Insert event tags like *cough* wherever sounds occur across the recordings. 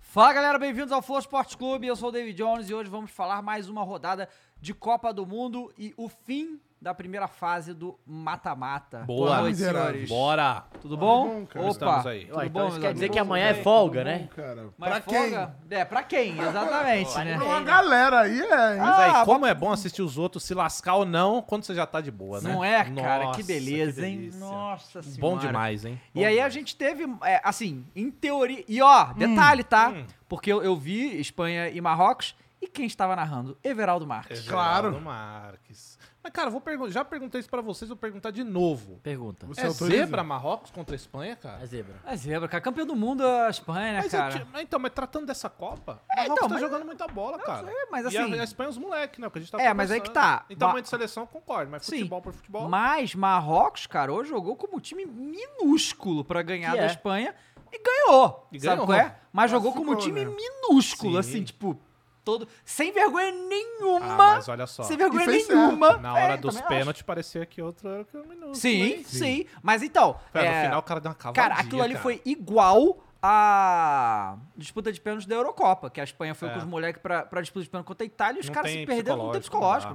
Fala galera, bem-vindos ao Flow Sports Clube. Eu sou o David Jones e hoje vamos falar mais uma rodada de Copa do Mundo e o fim da primeira fase do mata-mata. Boa, noite, miserável. senhores. Bora! Tudo bom? Tudo bom, cara? Opa, Estamos aí. Tudo Ué, bom, isso meus quer amigos? dizer que Tudo amanhã é bem? folga, Bom, né? Cara, Mas pra folga- É, pra *laughs* quem? Exatamente, né? quem? Pra Não uma galera aí, é. hein? Mas aí, Ah, como é bom assistir os outros se lascar ou não quando você já tá de boa, né? Não é, cara? Nossa, que beleza, hein? delícia. Nossa senhora. Bom demais, hein? E aí a gente teve, é, assim, em teoria. E ó, Hum. detalhe, tá? Porque eu, eu vi Espanha e Marrocos e quem estava narrando? Everaldo Marques. Claro. Claro. Marques. Mas, cara, vou pergun- já perguntei isso pra vocês, vou perguntar de novo. Pergunta. Você É autoriza? zebra Marrocos contra a Espanha, cara? É zebra. É zebra, cara. Campeão do mundo é a Espanha, né, Mas cara? eu te- então, mas tratando dessa Copa, Marrocos então, tá mas- jogando muita bola, cara. sei, mas E a- assim- a, Espanha é os moleques, né? Que a gente tá É, mas aí que conversando. tá. Em Ba- tamanho de seleção, concordo, mas Sim. futebol por futebol. Mas Marrocos, cara, hoje jogou como um time minúsculo pra ganhar Que da é. Espanha e ganhou. E sabe ganhou. qual é? Mas jogou ficou, como um time né? minúsculo, Sim. assim, tipo, todo. Sem vergonha nenhuma. Ah, mas olha só. sem vergonha E fez nenhuma. Na hora É, dos também acho. pênaltis, parecia que outro era que um minuto. Sim, sim, Mas então. Cara, é, no final o cara deu uma cavadinha. cara, aquilo ali foi igual à disputa de pênaltis da Eurocopa, que a Espanha foi É. com os moleques pra, pra disputa de pênaltis contra a Itália e os Não caras se tem perderam no tempo psicológico,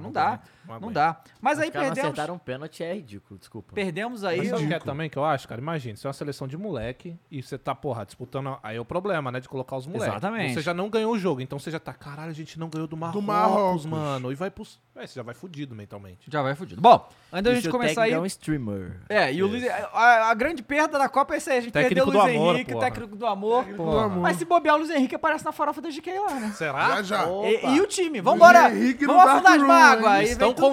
psicológico. Não não dá. aguenta, Não, não dá. Mas Os aí caras não perdemos. acertaram um pênalti, é ridículo, desculpa. Perdemos Mas aí. sabe o que é também que eu acho, cara? Imagina, você é uma seleção de moleque e você tá, porra, disputando. Aí é o problema, né? De colocar os moleques. Exatamente. Você já não ganhou o jogo, então você já tá, caralho, a gente não ganhou do Marrocos, Marrocos. mano. E vai pros. Ué, você já vai fudido mentalmente. Já vai fudido. Bom, antes da E gente seu começar técnico aí. é um streamer. É, e o Luiz, a, a grande perda da Copa é essa aí. A gente Técnico perdeu o do Luiz amor, Henrique, porra. técnico do amor. Pelo amor. Mas se bobear, o Luiz Henrique aparece na farofa da GK lá, né? Já, Será? já. E, e o time, vambora! Henrique no Vamos afundar as Dark Room, mágoas! hein? aí vem Estão tudo pra cá,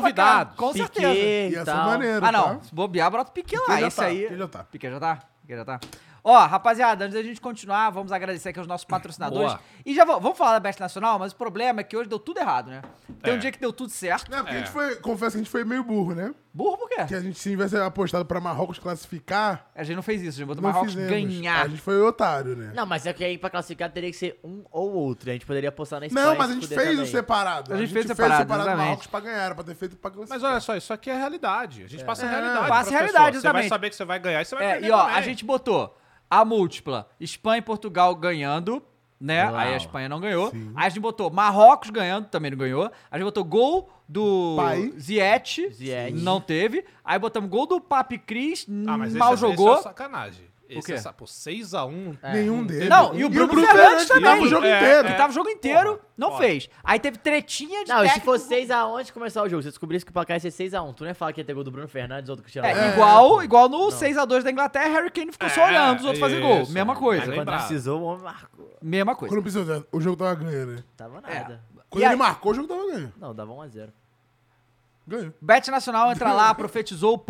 convidados. Com certeza. Piquet E e essa é tal. maneira, Ah, não. tá? Se bobear, brota o Piquet lá. Piquet já Isso tá, aí. é- Piquet já tá. Piquet já tá. Piquet já tá. Ó, rapaziada, antes da gente continuar, vamos agradecer aqui aos nossos patrocinadores. Boa. E já vamos, vamos falar da Best Nacional, mas o problema é que hoje deu tudo errado, né? Tem um É. dia que deu tudo certo. Não, porque a gente foi, confesso que a gente foi meio burro, né? Burro por quê? Que a gente, se tivesse apostado pra Marrocos classificar, A gente não fez isso, a gente botou não Marrocos fizemos. ganhar. A gente foi otário, né? Não, mas é que aí pra classificar teria que ser um ou outro. A gente poderia postar Não, na Espanha. mas a e gente fuder fez o também. separado. A gente fez separado, exatamente. Marrocos pra ganhar, era pra ter feito pra classificar. Mas olha só, isso aqui é a realidade. A gente passa a passa realidade. pras a realidade, pessoas. Você vai exatamente. saber que você vai ganhar e você vai É, perder e ó, também. a gente botou a múltipla Espanha e Portugal ganhando, né? Uau. Aí a Espanha não ganhou. Aí a gente botou Marrocos ganhando, também não ganhou. A gente botou gol do Pai. Ziet, Ziyech. não teve. Aí botamos gol do Papi Cris, Ah, mas mal esse, jogou. Esse é sacanagem. Esse quê? É. é sa- pô, 6x1. Nenhum deles. Não, e o Bruno, Fernandes também. Tava o jogo É, inteiro. Que tava o jogo inteiro, não Porra. fez. Aí teve tretinha de Não, e se técnico. fosse 6x1 antes de começar o jogo, se descobrisse que o placar ia ser 6x1, tu não ia falar que ia ter gol do Bruno Fernandes, outro Cristiano É, Ronaldo. igual, igual no 6x2 da Inglaterra, Harry Kane ficou só É, olhando os outros fazendo gol. isso. Mesma Mas coisa. quando lembrado. precisou, o homem marcou. Mesma coisa. Quando precisou, o jogo tava ganhando, né? É. Tava nada. Quando E ele aí- marcou, o jogo tava ganhando. Não, dava 1x0. Ganhou. Bet Nacional, entra *laughs* lá,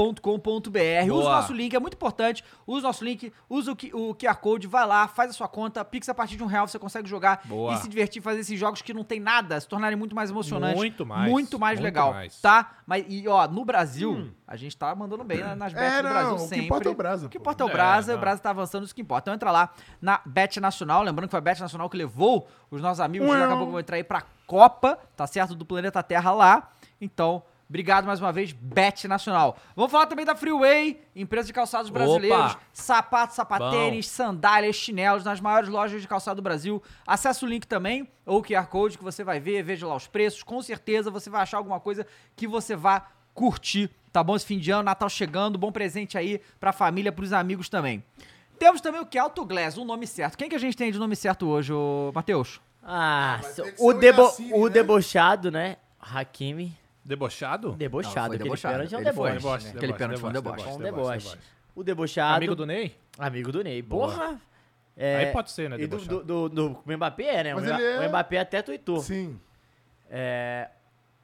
profetizou.com.br. Usa o Boa. nosso link, é muito importante. Usa o nosso link, usa o, Q- o QR Code, vai lá, faz a sua conta. Pix a partir de um real, você consegue jogar Boa. e se divertir, fazer esses jogos que não tem nada, se tornarem muito mais emocionantes. Muito mais, Muito mais muito legal, mais. tá? Mas, e ó, no Brasil, a gente tá mandando bem né, nas bets Hum. do É, não, Brasil o que sempre. importa é o Brasa, O que pô. importa é o É, Brasa, o não. Brasa tá avançando, isso que importa. Então entra lá na Bet Nacional, lembrando que foi a Bet Nacional que levou os nossos amigos, daqui a pouco vão entrar aí pra Copa, tá certo? Do planeta Terra lá. Então, obrigado mais uma vez, Bet Nacional. Vamos falar também da Freeway, empresa de calçados brasileiros, Opa! sapatos, sapatênis, sandálias, chinelos nas maiores lojas de calçado do Brasil. Acesse o link também, ou o QR Code que você vai ver, veja lá os preços. Com certeza você vai achar alguma coisa que você vá curtir, tá bom? Esse fim de ano, Natal chegando, bom presente aí pra família, pros amigos também. Temos também o que? Autoglass, o nome certo. Quem que a gente tem de nome certo hoje, ô Matheus? Ah, mas tem que o, ser o debo Yassine, o né? debochado, né? Hakimi, Debochado? debochado. foi Aquele debochado, pênalti é um ele foi. deboche. Deboche, né? Aquele pênalti foi um deboche. Foi um deboche, deboche. deboche. O debochado. Amigo do Ney? Amigo do Ney. Boa. Porra! É, Aí pode ser, né, E do, debochado. do, do, do Mbappé é, né? O Mas Mba- ele é- O Mbappé até tuitou. Sim. É,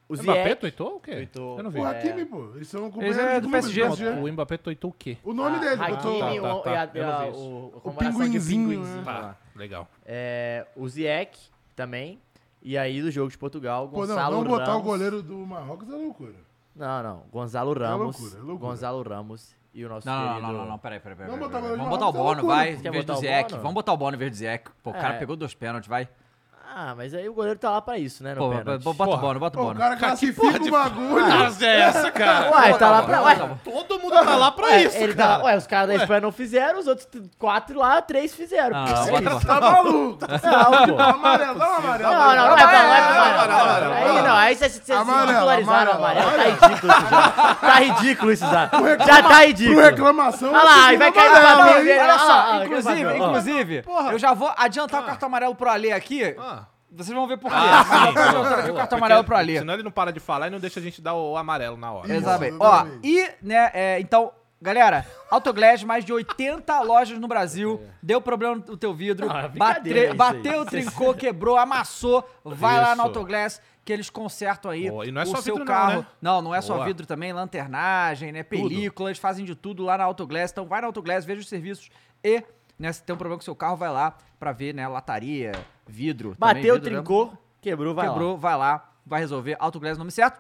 o O Mbappé Ziyech- tuitou o quê? Tuitou. Eu não vi. O Hakimi, pô. Eles são Esse é do PSG. clubes, Não, O Mbappé tuitou o quê? O nome Ah, dele, Hakimi, botou. Tá, tá, o- tá. e a- Eu não vi a- isso. o- a O comparação de pinguinzinho, pinguinzinho. Tá, Ah. legal. É, o Ziyech também. E aí do jogo de Portugal, Pô, não, Gonzalo não botar Ramos. o goleiro do Marrocos é loucura. Não, não. Gonzalo Ramos. loucura, é loucura. Gonzalo Ramos e o nosso Não, não, querido... não, não, não, não, peraí, peraí, peraí. Vamos peraí, botar peraí. o Vamos Ronaldo botar o Loucura. Bono, vai, é Quer em vez botar do o Zieck. Bono? Vamos botar o Bono em vez do Zieck. Pô, o cara É. pegou dois pênaltis, vai. Ah, mas aí o goleiro tá lá pra isso, né, no Pô, pênalti. bota o Bono, bota o Pô, o Bono. cara classifica o bagulho. é essa, cara? Ué, tá lá pra... Ué, Todo mundo tá lá pra ué, ele tá lá- ué, os caras da Espanha não fizeram, os outros t- quatro lá, três fizeram. Ah, bota Pô, o Bono. isso. Tá maluco. Não, pô. Tá Amarelão, Tá amarelo. Não, não, não é pra lá, é pra lá. amarelo, não, amarelo, Aí não, aí vocês vocês Amarelo, ridicularizaram o amarelo, amarelo. Tá ridículo isso já. Tá ridículo isso já. Já *laughs* tá Pro ridículo. reclamação. Olha lá, aí vai cair no Não, papel e dele. olha olha lá, só, olha, inclusive, olha. inclusive, eu já vou adiantar o cartão amarelo pro Alê aqui. Ah. Vocês vão ver por quê. Eu vou adiantar aqui o cartão amarelo é pro Alê. Senão ele não para de falar e não deixa a gente dar o amarelo na hora. Exatamente. Isso, Ó, exatamente. e, né, é, então, galera, Autoglass, mais de *laughs* 80 lojas no Brasil. É. Deu problema no teu vidro. Ah, batre- brincadeira isso bateu, aí. trincou, quebrou, amassou. Vai lá no Isso. Autoglass que eles consertam aí Boa, e não é o só seu vidro não, carro. né? Não, não é só Boa. vidro também, lanternagem, né, película, eles fazem de tudo lá na Autoglass. Então vai na Autoglass, veja os serviços e, né, se tem um problema com o seu carro, vai lá pra ver, né, lataria, vidro. também, Bateu, vidro, né? trincou, quebrou, vai lá. Quebrou, vai lá, vai resolver. Autoglass, nome certo.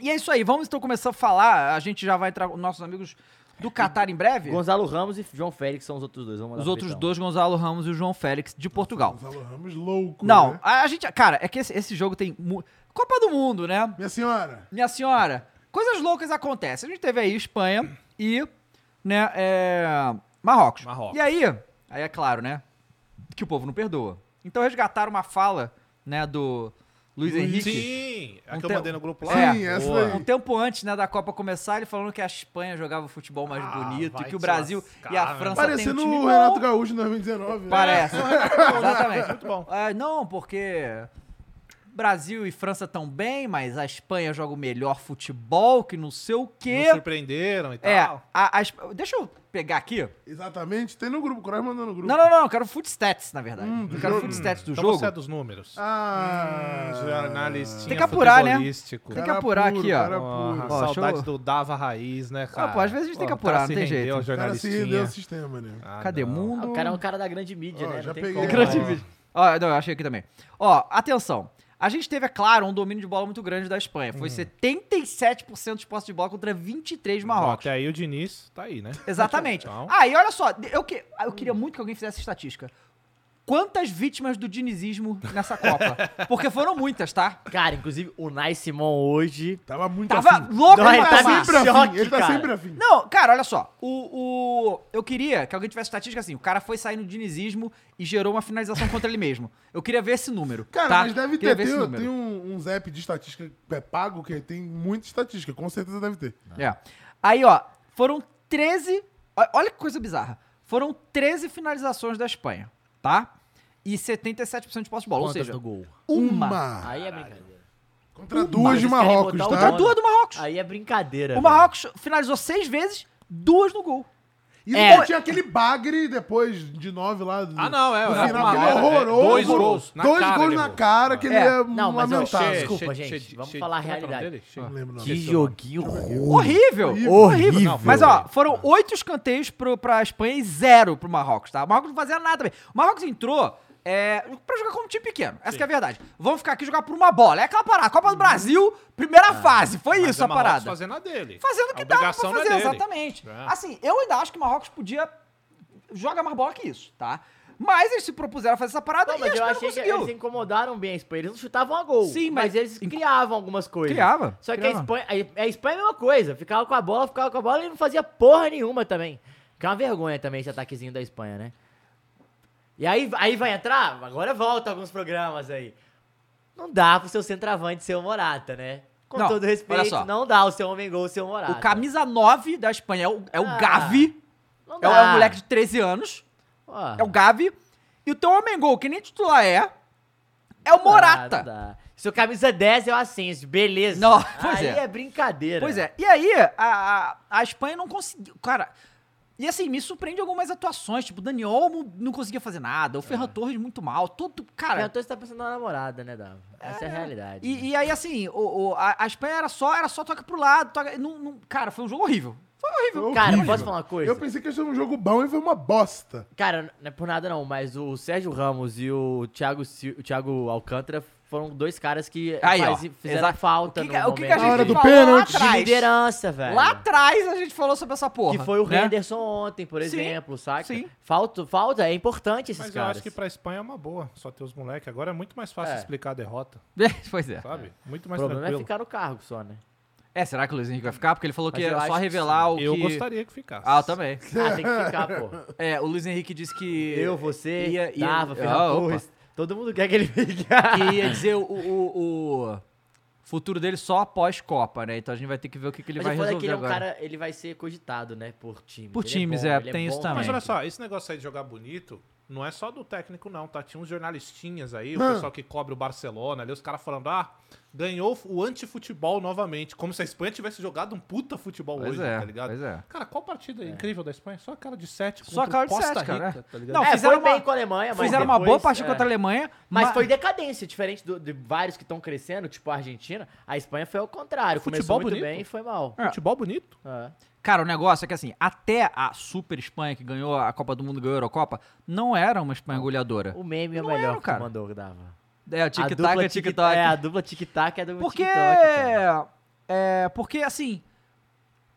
E é isso aí, vamos então começar a falar. A gente já vai entrar com nossos amigos do Catar em breve. Gonzalo então. Ramos e João Félix são os outros dois. Vamos mandar Os pro outros Vitão. dois, Gonzalo Ramos e o João Félix, de Portugal. Gonzalo Ramos louco. Não, né? a a gente. Cara, é que esse, esse jogo tem. mu- Copa do Mundo, né? Minha senhora. Minha senhora, coisas loucas acontecem. A gente teve aí Espanha e. né, é, Marrocos. Marrocos. E aí, aí é claro, né? Que o povo não perdoa. Então resgataram uma fala, né, do Luiz Henrique. Sim, a que eu Então- mandei no grupo lá. É. Sim, essa Boa. daí. Um tempo antes né, da Copa começar, ele falando que a Espanha jogava futebol mais bonito e vai que o te Brasil lascar, e a meu França Parecendo tem um time o bom. Renato Gaúcho em 2019. né? Parece. Exatamente. Muito bom. Ah, não, porque Brasil e França estão bem, mas a Espanha joga o melhor futebol, que não sei o Nos quê. surpreenderam e É, tal. a- a Esp- deixa eu pegar aqui. Exatamente. Tem no grupo. O Cross mandou no grupo. Não, não, não, eu quero footstats, na verdade. eu quero footstats do Então jogo. você é dos números. Hum, Ah, Jornalistinha Tem que apurar, né? futebolístico. é Tem que cara apurar puro, aqui, ó. cara Porra, puro. Ó, saudades deixa Ah, do Dava Raiz, né, cara? pô, às vezes a gente tem que o cara apurar, se não tem rendeu jeito. ao O O cara se rendeu jornalistinha. ao sistema, né? Ah, Cadê? não. Mundo. Ah, o cara é um cara da grande mídia, Ó, né? já Não tem peguei. como. Grande Não. mídia. Ó, não, eu achei aqui também. Ó, atenção. A gente teve, é claro, um domínio de bola muito grande da Espanha. Uhum. Foi 77% de posse de bola contra 23 de Bom, Marrocos. Até aí o Diniz tá aí, né? Exatamente. Então, Ah, e olha só, eu, que, eu queria muito que alguém fizesse estatística. Quantas vítimas do dinizismo nessa *laughs* Copa? Porque foram muitas, tá? Cara, inclusive o Nai Simon hoje. Tava muito Tava afim. louco Não, pra ele tá passar. sempre *laughs* Afim, Choque, Ele tá cara. sempre afim. Não, cara, olha só. O, o- eu queria que alguém tivesse estatística assim. O cara foi sair no dinizismo e gerou uma finalização contra ele mesmo. Eu queria ver esse número. Cara, tá? mas deve Queria ver ter. esse Tem, número. tem um, uns app de estatística é pago que tem muita estatística. Com certeza deve ter. É. Aí, ó, foram 13. ó- Olha que coisa bizarra. Foram 13 finalizações da Espanha, tá? E 77% de posse de bola. Quantas ou seja, no gol? uma. Aí é brincadeira. Contra Mas duas de eles querem Marrocos, botar o tá? Contra duas do Marrocos. Aí é brincadeira. o velho. Marrocos finalizou seis vezes, duas no gol. E É. não tinha aquele bagre depois de nove lá. Ah, não, é. No é, final, é, aquele é, horroroso. Dois gols. Na dois cara, gols ele na errou. cara que ele É. é Não, mas, ó, lamentável. che- Desculpa, Che- gente, che- vamos che- falar a como é que é o nome realidade. dele? Che- Não lembro, não. Que joguinho ruim. Horrível. Horrível. Horrível. Não, Mas, ó, foram oito escanteios pro, pra Espanha e zero pro Marrocos, tá? O Marrocos não fazia nada também. O Marrocos entrou é, pra jogar como time pequeno. Essa que é a verdade. Vamos ficar aqui e jogar por uma bola. É aquela parada. Copa do Brasil, primeira fase. Foi Mas isso é a Marrocos parada. Fazendo a dele. Fazendo o A que dava pra obrigação não é fazer, dele. exatamente. É. Assim, eu ainda acho que o Marrocos podia jogar mais bola que isso, tá? Mas eles se propuseram a fazer essa parada Não, e a mas eu Espanha não achei que eles conseguiu. incomodaram bem a Espanha. Eles não chutavam a gol. Sim, mas- mas, eles criavam algumas coisas. Criava, Só que criava. A, Espanha, a- a Espanha é a mesma coisa. Ficava com a bola, ficava com a bola e não fazia porra nenhuma também. Que é uma vergonha também esse ataquezinho da Espanha, né? E aí, aí vai entrar? Agora volta alguns programas aí. Não dá pro seu centroavante ser o Morata, né? Com Não, todo olha respeito, só. não dá o seu homem gol ser o Morata. O camisa 9 da Espanha é o, é o tá? Ah, Gavi. Não É, dá. Tá. o- é um moleque de 13 anos. Pô, É o Gavi. E o teu homem gol, que nem titular é, é o não dá, Morata. Ah, não dá. Se o camisa 10 é o Asensio, beleza. Não, pois aí é. é brincadeira. Pois é. E aí, a, a, a Espanha não conseguiu. Cara, E assim, me surpreende algumas atuações, tipo, Dani Olmo não conseguia fazer nada, o É. Ferran Torres muito mal, todo, cara... Cara, você tá pensando na namorada, né, Dava? Essa é, a realidade. E, e aí, assim, o, o- a, a Espanha era só, era só toca pro lado, toca, não, não- cara, foi um jogo horrível. Foi horrível. Foi Cara, horrível. posso falar uma coisa? Eu pensei que ia ser um jogo bom e foi uma bosta. Cara, não é por nada não, mas o Sérgio Ramos e o Thiago, Sil- o Thiago Alcântara foram dois caras que Aí, ó. faz- fizeram Exato. falta o que, no que- é- o que que a momento. gente hora do falou pênalti. lá de atrás? liderança, velho. Lá atrás a gente falou sobre essa porra. que foi o né? Henderson ontem, por Sim, exemplo, saca? sim. Falta, falta, é importante esses Mas eu caras. acho que pra Espanha é uma boa, só ter os moleques. Agora é muito mais fácil É. explicar a derrota, pois *laughs* é. sabe? Muito O mais problema tranquilo. é ficar no cargo *laughs* só, né? É, será que o Luiz Henrique vai ficar? Porque ele falou que Mas eu era só acho que revelar o que... Eu gostaria que ficasse. Ah, eu também. Ah, tem que ficar, pô. É, o Luiz Henrique disse que... Eu, você, Ia- ia- Dava, Ferran Ah, opa. Torres, todo mundo quer que ele fique. Que ia dizer o, o, o- o futuro dele só após Copa, né? Então a gente vai ter que ver o que, que ele Mas vai eu falei resolver que ele é um agora. cara, ele vai ser cogitado, né, por times. Por Ele times, bom, é, ele tem isso bom. também. Mas olha só, esse negócio aí de jogar bonito não é só do técnico, não, tá? Tinha uns jornalistinhas aí, o pessoal que cobre o Barcelona ali, os caras falando, ah, ganhou o antifutebol novamente. Como se a Espanha tivesse jogado um puta futebol Pois hoje, é, tá ligado? pois é. Cara, qual partida incrível da Espanha? Só aquela de 7 Só aquela de Costa sete, cara, Rica, é. tá ligado? Não, É, fizeram foi bem uma- com a Alemanha, mas Fizeram uma boa depois, partida é. contra a Alemanha, Mas ma- foi decadência, diferente do- de vários que estão crescendo, tipo a Argentina, a Espanha foi ao contrário. Futebol Começou muito bonito. bem e foi mal. Futebol bonito? É. Cara, o negócio é que assim, até a Super Espanha que ganhou a Copa do Mundo, ganhou a Eurocopa, não era uma Espanha goleadora. O meme é Não melhor era, que cara. tu mandou, Dava. É, o A tic-tac, dupla é tic- tic-tac. É, a dupla tic-tac é a dupla Porque. tic-tac. cara. É, porque, assim.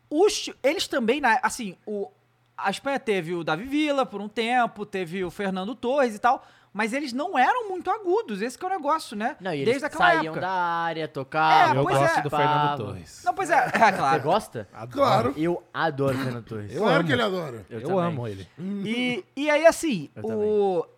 Os, ti- eles também, na- assim, o, a Espanha teve o Davi Villa por um tempo, teve o Fernando Torres e tal, mas eles não eram muito agudos, esse que é o negócio, né? Não, e eles Desde aquela saíam época. da área, tocavam. É, eu pois gosto é. do Fernando participavam. Torres. Não, pois é, é *laughs* Você claro. gosta? Claro. Eu adoro o Fernando Torres. claro que ele adora. Eu, também. amo ele. E, e aí, assim, Eu o, a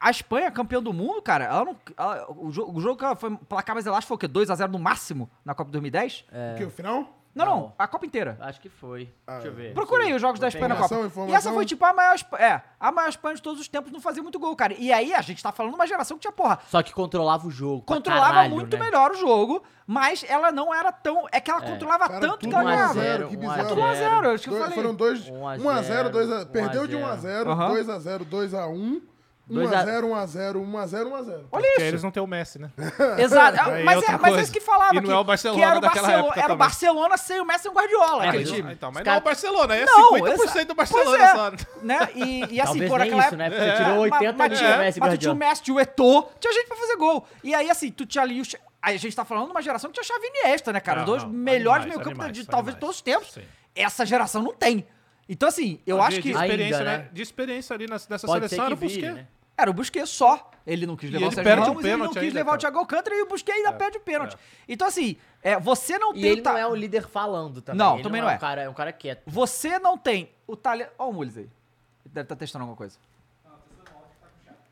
a Espanha, campeã do mundo, cara, ela não, ela- o, jogo, o jogo que ela foi placar mais elástico foi o quê? 2x0 no máximo na Copa de 2010? O que, o final? Não, não, É, Não. É, a Copa inteira. Acho que foi. Deixa eu ver. Procura aí os jogos da Não Espanha na tem Copa. informação, E essa informação. foi tipo a maior, Esp- é, a maior Espanha de todos os tempos, não fazia muito gol, cara. E aí a gente tá falando uma geração que tinha porra. Só que controlava o jogo. pra Controlava caralho, muito né? melhor o jogo, mas ela não era tão. É que ela controlava Cara, tanto que tudo ela 1 a ganhava. 0, que 1 a bizarro. 0. 1x0, acho que um eu Dois- falei. Foram dois. 1 a 1 a 0, 2 a 1 a Perdeu de 1 a 0, Aham. 2 a 0, 2 a 1, 1 Dois a a- 0, 1 a 0, 1 a 0, 1 a 0. Olha Porque isso. eles não têm o Messi, né? Exato. Ah, Aí é mas, é, outra mas é coisa. isso que falava. E não que, é o Barcelona que era o daquela Barcelona, época Era o também. Barcelona sem o Messi e o Guardiola. Ah, aquele eles- time. então, mas não os é cara- o Barcelona, aí é Não, 50% do Barcelona Pois é, só. né? Né? E, e assim, Talvez por nem aquela isso, né? Porque É, você tirou mas- 80 mas, de tinha- Mas tu Messi e tinha o Guardiola. Messi, tinha o Eto'o, tinha gente pra fazer gol. E aí, assim, tu tinha ali o... Che- Aí a gente tá falando de uma geração que tinha Xavi e Iniesta, né, cara? Não, Dois não, melhores animais, meio-campo animais, de talvez de animais. todos os tempos. Sim. Essa geração não tem. Então, assim, eu De- acho que De experiência, Ainda, né? né? De experiência ali nas- nessa Pode seleção era ser que o Busquets. vire, né? era o Busquets só. Ele não quis E levar o ele Sérgio perde o Ramos, ele não pênalti quis ainda, levar o cara. É. Thiago Alcântara e o Busquets ainda perde o pênalti. Então, assim, é, você não E tem... o ele não ta- é o líder falando também. Não, ele também não não é. é. Um cara, é um cara quieto. Você não tem o talento. Olha o Mules aí. Ele deve estar testando alguma coisa.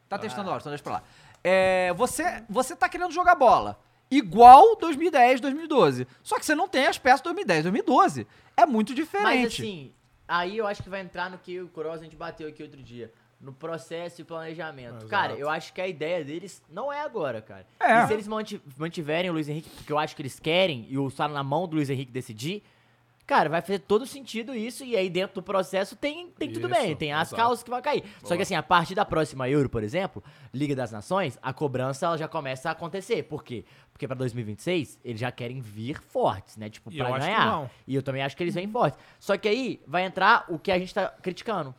Tá Ah. testando o áudio, então deixa pra lá. É, você, você tá querendo jogar bola. Igual 2010, 2012. Só que você não tem as peças 2010, 2012. É muito diferente. Mas assim, aí eu acho que vai entrar no que o Cross a gente bateu aqui outro dia. No processo e planejamento. Cara, eu acho que a ideia deles não é agora, cara. É. E se eles manti- mantiverem o Luiz Henrique, porque eu acho que eles querem, e o está na mão do Luiz Henrique decidir, cara, vai fazer todo sentido isso, e aí dentro do processo tem, tem tudo Isso, bem, tem as exato. causas que vão cair. Só que assim, a partir da próxima Euro, por exemplo, Liga das Nações, a cobrança ela já começa a acontecer. Por quê? Porque pra 2026, eles já querem vir fortes, né? Tipo, E pra eu acho que ganhar. não. E eu também acho que eles vêm fortes. Só que aí vai entrar o que a gente tá criticando.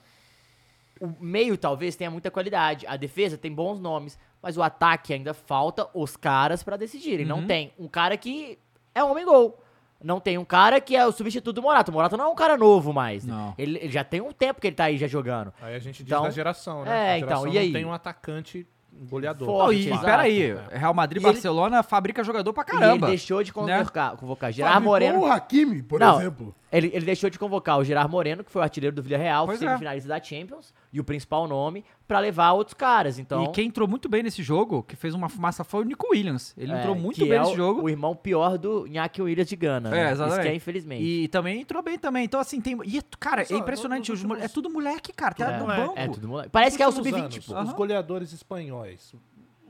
O meio talvez tenha muita qualidade, a defesa tem bons nomes, mas o ataque ainda falta os caras pra decidirem. Uhum. Não tem um cara que é homem gol. Não tem um cara que é o substituto do Morata. O Morata não é um cara novo mais. né? Não. Ele, ele já tem um tempo que ele tá aí já jogando. Aí a gente diz Então- da geração, né? É, A geração então, e não aí? tem um atacante goleador. Forte. Não, e é Exato. peraí, Real Madrid E ele- Barcelona fabrica jogador pra E ele caramba. Né? deixou de convocar, convocar Gerard Fabricou Moreno. o Hakimi, por Não, exemplo. Ele, ele deixou de convocar o Gerard Moreno, que foi o artilheiro do Villarreal, Pois é. semifinalista da Champions, e o principal nome, pra levar outros caras. Então, E quem entrou muito bem nesse jogo, que fez uma fumaça, foi o Nico Williams. Ele é, entrou muito que bem é nesse o- jogo. O irmão pior do Iñaki Williams de Gana. É, né? Isso que exatamente. é, infelizmente. E também entrou bem também. Então, assim, tem. E, cara, é impressionante. Os mole- É tudo moleque, cara. Tá é, no banco. é tudo moleque. Parece que é o Nos sub-20, anos, pô. Os Aham. goleadores espanhóis.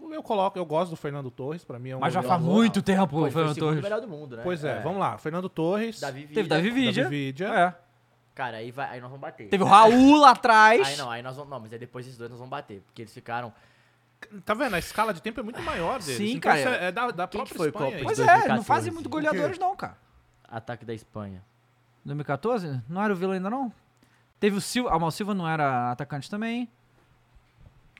Eu coloco, eu gosto do Fernando Torres, pra mim é um Mas já goleador. faz muito tempo, Pô, o ele foi o Fernando segundo Torres. é, melhor do mundo, né? Pois é, vamos lá. Fernando Torres, Davi Villa. Teve Davi Villa. Davi Villa. É. Cara, aí, vai, aí nós vamos bater. Teve o Raul lá atrás. Aí não, aí nós vamos. Não, mas aí depois desses dois nós vamos bater. Porque eles ficaram. Tá vendo? A escala de tempo é muito maior deles. Sim, Então cara. isso É, é da, da Quem que própria foi o Espanha. Copa aí. Pois é, não 2014. fazem muito goleadores, não, cara. Ataque da Espanha. 2014? Não era o Vila ainda, não? Teve o Silva. Ah, mas o Silva não era atacante também.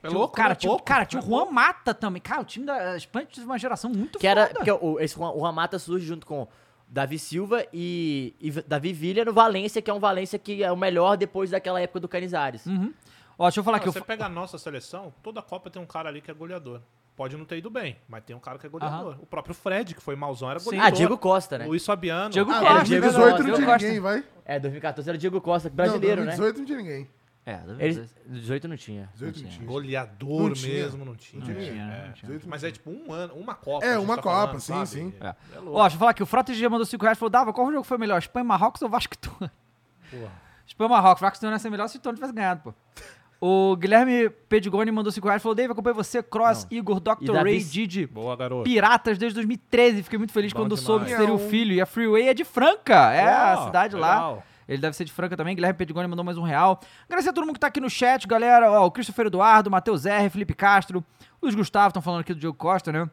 É tipo, Tinha o- louco, cara, né? tinha, o- Pouco, cara, tinha o né? Juan Mata também. Cara, o time da Espanha teve uma geração muito Que era. foda. Porque o, esse, Juan- o Ramata surge junto com Davi Silva e, e V- Davi Villa no Valência, que é um Valência que é o melhor depois daquela época do Canizares. Uhum. Ó, deixa eu falar Cara, que eu. você pega a nossa seleção, toda Copa tem um cara ali que é goleador. Pode não ter ido bem, mas tem um cara que é goleador. O próprio Fred, que foi mauzão, era goleador. Ah, Diego Costa, né? Luiz Fabiano. Diego Ah, Costa. era Diego 2018 Costa. não tinha Diego ninguém, vai. É, 2014 era Diego Costa, brasileiro, não, né? 2018 não tinha ninguém. É, deve- Eles, 18 não tinha. 18 não tinha. Goleador Não tinha. mesmo, não tinha. não tinha, né? Não tinha. É. 18 não Mas tinha. é tipo um ano, uma Copa. É, a gente uma tá Copa, falando, sim, sabe? sim. É. É Ó, deixa eu falar que o Frato G mandou 5 reais e falou: Dava, qual jogo foi melhor? Espanha, Marrocos ou Vasco Tuan? Espanha, Marrocos. Vasco Tuan ia ser melhor se o Tony tivesse ganhado, pô. O Guilherme Pedigoni mandou 5 reais e falou: Dave, acompanhei você, Cross, Igor, Dr. Davi Ray, S- Didi. Boa, garoto. Piratas desde 2013. Fiquei muito feliz Bom quando demais. soube que teria o É um- filho. E a Freeway é de Franca. É a Ó, cidade lá. legal. Ele deve ser de Franca também. Guilherme Pedigoni mandou mais um real. Agradecer a todo mundo que tá aqui no chat, galera. Ó, o Christopher Eduardo, Matheus R, Felipe Castro, Luiz Gustavo, estão falando aqui do Diogo Costa, né?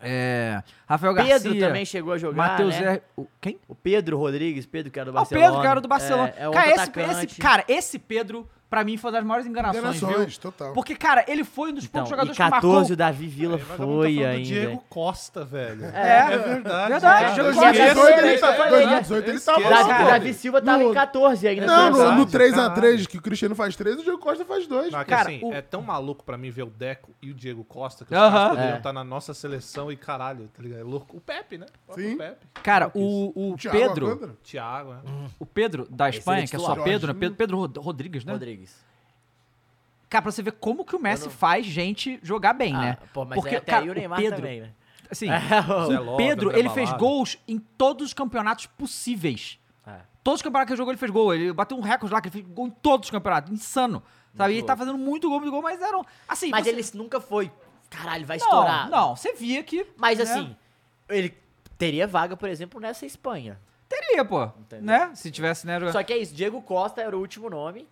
É, Rafael Pedro Garcia. também chegou a jogar. Matheus né? R. o- Quem? O Pedro Rodrigues, Pedro que era do Ah, o Barcelona. Pedro, cara, do Barcelona. É, é cara, outro esse, atacante. esse- cara, esse Pedro, pra mim, foi uma das maiores enganações, Enganações, viu? total. Porque, cara, ele foi um dos Então, poucos jogadores e que marcou 14 o Davi Vila Mas agora tá foi falando do ainda. Diego Costa, velho. É. verdade. Verdade, É. Diego Costa. 2018 ele tá- Esquece, 2018 ele tava Davi, lá, pô. Davi Silva tava em 14 ainda. Não, foi no, usado. no 3x3, caralho. que o Cristiano faz 3, o Diego Costa faz 2. Não, é que Cara, assim, o- é tão maluco pra mim ver o Deco e o Diego Costa que os Aham. caras poderiam É. estar na nossa seleção e caralho, tá ligado? É louco. O Pepe, né? O próprio Sim. Pepe. Cara, o, o Thiago Pedro, Alcântara. Thiago, né? o Pedro da Espanha, que é só titular. Pedro, né? Jorginho. Pedro, Pedro Rod- Rodrigues, né? Rodrigues. Cara, pra você ver como que o Messi faz gente jogar bem, né? Ah, pô, mas é, até aí o Neymar Pedro, também, né? Assim, *laughs* É, Zé o- o Lopes, Pedro, André ele fez Balada. gols em todos os campeonatos possíveis. É. Todos os campeonatos que ele jogou, ele fez gol. Ele bateu um recorde lá, que ele fez gol em todos os campeonatos. Insano. Sabe? E ele tá fazendo muito gol, muito gol, mas eram. Assim, mas você- ele nunca foi. Caralho, vai Não, estourar. Não, você via que. Mas né, assim, ele teria vaga, por exemplo, nessa Espanha. Teria, pô. Né? Se tivesse, né? jogando- Só que é isso, Diego Costa era o último nome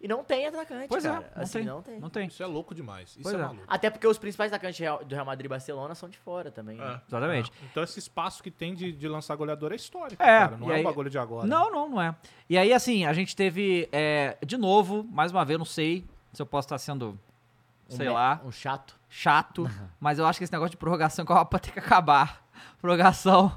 e não tem atacante, Pois cara. é, não, Assim, tem, não tem. Não tem. Isso é louco demais. Isso Pois é, é. maluco. Até porque os principais atacantes real- do Real Madrid e Barcelona são de fora também. né? É. Hum, Exatamente. Então esse espaço que tem de, de lançar goleador é histórico, É, cara. Não e é aí- um bagulho de agora. Não, não, não é. E aí, assim, a gente teve, é, de novo, mais uma vez, não sei se eu posso estar sendo, Um É, sei me- lá, Um chato. chato, mas eu acho que esse negócio de prorrogação com a Copa tem que acabar. *laughs* Prorrogação.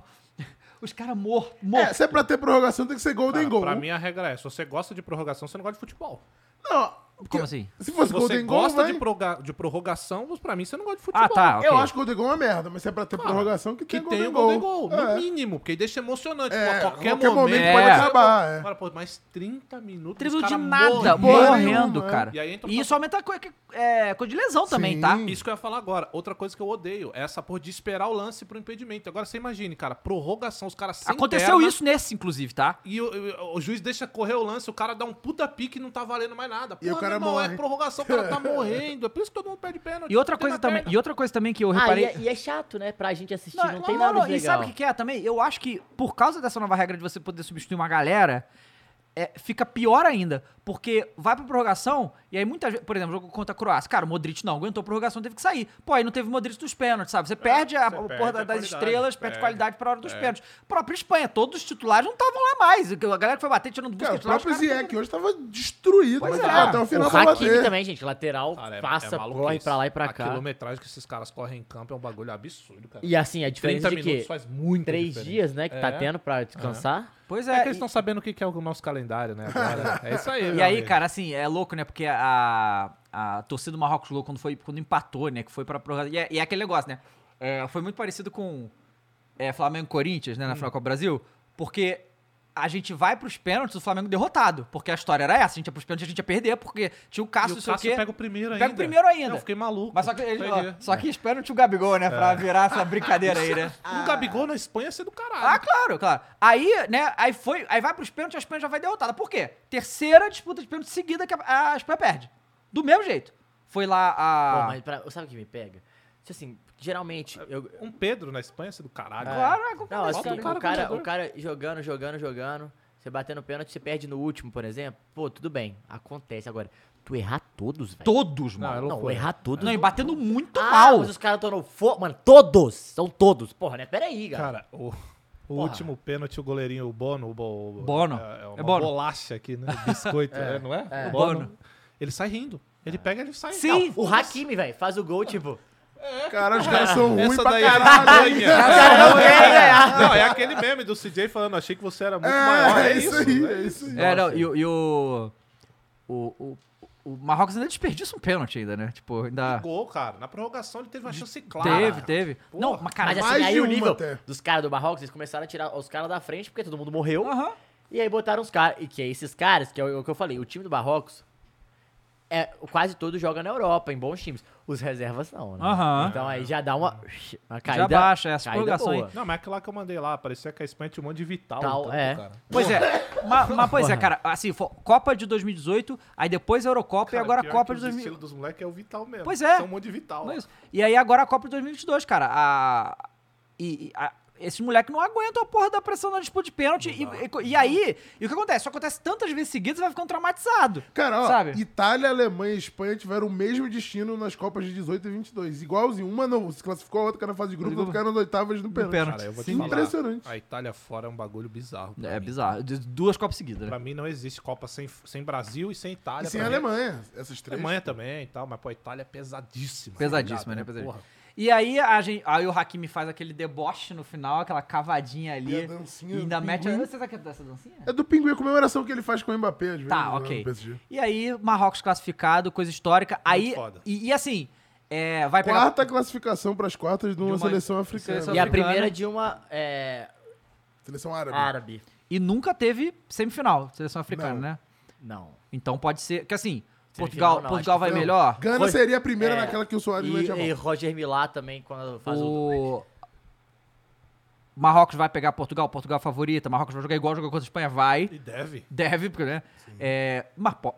Os caras mortos. Morto. É, se é pra ter prorrogação, tem que ser Golden Cara, Goal. pra mim a regra é, se você gosta de prorrogação, você não gosta de futebol. Não, Como assim? se fosse Se você Golden Goal, né? gosta vai... de, proga- de prorrogação, pra mim você não gosta de futebol. Ah, tá. ok. Eu acho que Golden Goal é uma merda, mas se é pra ter prorrogação, que Que tem tem Golden o Goal. Golden Goal, É. no mínimo, porque aí deixa emocionante. É, pô, a qualquer, qualquer momento, momento pode É. acabar, é. Cara, pô, mais 30 minutos. Tribo os de cara nada, morre. morrendo, Porra cara. nenhuma, é. E aí entra E o- isso aumenta a co- que- é, coisa de lesão também, Sim. tá? Isso que eu ia falar agora. Outra coisa que eu odeio é essa porra de esperar o lance pro impedimento. Agora você imagine, cara, prorrogação, os caras sem Aconteceu perna, isso nesse, inclusive, tá? E o, o- o juiz deixa correr o lance, o cara dá um puta pique e não tá valendo mais nada. E o cara meu irmão, morre. é prorrogação, o cara *laughs* tá morrendo. É por isso que todo mundo perde pênalti. E outra Tem é na coisa também, perna. e outra coisa também que eu Ah, e reparei. é, e é chato, né? Pra gente assistir, não, Não, tem não, nada não, de E legal. sabe o que que é também? Eu acho que por causa dessa nova regra de você poder substituir uma galera, é, fica pior ainda. Porque vai pra prorrogação, e aí muitas vezes, por exemplo, jogo contra a Croácia. Cara, o Modric não aguentou a prorrogação, teve que sair. Pô, aí não teve o Modric dos pênaltis, sabe? Você perde a, É, você a perde porra da- a das qualidade, estrelas, perde perde, é. qualidade pra hora dos pênaltis. Própria Espanha, todos os titulares não estavam lá mais. A galera que foi bater tirando busca Cara, É, o titular, os próprio caras- Ziyech hoje tava destruído, Pois mas é. até o final O pra Hakimi bater. também, gente. Lateral, Cara, é- passa, é maluquice. corre pra lá e pra A cá. quilometragem que esses caras correm em campo é um bagulho absurdo, cara. E assim, a 30 diferença de minutos que faz muito três dias, né, que tá tendo pra descansar. Pois É que é. e- eles estão sabendo o que que é o nosso calendário, né? *laughs* agora. É isso E aí, meu aí, amigo. cara, assim, é louco, né? Porque a, a torcida do Marrocos louco quando, foi, quando empatou, né? Que foi pra prorrogação. E, é, e é aquele negócio, né? É, foi muito parecido com é, Flamengo e Corinthians, Hum. né? Na final da Copa do Brasil. Porque a gente vai pros pênaltis, o Flamengo derrotado. Porque a história era essa. A gente ia pros pênaltis, a gente ia perder. Porque tinha o E Cássio, o não sei o quê. Cássio pega o primeiro Pega ainda. o primeiro ainda. Eu fiquei maluco. Mas só que, ele, ó, Peguei. só que os pênaltis o Gabigol, né? É. Pra virar essa brincadeira aí, *laughs* né? Um Gabigol na Espanha ia ser do Ah, caralho. claro, claro. Aí, né, aí foi, aí vai pros pênaltis, a Espanha já vai derrotada. Por quê? Terceira disputa de pênalti seguida que a, a Espanha perde. Do mesmo jeito. Foi lá a Pô, mas pra- sabe o que me pega? Tipo assim, geralmente... Eu, Um Pedro na Espanha ia ser do caralho. Claro, Ah, é Não, complicado. assim, cara, o, cara, goleador. o cara jogando, jogando, jogando. Você bater no pênalti, você perde no último, por exemplo. Pô, tudo bem. Acontece agora. Tu errar todos, velho. Todos, Ah, Não, é mano. Não, loucura. errar todos. Não, e batendo muito ah, mal. Mas os caras estão no fogo. Mano, todos. São todos. Porra, né? Pera aí, cara. Cara, o, o último pênalti, o goleirinho, o Bono. O Bo- Bono. É, é uma É Bono. bolacha aqui, né? Biscoito, é, não é? *laughs* É. O Bono. Bono. Ele sai rindo. Ele pega ele sai Sim. O Hakimi, velho, faz o gol, tipo. Cara, os caras *laughs* são ruins Essa pra daí é caralho. é não Não, é aquele meme do CJ falando, achei que você era muito maior. *laughs* É, é isso aí, é isso aí. É, não, e, assim. o- e o, o, o. o Marrocos ainda desperdiça um pênalti ainda, né? Tipo, ainda. Gol, cara. Na prorrogação ele teve uma chance clara. Teve, teve. Não, mas cara, Mas assim, mais de aí o uma nível até. dos caras do Marrocos, eles começaram a tirar os caras da frente, porque todo mundo morreu. Aham. E aí botaram os caras. E que é esses caras, que é o, o que eu falei, o time do Marrocos. É, quase todo joga na Europa, em bons times. Os reservas não, né? Aham. Então aí já dá uma, uma caída. baixa, é, as caída prorrogação aí. boa. Não, mas aquela que eu mandei lá, parecia que a Espanha tinha um monte de vital. Tal, no campo, é. cara. Pois é, mas, mas pois é, cara, assim, fo- Copa de 2018, aí depois a Eurocopa Cara, e agora a pior Copa que de O estilo 2000. dos moleques é o vital mesmo. Pois é. São um monte de vital. Não é isso. E aí agora a Copa de 2022, cara. A, e, e a- esses moleques não aguentam a porra da pressão na disputa de pênalti. E, e- e aí, e o que acontece? Isso acontece tantas vezes seguidas, você vai ficando traumatizado. Cara, ó, sabe? Itália, Alemanha e Espanha tiveram o mesmo destino nas Copas de 18 e 22. Igualzinho. Uma não se classificou, a outra caiu na fase de grupo, a outra caiu é nas oitavas do pênalti. pênalti. Cara, eu vou Sim. te falar, Impressionante. A Itália fora é um bagulho bizarro. pra É mim. bizarro. De- Duas Copas seguidas, né? Pra mim não existe Copa sem, sem Brasil e sem Itália. E sem a pra mim. Alemanha, essas três. Alemanha também e tal, mas pô, a Itália é pesadíssima. Pesadíssima, tá ligado, né? Pesadíssima. Porra. E aí, a gente, aí o Hakimi faz aquele deboche no final, aquela cavadinha ali. E a dancinha e ainda do mete. pinguim. Você sabe que é dessa dancinha? É do pinguim, a comemoração que ele faz com o Mbappé, às vezes. Tá, né, no ok. PSG. E aí, Marrocos classificado, coisa histórica. Aí. foda. E, e assim, é, vai pegar. Quarta classificação para as quartas de uma, uma seleção africana. seleção E a africana. primeira de uma é, Seleção árabe. árabe. E nunca teve semifinal, seleção africana, Não. né? Não. Então pode ser. Que assim, Semifinal Portugal, não, Portugal acho que vai foi- melhor. Gana Foi- seria a primeira é. naquela que o Soares E, mete a e mão. Roger Milá também, quando faz o... O. Marrocos vai pegar Portugal, Portugal é favorita. Marrocos vai jogar igual jogou contra a Espanha, vai. E deve. Deve, porque, né? É, mas po-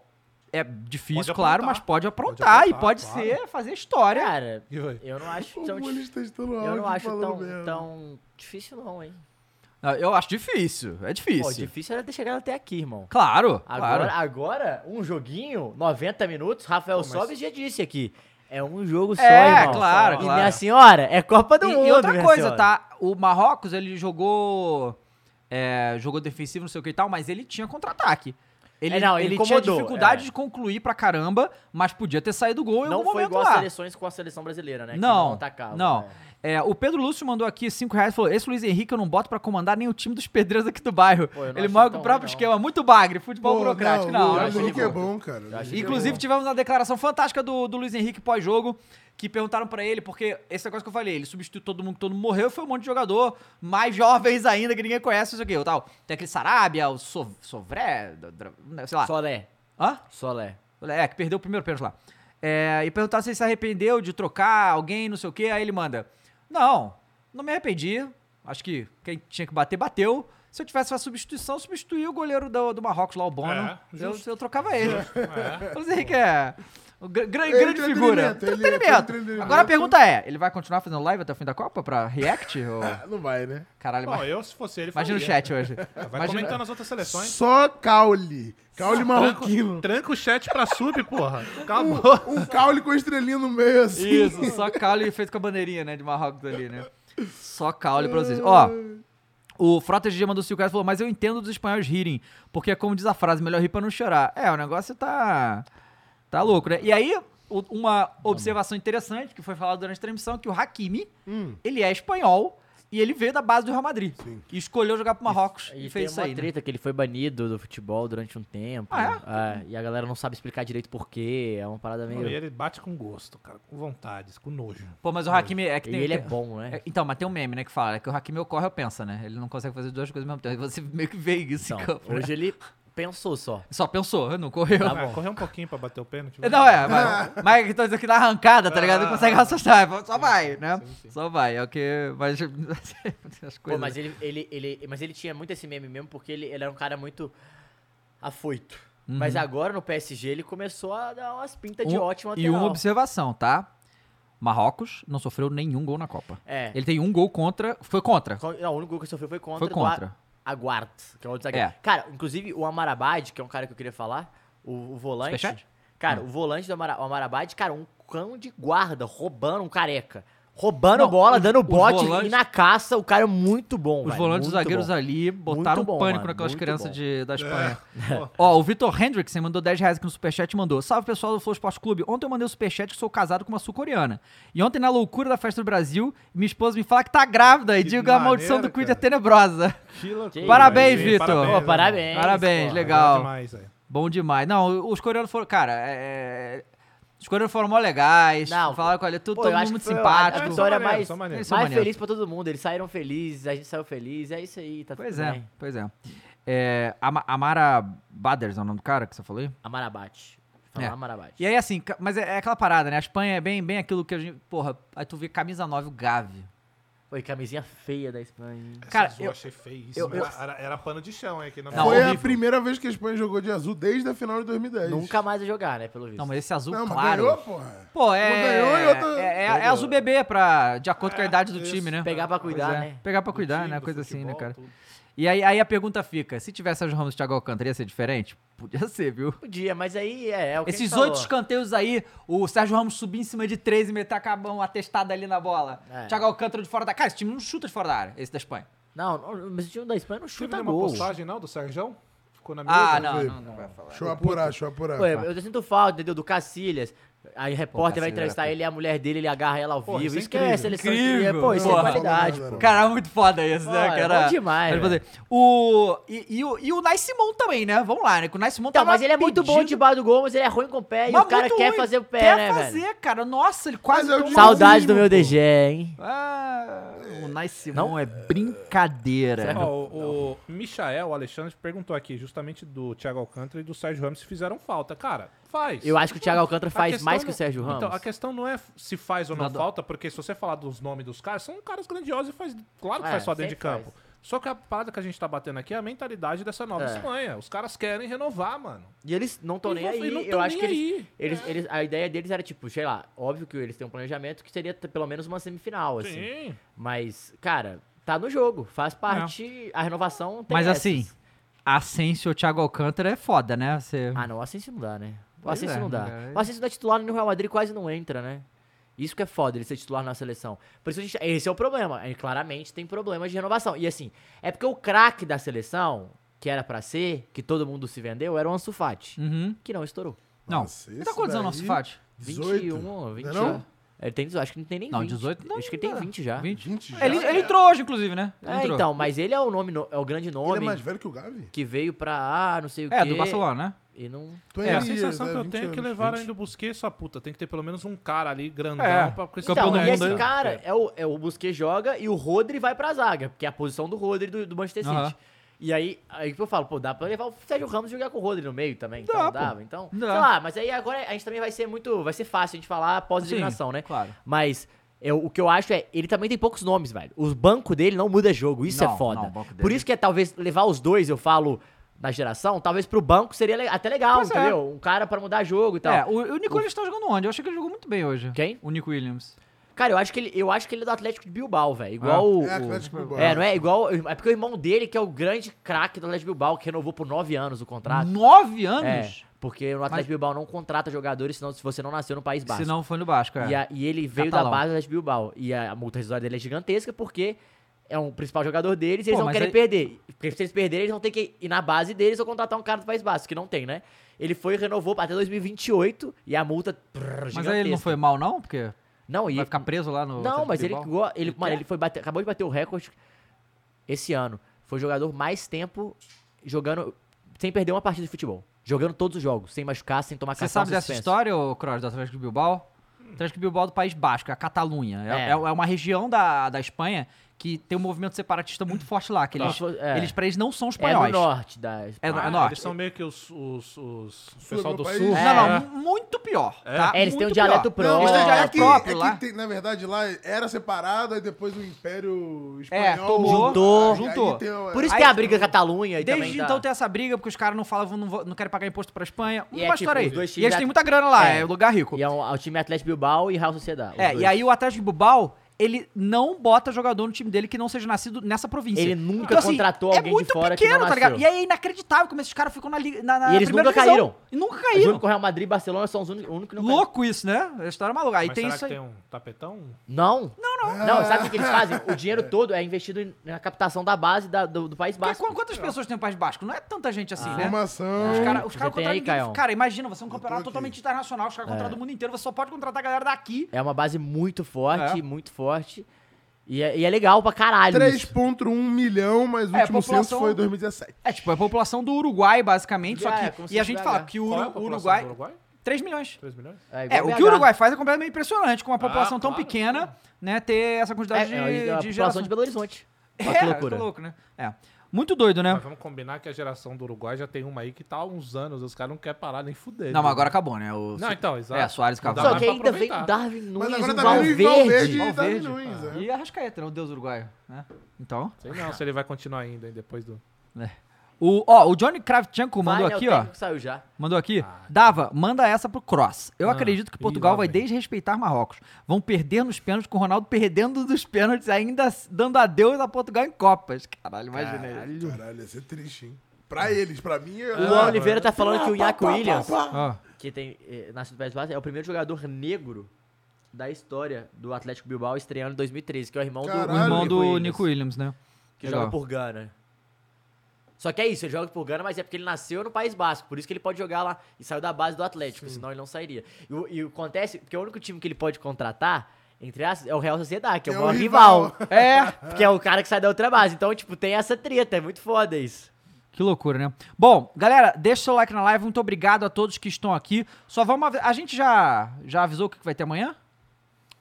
é difícil, Pode claro, aprontar. mas pode aprontar, aprontar, e pode claro. ser fazer história. Cara, E vai. eu não acho O tá tão, Mules dif- testando Então, eu não áudio acho falando tão, mesmo. tão difícil não, hein. Ah, Eu acho difícil, é difícil. Pô, difícil era ter chegado até aqui, irmão. Claro, Agora, claro. agora, um joguinho, 90 minutos, Rafael Sobis já disse aqui. É um jogo só, É, irmão. claro, E claro. minha senhora, é Copa do E, Mundo, e outra minha coisa, senhora. tá? O Marrocos, ele jogou. é, jogou defensivo, não sei o que e tal, mas ele tinha contra-ataque. Ele, É, não, ele tinha incomodou, dificuldade é. de concluir pra caramba, mas podia ter saído gol em Não algum foi um momento igual lá. as seleções com a seleção brasileira, né? que Não, atacavam, não. né? É, o Pedro Lúcio mandou aqui 5 reais e falou: Esse Luiz Henrique eu não boto pra comandar nem o time dos pedreiros aqui do bairro. Pô, eu não Ele achei morre com tão o próprio ruim, não. esquema, muito bagre, futebol Pô, burocrático. Não, o eu Luiz achei Henrique de é boa. bom, cara. achei Inclusive, tivemos uma declaração fantástica do, do Luiz Henrique pós-jogo, que perguntaram pra ele, porque esse negócio que eu falei, ele substituiu todo mundo, que todo mundo morreu, foi um monte de jogador, mais jovens ainda, que ninguém conhece, não sei o quê, o tal. Tem aquele Sarabia, o Sov Sovré, da- da- sei lá. Solé, Hã? Solé. É, que perdeu o primeiro pênalti lá. É, e perguntaram se ele se arrependeu de trocar alguém, não sei o quê. Aí ele manda: Não, não me arrependi. Acho que quem tinha que bater, bateu. Se eu tivesse uma substituição, substituí o goleiro do, do Marrocos lá, o Bono. É, eu, justo. eu trocava *laughs* ele. O Luiz Henrique é. o gr- gran- grande entretenimento, figura. ele é Entretenimento. entretenimento. Agora a pergunta é: ele vai continuar fazendo live até o fim da Copa pra React? ou- Não vai, né? Caralho, Bom, ima- eu, se fosse ele, imagina o faria. chat hoje. Vai Imagina- comentando as outras seleções. Só caule. Caule marroquino. Tranca o chat pra sub, porra. Acabou. Um, um caule com estrelinha no meio, assim. Isso, só caule feito com a bandeirinha, né, de Marrocos ali, né? Só caule pra vocês. Ó, o Frota GG mandou 5 reais e falou, mas eu entendo dos espanhóis rirem, porque é como diz a frase, melhor rir pra não chorar. É, o negócio tá... tá louco, né? E aí, o- uma observação interessante que foi falada durante a transmissão, é que o Hakimi, ele é espanhol e ele veio da base do Real Madrid. E escolheu jogar pro Marrocos e, E fez isso tem uma aí, né? treta que ele foi banido do futebol durante um tempo. Ah, é? e a galera não sabe explicar direito por quê. É uma parada meio... E ele bate com gosto, cara. Com vontades, com nojo. Pô, mas o Hakimi é que E tem... ele é tem- bom, né? É, Então, mas tem um meme, né, que fala que o Hakimi ocorre ou pensa, né? Ele não consegue fazer duas coisas ao mesmo tempo. Você *laughs* meio que vê isso Então, em campo. né? hoje ele pensou só. Só pensou, não correu. Tá Ah, bom. correu um pouquinho pra bater o pênalti. vai. *laughs* Não, é, mas, mas é que tô dizendo que dá arrancada, tá ligado? Não Ah. consegue raciocinar, só vai, né? Só vai, é o que... Mas *laughs* as coisas... Pô, mas ele, ele, ele, mas ele tinha muito esse meme mesmo, porque ele, ele era um cara muito afoito. Mas agora no PSG ele começou a dar umas pintas é de Uhum. Um- ótimo E uma lateral. observação, tá? Marrocos não sofreu nenhum gol na Copa. É. Ele tem um gol contra... Foi contra. Con- Não, o único gol que ele sofreu foi contra. Foi do contra. A- Aguardo, que é outro zagueiro. É. Cara, inclusive o Amarabad, que é um cara que eu queria falar, o, o volante. Superchat? Cara, o volante do Amara- o Amarabad, cara, um cão de guarda, roubando um careca. Roubando bola, dando bote volantes- e na caça, o cara é muito bom, Os velho, volantes muito zagueiros bom. ali botaram Muito bom, pânico mano, naquelas muito crianças bom. É, de, da Espanha. *laughs* Ó, o Vitor Hendrickson mandou 10 reais aqui no superchat e mandou: Salve pessoal do Flow Esporte Clube. Ontem eu mandei o superchat que sou casado com uma sul-coreana. E ontem, na loucura da festa do Brasil, minha esposa me fala que tá grávida e Que digo a maneiro, maldição do Creed é cara." tenebrosa. *laughs* Que loucura, Parabéns, velho. Vitor. Parabéns, Pô, né? parabéns. Parabéns, pô. legal. Legal demais, velho. Bom demais. Não, os coreanos foram. Cara, é. é, Os coreanos foram mó legais. Não, falaram com ele, tudo, Pô, todo eu mundo acho muito que foi a- A simpático. vitória maneiro, mais, são maneiro. Eles são mais maneiro. feliz pra todo mundo. Eles saíram felizes, a gente saiu feliz. É isso aí, tá Pois tudo é, bem. pois é. é Ama- Amara Baders é o nome do cara que você falou aí? Amarabate. Falar É. Amarabate. E aí, assim, ca- mas é, é aquela parada, né? A Espanha é bem, bem aquilo que a gente. Porra, aí tu vê camisa 9, o Gavi. Foi camisinha feia da Espanha. hein? Cara, Essas eu eu- achei feio eu- eu- Era, era pano de chão, hein? Aqui na Tipo, Não, Foi a horrível. primeira vez que a Espanha jogou de azul desde a final de É 2010. Nunca mais vai jogar, né, pelo visto. Não, mas esse azul Não, mas claro. ganhou, porra. Pô, Um é. ganhou e outro- É, é- é azul bebê, pra, de acordo com a idade do time, né? Pegar pra cuidar, Pois é, né? Pegar pra Do cuidar, time, né? do Coisa assim, né, futebol, cara? tudo. E aí, aí a pergunta fica: se tivesse Sérgio Ramos e Thiago Alcântara, ia ser diferente? Podia ser, viu? Podia, mas aí é, é o que Esses a gente oito falou. escanteios aí, o Sérgio Ramos subir em cima de três e meter a cabão atestada ali na bola. É. Thiago Alcântara de fora da. Cara, esse time não chuta de fora da área, esse da Espanha. Não, não, mas o time da Espanha não Teve chuta uma gol. postagem, não, do Sérgio? Ficou na mesa? Ah, não, ver. não, não vai falar. Deixa eu apurar, deixa eu apurar. Pô, eu, eu sinto falta, entendeu? Do Cacilhas. Aí o repórter vai Cacilhas era entrevistar ele e a mulher dele, ele agarra ela ao Pô, vivo. isso é Isso que é incrível. seleção. Incrível. que- Pô, isso é Porra. qualidade, pô. Cara, é muito foda isso, né, Pô, é cara? bom demais, Mas, assim, velho. O, e, e o, e o Nice Simon também, né? Vamos lá, né? Que o Nice Simon Então, tava mas ele é muito bom pedindo- debaixo do gol, mas ele é ruim com o pé. mas e o cara muito quer ruim. fazer o pé, quer né, fazer, velho? cara. Nossa, ele quase Mas é o tomou- de- Saudade do Mãozinho, meu pô. DG, hein? Ah, o Nice Simon é brincadeira. É. Ó, *laughs* o, o Michael, o Alexandre, perguntou aqui justamente do Thiago Alcântara e do Sérgio Ramos se fizeram falta. Cara, faz. Eu acho que o Thiago Alcântara A faz questão mais que não- o Sérgio Ramos. Então, a questão não é se faz ou não Nada. falta, porque se você falar dos nomes dos caras, são caras grandiosos e faz. Claro que É, faz só dentro de sempre campo. Só que a parada que a gente tá batendo aqui é a mentalidade dessa nova É. Espanha. Os caras querem renovar, mano. E eles não estão E nem não- e aí. não eu tão acho que nem eles, aí. É. eles- eles- A ideia deles era, tipo, sei lá, óbvio que eles têm um planejamento que seria t- pelo menos uma semifinal, assim. Sim. Mas, cara, tá no jogo. Faz parte. A renovação tem Mas essas. assim, Asensio ou Thiago Alcântara é foda, né? Você... Ah, não, o Asensio não dá, né? O Pois Asensio é, não dá. cara. O Asensio não é titular no Real Madrid quase não entra, né? Isso que é foda, ele ser titular na seleção. Por isso a gente, esse é o problema. Ele claramente tem problema de renovação. E assim, é porque o craque da seleção, que era pra ser, que todo mundo se vendeu, era o Ansu Fati, Uhum. que não estourou. Não. Nossa, Ele tá esse quantos anos, daí- nosso Fati? 21, 21. Não é não? Ele tem 18, acho que não tem nem Não, 20. 18 não. Acho que ele tem dá. 20 já. 20. 20 já. Ele, ele entrou hoje, inclusive, né? Ele É, entrou. então, mas ele é o nome, no- é o grande Ele é nome mais velho que o Gavi? que veio pra ah, não sei o quê. É, do Barcelona, né? E não. Tu É, a Elias, sensação né? que eu 20 tenho é que anos. levaram ainda o Busquets, sua puta. Tem que ter pelo menos um cara ali grandão É, pra porque campeão Então, do e mundo, esse né? cara, é o, é o Busquets joga e o Rodri vai pra zaga, porque é a posição do Rodri do, do Manchester City. Aham. E aí, aí que eu falo, pô, dá pra levar o Sérgio Ramos e jogar com o Rodri no meio também. Então Dá, pô. dava, então. Dá. Sei lá, mas aí agora a gente também vai ser muito. Vai ser fácil a gente falar pós-eliminação, Sim, né? claro. Mas eu- o que eu acho é, ele também tem poucos nomes, velho. O banco dele não muda jogo, isso Não, é foda. não, o banco dele- Por isso que é talvez levar os dois, eu falo, na geração, talvez pro banco seria le- até legal, Pois é. entendeu? Um cara pra mudar jogo e tal. É, o, o Nico Williams tá jogando onde? Eu achei que ele jogou muito bem hoje. Quem? O Nico Williams. Cara, eu acho que ele, eu acho que ele é do Atlético de Bilbao, velho. Igual o- É, o, Atlético Bilbao. É, não é igual. É porque o irmão dele, que é o grande craque do Atlético Bilbao, que renovou por nove anos o contrato. Nove É, anos? porque o Atlético Bilbao não contrata jogadores senão, se você não nasceu no País Basco. Se não foi no Basco, é. e, a- e ele veio Catalão. da base do Atlético Bilbao. E a, a multa rescisória dele é gigantesca porque é um principal jogador deles e eles Pô, não mas é- querem aí- perder. Porque se eles perderem, eles vão ter que ir na base deles ou contratar um cara do País Basco, que não tem, né? Ele foi e renovou até 2028 e a multa prrr, Mas gigantesca. aí ele não foi mal, não? Porque é Não, e vai ficar preso lá no. não, Atlético mas ele, Bilbao? go- ele, mano, quer? ele foi bater, acabou de bater o recorde esse ano. Foi o jogador mais tempo jogando sem perder uma partida de futebol. Jogando todos os jogos, sem machucar, sem tomar Você cartão, sabe dessa suspenso. história, ô Cross, do Atlético de Bilbao? Atlético de Bilbao é do País Basco, é a Catalunha. É, é- É. é uma região da, da Espanha que tem um movimento separatista muito forte lá. Que eles, Nossa, é. eles, pra eles, não são É no espanhóis. norte da É no- Espanha. é Ah, norte. Eles são meio que os, os, os o Sul pessoal do europeu. sul. É. Não, não, muito pior. tá? É, eles têm um Muito dialeto pior. Não, próprio. mas Eles têm um é, dialeto que, próprio é que lá. tem- na verdade, lá era separado, e depois o Império Espanhol... É, tomou, juntou, aí juntou. tem o- Por isso Aí- que é a briga da Catalunha e também Desde da- então tem essa briga, porque os caras não falam, não, vou- não querem pagar imposto pra Espanha. E Uma é tipo, história os aí. dois E times eles da- têm muita grana lá, é, É. lugar rico. E é o, é o time Atlético Bilbao e Real Sociedade. os É, dois. e aí o Atlético de Bilbao, ele não bota jogador no time dele que não seja nascido nessa província. Então, assim, é Ele nunca contratou alguém de fora que não nasceu. E aí é inacreditável como esses caras ficam na liga. Na, na E eles primeira nunca divisão. caíram. E nunca O caíram. único Real Madrid e Barcelona são os únicos único que não caem. Louco isso, né? A história é maluca. Aí Mas tem será isso que aí. tem um tapetão? Não. Não, não. Não, sabe o Ah. que eles fazem? O dinheiro todo é investido em- na captação da base da- do, do País Porque Basco. qu- quantas pessoas tem o País Basco? Não é tanta gente assim, né? Formação. Os caras os Ah, Você cara tem contratam. aí, ninguém- Caião? Cara, imagina, você é um campeonato aqui. totalmente internacional, os caras contratam do mundo inteiro, você só pode contratar a galera daqui. É uma base muito forte, É. muito forte. E é, e é legal pra caralho isso. 3,1 milhão, mas o É, último população- censo foi em 2017. É tipo, é a população do Uruguai, basicamente. Só É, que. como se e a fosse gente BH. fala que o Qual é a Uru- população Uruguai. do Uruguai? 3 milhões. 3 milhões? É, igual o BH. que o Uruguai faz é completamente impressionante, com uma população tão claro. pequena, né, ter essa É, quantidade de, é, a de população de gerações. Belo Horizonte. Olha É, que loucura. que louco, né? É. Muito doido, né? Mas vamos combinar que a geração do Uruguai já tem uma aí que tá há uns anos, os caras não querem parar nem fuder. Não, mas né? agora acabou, né? O... Não, então, exato. É, Soares Não dá acabou. Só mais que pra ainda vem aproveitar. o Darwin Nunes, Mas o agora tá Valverde. vindo o Valverde e Davi Valverde. Ah. Nunes. é. E a Rascaeta, né? O deus uruguaio, né? Então. Sei não se ele vai continuar ainda, hein, depois do... O, ó, o Johnny Kravchenko mandou Vai, né, o aqui, ó. técnico Saiu já. Mandou aqui. Dava, manda essa pro Cross. Eu acredito que Portugal lá vai vem. desrespeitar Marrocos. Vão perder nos pênaltis com o Ronaldo perdendo dos pênaltis, ainda s- dando adeus a Portugal em Copas. Caralho, imagina isso. Caralho, ia ser triste, hein? Pra eles, pra mim... eu- O Luan Oliveira tá falando que o Iaco Williams, Ó, que tem, eh, nascido do País Basco, é o primeiro jogador negro da história do Atlético Bilbao estreando em 2013, que é o irmão do, Caralho. o irmão do Nico Williams, né? que joga Legal. por Gana. Só que é isso, ele joga por Gana, mas é porque ele nasceu no País Basco, por isso que ele pode jogar lá e saiu da base do Atlético, senão ele não sairia. E, o- e o- acontece, porque o único time que ele pode contratar, entre aspas, é o Real Sociedade, que é o É o maior rival. *laughs* rival. É, porque é o cara que sai da outra base. Então, tipo, tem essa treta, é muito foda isso. Que loucura, né? Bom, galera, deixa o seu like na live. Muito obrigado a todos que estão aqui. Só vamos. avi- A gente já, já avisou o que que vai ter amanhã?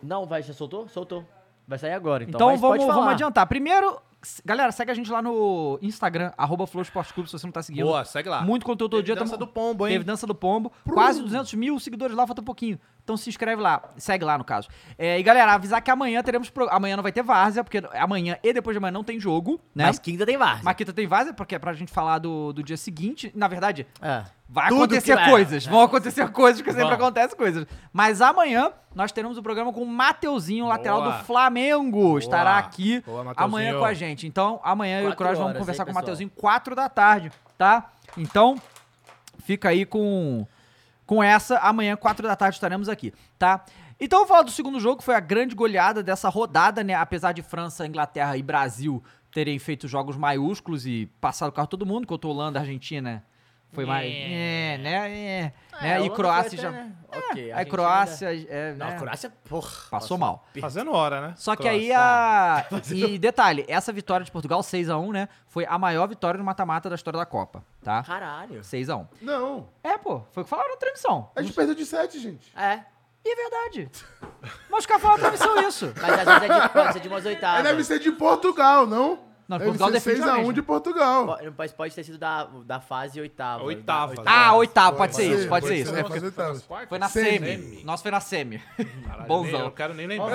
Não, vai, já soltou? Soltou. Vai sair agora, então. Então mas vamos, pode falar. vamos adiantar. Primeiro, s- galera, segue a gente lá no Instagram, arroba Flow Esporte Clube, se você não tá seguindo. Boa, segue lá. Muito conteúdo todo Teve dia. dança tamo- do pombo, hein? Teve dança do pombo. Quase 200 mil seguidores lá, falta um pouquinho. Então se inscreve lá, segue lá no caso. É, e galera, avisar que amanhã teremos. pro- Amanhã não vai ter várzea, porque amanhã e depois de amanhã não tem jogo, né? Mas quinta tem várzea. Maquita tem várzea, porque é pra gente falar do, do dia seguinte. Na verdade, É. Vai Tudo acontecer que vai, coisas, né? vão acontecer coisas, porque sempre Vão. acontecem coisas. Mas amanhã nós teremos o programa com o Mateuzinho, lateral do Boa. Flamengo. Estará aqui Boa, Mateuzinho. amanhã com a gente. Então, amanhã eu e o Quatro Cross vamos horas, conversar hein, com o pessoal? Mateuzinho 4 da tarde, tá? Então, fica aí com, com essa. Amanhã, 4 da tarde, estaremos aqui, tá? Então, eu vou falar do segundo jogo, que foi a grande goleada dessa rodada, né? Apesar de França, Inglaterra e Brasil terem feito jogos maiúsculos e passado o carro todo mundo, contra Holanda, Argentina. né? Foi mais. É, né? É, né? E Croácia já. É, Ok, Aí Croácia. É, Não, né? Croácia, porra. Passou mal. Fazendo hora, né? Só que Cross. aí a. E detalhe, essa vitória de Portugal, 6x1, né? Foi a maior vitória no mata-mata da história da Copa, tá? Caralho. 6x1. Não, É, pô, foi o que falaram na transmissão. a gente perdeu de 7, gente. É. E é verdade. Mas os caras falaram na transmissão *laughs* isso. Mas às vezes é de, pode ser de umas Mas oitavas. deve ser de Portugal, não? Não, de deve Portugal ser 6x1 definitivamente. de Portugal. Pode, mas pode ter sido da, da fase oitava. Oitava. Da- Ah, oitavo, pode, Pode ser, isso, ser, pode ser pode isso. ser, né? É, pode foi- ser. oitavas. Foi na Semi. semi. Nossa, foi na semi. Caralho, Bonzão. É, nem- Eu não quero nem lembrar.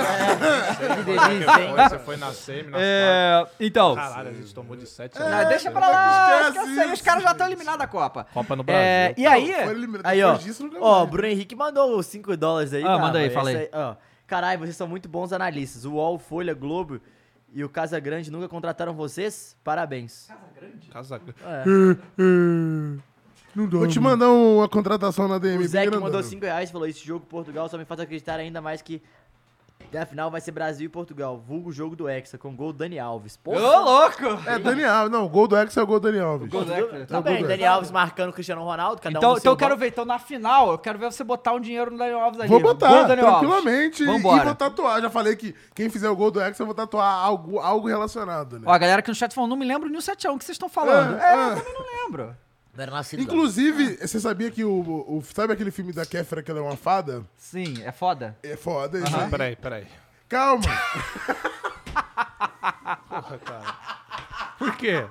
Que delícia, hein? Você foi na semi, na É, então. Caralho, a gente tomou de 7 Ah, deixa pra lá, Esquece esquece aí, os isso. caras já estão eliminados da Copa. Copa no Brasil. É, e aí, Foi eliminado. Aí, ó. Depois disso, nunca Ó, o mais. Bruno Henrique mandou os 5 dólares aí. Ah, manda aí, Essa fala aí. ó. Caralho, vocês são muito bons analistas. O UOL, Folha, Globo e o Casa Grande nunca contrataram vocês? Parabéns. Ah, Casa... Vou te mandar um, uma contratação na DM. O Zé que grandona. mandou 5 reais e falou: Esse jogo Portugal só me faz acreditar ainda mais que na final vai ser Brasil e Portugal. Vulgo jogo do Hexa, com gol Dani Alves. ô Porra, louco! É, Daniel. Não, o gol do Ex é o gol do Daniel Alves. tá bem, Dani Alves marcando o Cristiano Ronaldo, cada um. Então, no então seu eu quero gol. ver, então na final, eu quero ver você botar um dinheiro no Daniel Alves ali. Vou Boa, botar, Daniel Alves. tranquilamente. Vambora. E vou tatuar. Já falei que quem fizer o gol do Ex, eu vou tatuar algo, algo relacionado, né? Ó, a galera aqui no chat falou, não me lembro nem o 7x1 que vocês estão falando. Ah, é, ah. eu também não lembro. Não era nascido, não. Inclusive, você sabia que o, o- Sabe aquele filme da Kéfera que ela é uma fada? Sim, é foda. É foda isso. Ah, aí. peraí, peraí. Calma. Por quê?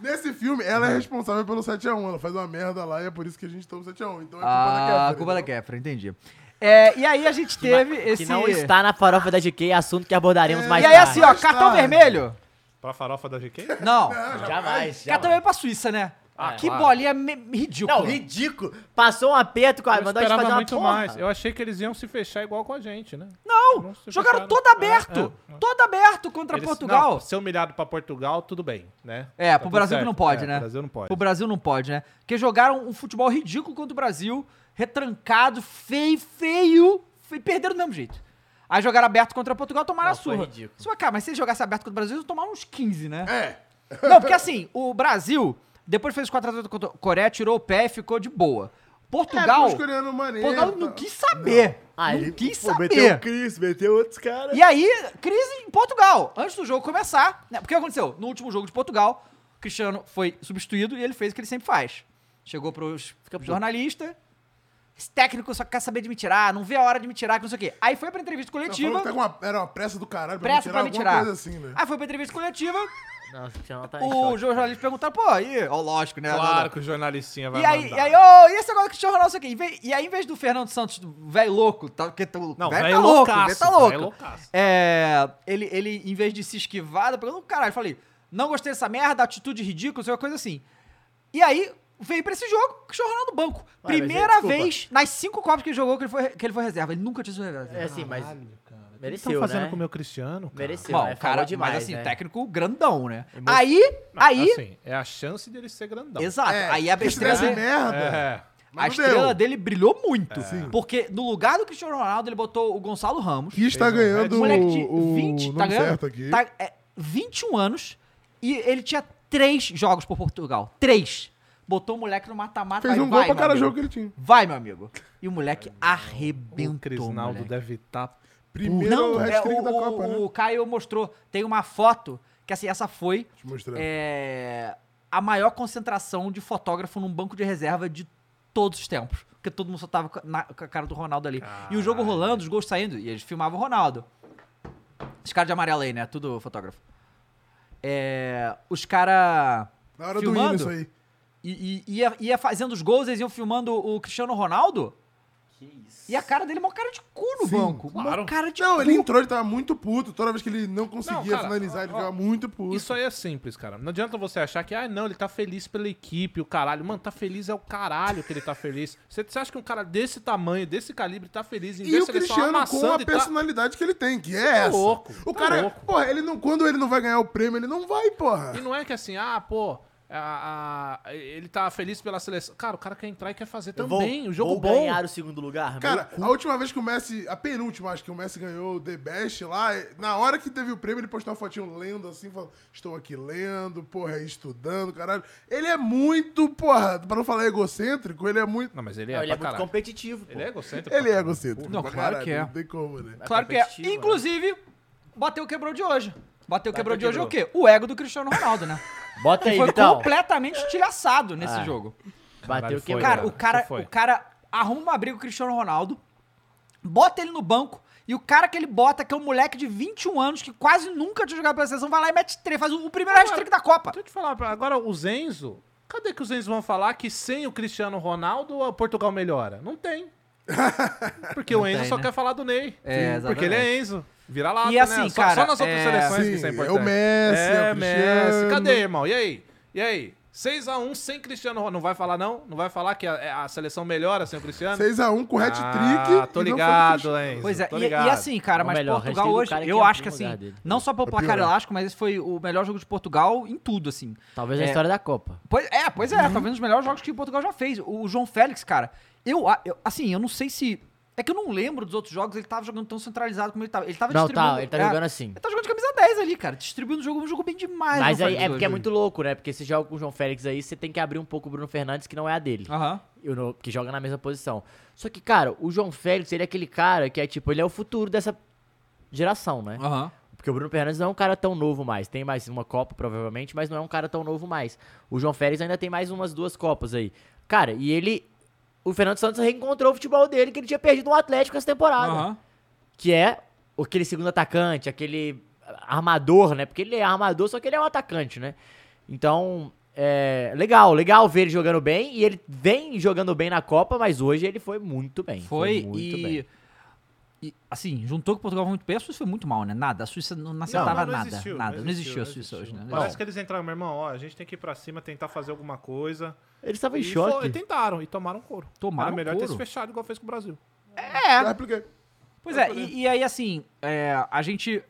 Nesse filme, ela é responsável pelo 7x1. Ela faz uma merda lá e é por isso que a gente toma 7x1. Então é culpa da Kéfera. Ah, Cuba da entendeu? Kefra, entendi. É, e aí a gente teve esse... Que não está na farofa da GK, assunto que abordaremos mais E aí tarde. assim, ó, Mas tá. cartão vermelho. Pra farofa da GQ? Não, Jamais, jamais. cartão vermelho pra Suíça, né? Ah, Que claro. bolinha me- ridícula. Não, ridículo. Passou um aperto com a. Eu Mandou a gente esperava fazer uma muito porra. mais. Eu achei que eles iam se fechar igual com a gente, né? Não, se jogaram fecharam. todo É, aberto. é, é. Todo aberto contra Eles- Portugal. Não, ser humilhado pra Portugal, tudo bem, né? É, Tá pro tudo Brasil que certo. não pode, É, né? Pro Brasil não pode. Pro Brasil não pode, né? Porque jogaram um futebol ridículo contra o Brasil, retrancado, feio, feio, feio perderam do mesmo jeito. Aí jogaram aberto contra Portugal, tomaram Não, a foi surra. ridículo. Só, cara, mas se eles jogassem aberto contra o Brasil, eles tomaram uns 15, né? É. *laughs* Não, porque assim, o Brasil, depois fez 4x0 contra a Coreia, tirou o pé e ficou de boa. Portugal, É, os coreanos tá. maneiros. Portugal não quis saber. Ah, não ele- quis pô, saber. Cris, meteu outros caras. E aí, crise em Portugal, antes do jogo começar. Né? Porque aconteceu? No último jogo de Portugal, o Cristiano foi substituído e ele fez o que ele sempre faz. Chegou pros jornalistas. Esse técnico só quer saber de me tirar, não vê a hora de me tirar, que não sei o quê. Aí foi pra entrevista coletiva. Tá com uma, era uma pressa do caralho pra um. Pressa pra me me tirar. tirar. alguma coisa assim, né? Aí foi pra entrevista coletiva, Não, o Cristiano tá em o choque. jornalista perguntaram, pô, aí, ó, lógico, né? Claro que o jornalistinha vai E aí, e mandar. aí, ô, e esse negócio do Cristiano Ronaldo, não sei o quê? Em vez- E aí, em vez do Fernando Santos, do velho louco, tá, porque tu, Não, velho velho tá louco, loucaço, velho tá louco. velho loucaço. É, ele, ele, em vez de se esquivar, pegou, caralho, falei, não gostei dessa merda, atitude ridícula, sei lá, coisa assim. E aí, veio pra esse jogo, Cristiano Ronaldo banco. Ué, mas, Primeira gente, vez, nas cinco Copas que ele jogou, que ele foi, que ele foi reserva. Ele nunca tinha sido reserva. É assim, mas. Estão Mereceu, fazendo né? com o meu Cristiano, cara? Mereceu, Bom, né? o cara, Falou demais, mas assim, né? técnico grandão, né? Aí, aí, Assim, então. é a chance dele ser grandão. exato, É. Ah, aí a porque se besteira... né? tivesse É, um merda. É. A Mas não estrela deu. É, dele brilhou muito. Sim. Porque no lugar do Cristiano Ronaldo, ele botou o Gonçalo Ramos. Que está tá ganhando moleque de o, 20, o tá nome ganhando? certo aqui. Tá, é, 21 anos. E ele tinha três jogos por Portugal. Três. Botou o moleque no mata-mata. Fez aí, um gol tá vai, pra meu cada amigo. jogo que ele tinha. Vai, meu amigo. E o moleque O arrebentou, Crisnaldo moleque. deve tá estar... Primeiro Não, é, hat-trick o, da o- Copa, né? o Caio mostrou. Tem uma foto que, assim, essa foi Te mostrando. é, a maior concentração de fotógrafo num banco de reserva de todos os tempos. Porque todo mundo só tava com a- na- com a cara do Ronaldo ali. E o jogo rolando, os gols saindo, e eles filmavam o Ronaldo. Os caras de amarelo aí, né? Tudo fotógrafo. É, os caras. Na hora do hino, filmando, isso aí. E, e- ia, ia fazendo os gols, eles iam filmando o Cristiano Ronaldo. E a cara dele, uma cara de cu no Sim, banco. Uma claro. cara de Não, cu. ele entrou, ele tava muito puto. Toda vez que ele não conseguia Não, cara, finalizar, ele ó, ó, ficava muito puto. Isso aí é simples, cara. Não adianta você achar que, ah, não, ele tá feliz pela equipe, o caralho. Mano, tá feliz é o caralho que ele tá feliz. Você, você acha que um cara desse tamanho, desse calibre, tá feliz em E ver o se ele só Cristiano com a amassando e tá- personalidade que ele tem, que é essa. louco, O tá cara, louco. porra, ele não, quando ele não vai ganhar o prêmio, ele não vai, porra. E não é que assim, ah, pô, a- a- ele tá feliz pela seleção. Cara, o cara quer entrar e quer fazer Eu vou- também. o jogo vou bom. ganhar o segundo lugar. Tá é Cara, a última vez que o Messi, a penúltima, acho que o Messi ganhou o The Best lá, é, na hora que teve o prêmio, ele postou uma fotinho lendo assim, falando, estou aqui lendo, porra, é estudando, caralho. Ele é muito, porra, pra não falar egocêntrico, ele é muito... Não, mas ele é, Não, ele é pra muito caralho. competitivo. pô. Ele é egocêntrico. Ele é egocêntrico. Não, pra claro que é. Não tem como, né? Claro que é. competitivo, né? Inclusive, bateu quebrou de hoje. Bateu quebrou de hoje é o quê? quebrou. O ego do Cristiano Ronaldo, né? Bota aí, foi Vitão. completamente estilhaçado nesse Ah. jogo. Bateu Caralho, o quebrado. foi, Cara, cara. o cara, Isso foi. o cara arruma uma briga com o Cristiano Ronaldo, bota ele no banco, e o cara que ele bota, que é um moleque de 21 anos, que quase nunca tinha jogado pela seleção, vai lá e mete três, faz o, o primeiro hat-trick da Copa. Deixa eu te falar, agora o Zenzo... Cadê que os Zenzo vão falar que sem o Cristiano Ronaldo o Portugal melhora? Não *laughs* tem. Porque o Enzo tem, só né? quer falar do Ney. É, Sim, Porque ele é Enzo. Vira lá, E assim, né? Só, cara, só nas outras é- seleções Sim, que isso é é o importante. Messi, é o é Messi. Cristiano. Cadê, irmão? E aí? E aí? 6x1 sem Cristiano Ronaldo. Não vai falar, não? Não vai falar que a, a seleção melhora sem o Cristiano? 6x1, com hat-trick. Ah, tô e não foi ligado, pro hein. Pois é, tô e, ligado. e assim, cara, Ou mas melhor, Portugal hashtag do hoje, cara que eu entrou acho que no lugar assim, dele. não só pelo placar piorar. elástico, mas esse foi o melhor jogo de Portugal em tudo, assim. Talvez a É. história da Copa. Pois é, pois é, Uhum. talvez um dos melhores jogos que Portugal já fez. O João Félix, cara, eu, a- eu- assim, eu não sei se. É que eu não lembro dos outros jogos, ele tava jogando tão centralizado como ele tava. Ele tava Não, distribuindo. tá, ele tá é, jogando assim. Ele tá jogando de camisa 10 ali, cara. Distribuindo o jogo, um jogo bem demais. Mas João aí Félix é porque é hoje. muito louco, né? Porque esse jogo com o João Félix aí, você tem que abrir um pouco o Bruno Fernandes, que não é a dele. Aham. E o no- que joga na mesma posição. Só que, cara, o João Félix, ele é aquele cara que é tipo, ele é o futuro dessa geração, né? Aham. Porque o Bruno Fernandes não é um cara tão novo mais. Tem mais uma Copa, provavelmente, mas não é um cara tão novo mais. O João Félix ainda tem mais umas duas Copas aí. Cara, e ele. O Fernando Santos reencontrou o futebol dele que ele tinha perdido no Atlético essa temporada. Aham. Que é aquele segundo atacante, aquele armador, né? Porque ele é armador, só que ele é um atacante, né? Então, é legal, legal ver ele jogando bem. E ele vem jogando bem na Copa, mas hoje ele foi muito bem. Foi, muito e. bem. E, assim, juntou que o Portugal foi muito bem, a Suíça foi muito mal, né? Nada. A Suíça não, não acertava nada. nada. Não existiu, a Suíça hoje, né? Parece que eles entraram, meu irmão, ó, a gente tem que ir pra cima, tentar fazer alguma coisa. Eles estavam em E foi- choque. e tentaram, e tomaram couro. Tomaram Era melhor ter couro. se fechado igual fez com o Brasil. Já expliquei. Pois é, e, e aí assim, é, a gente.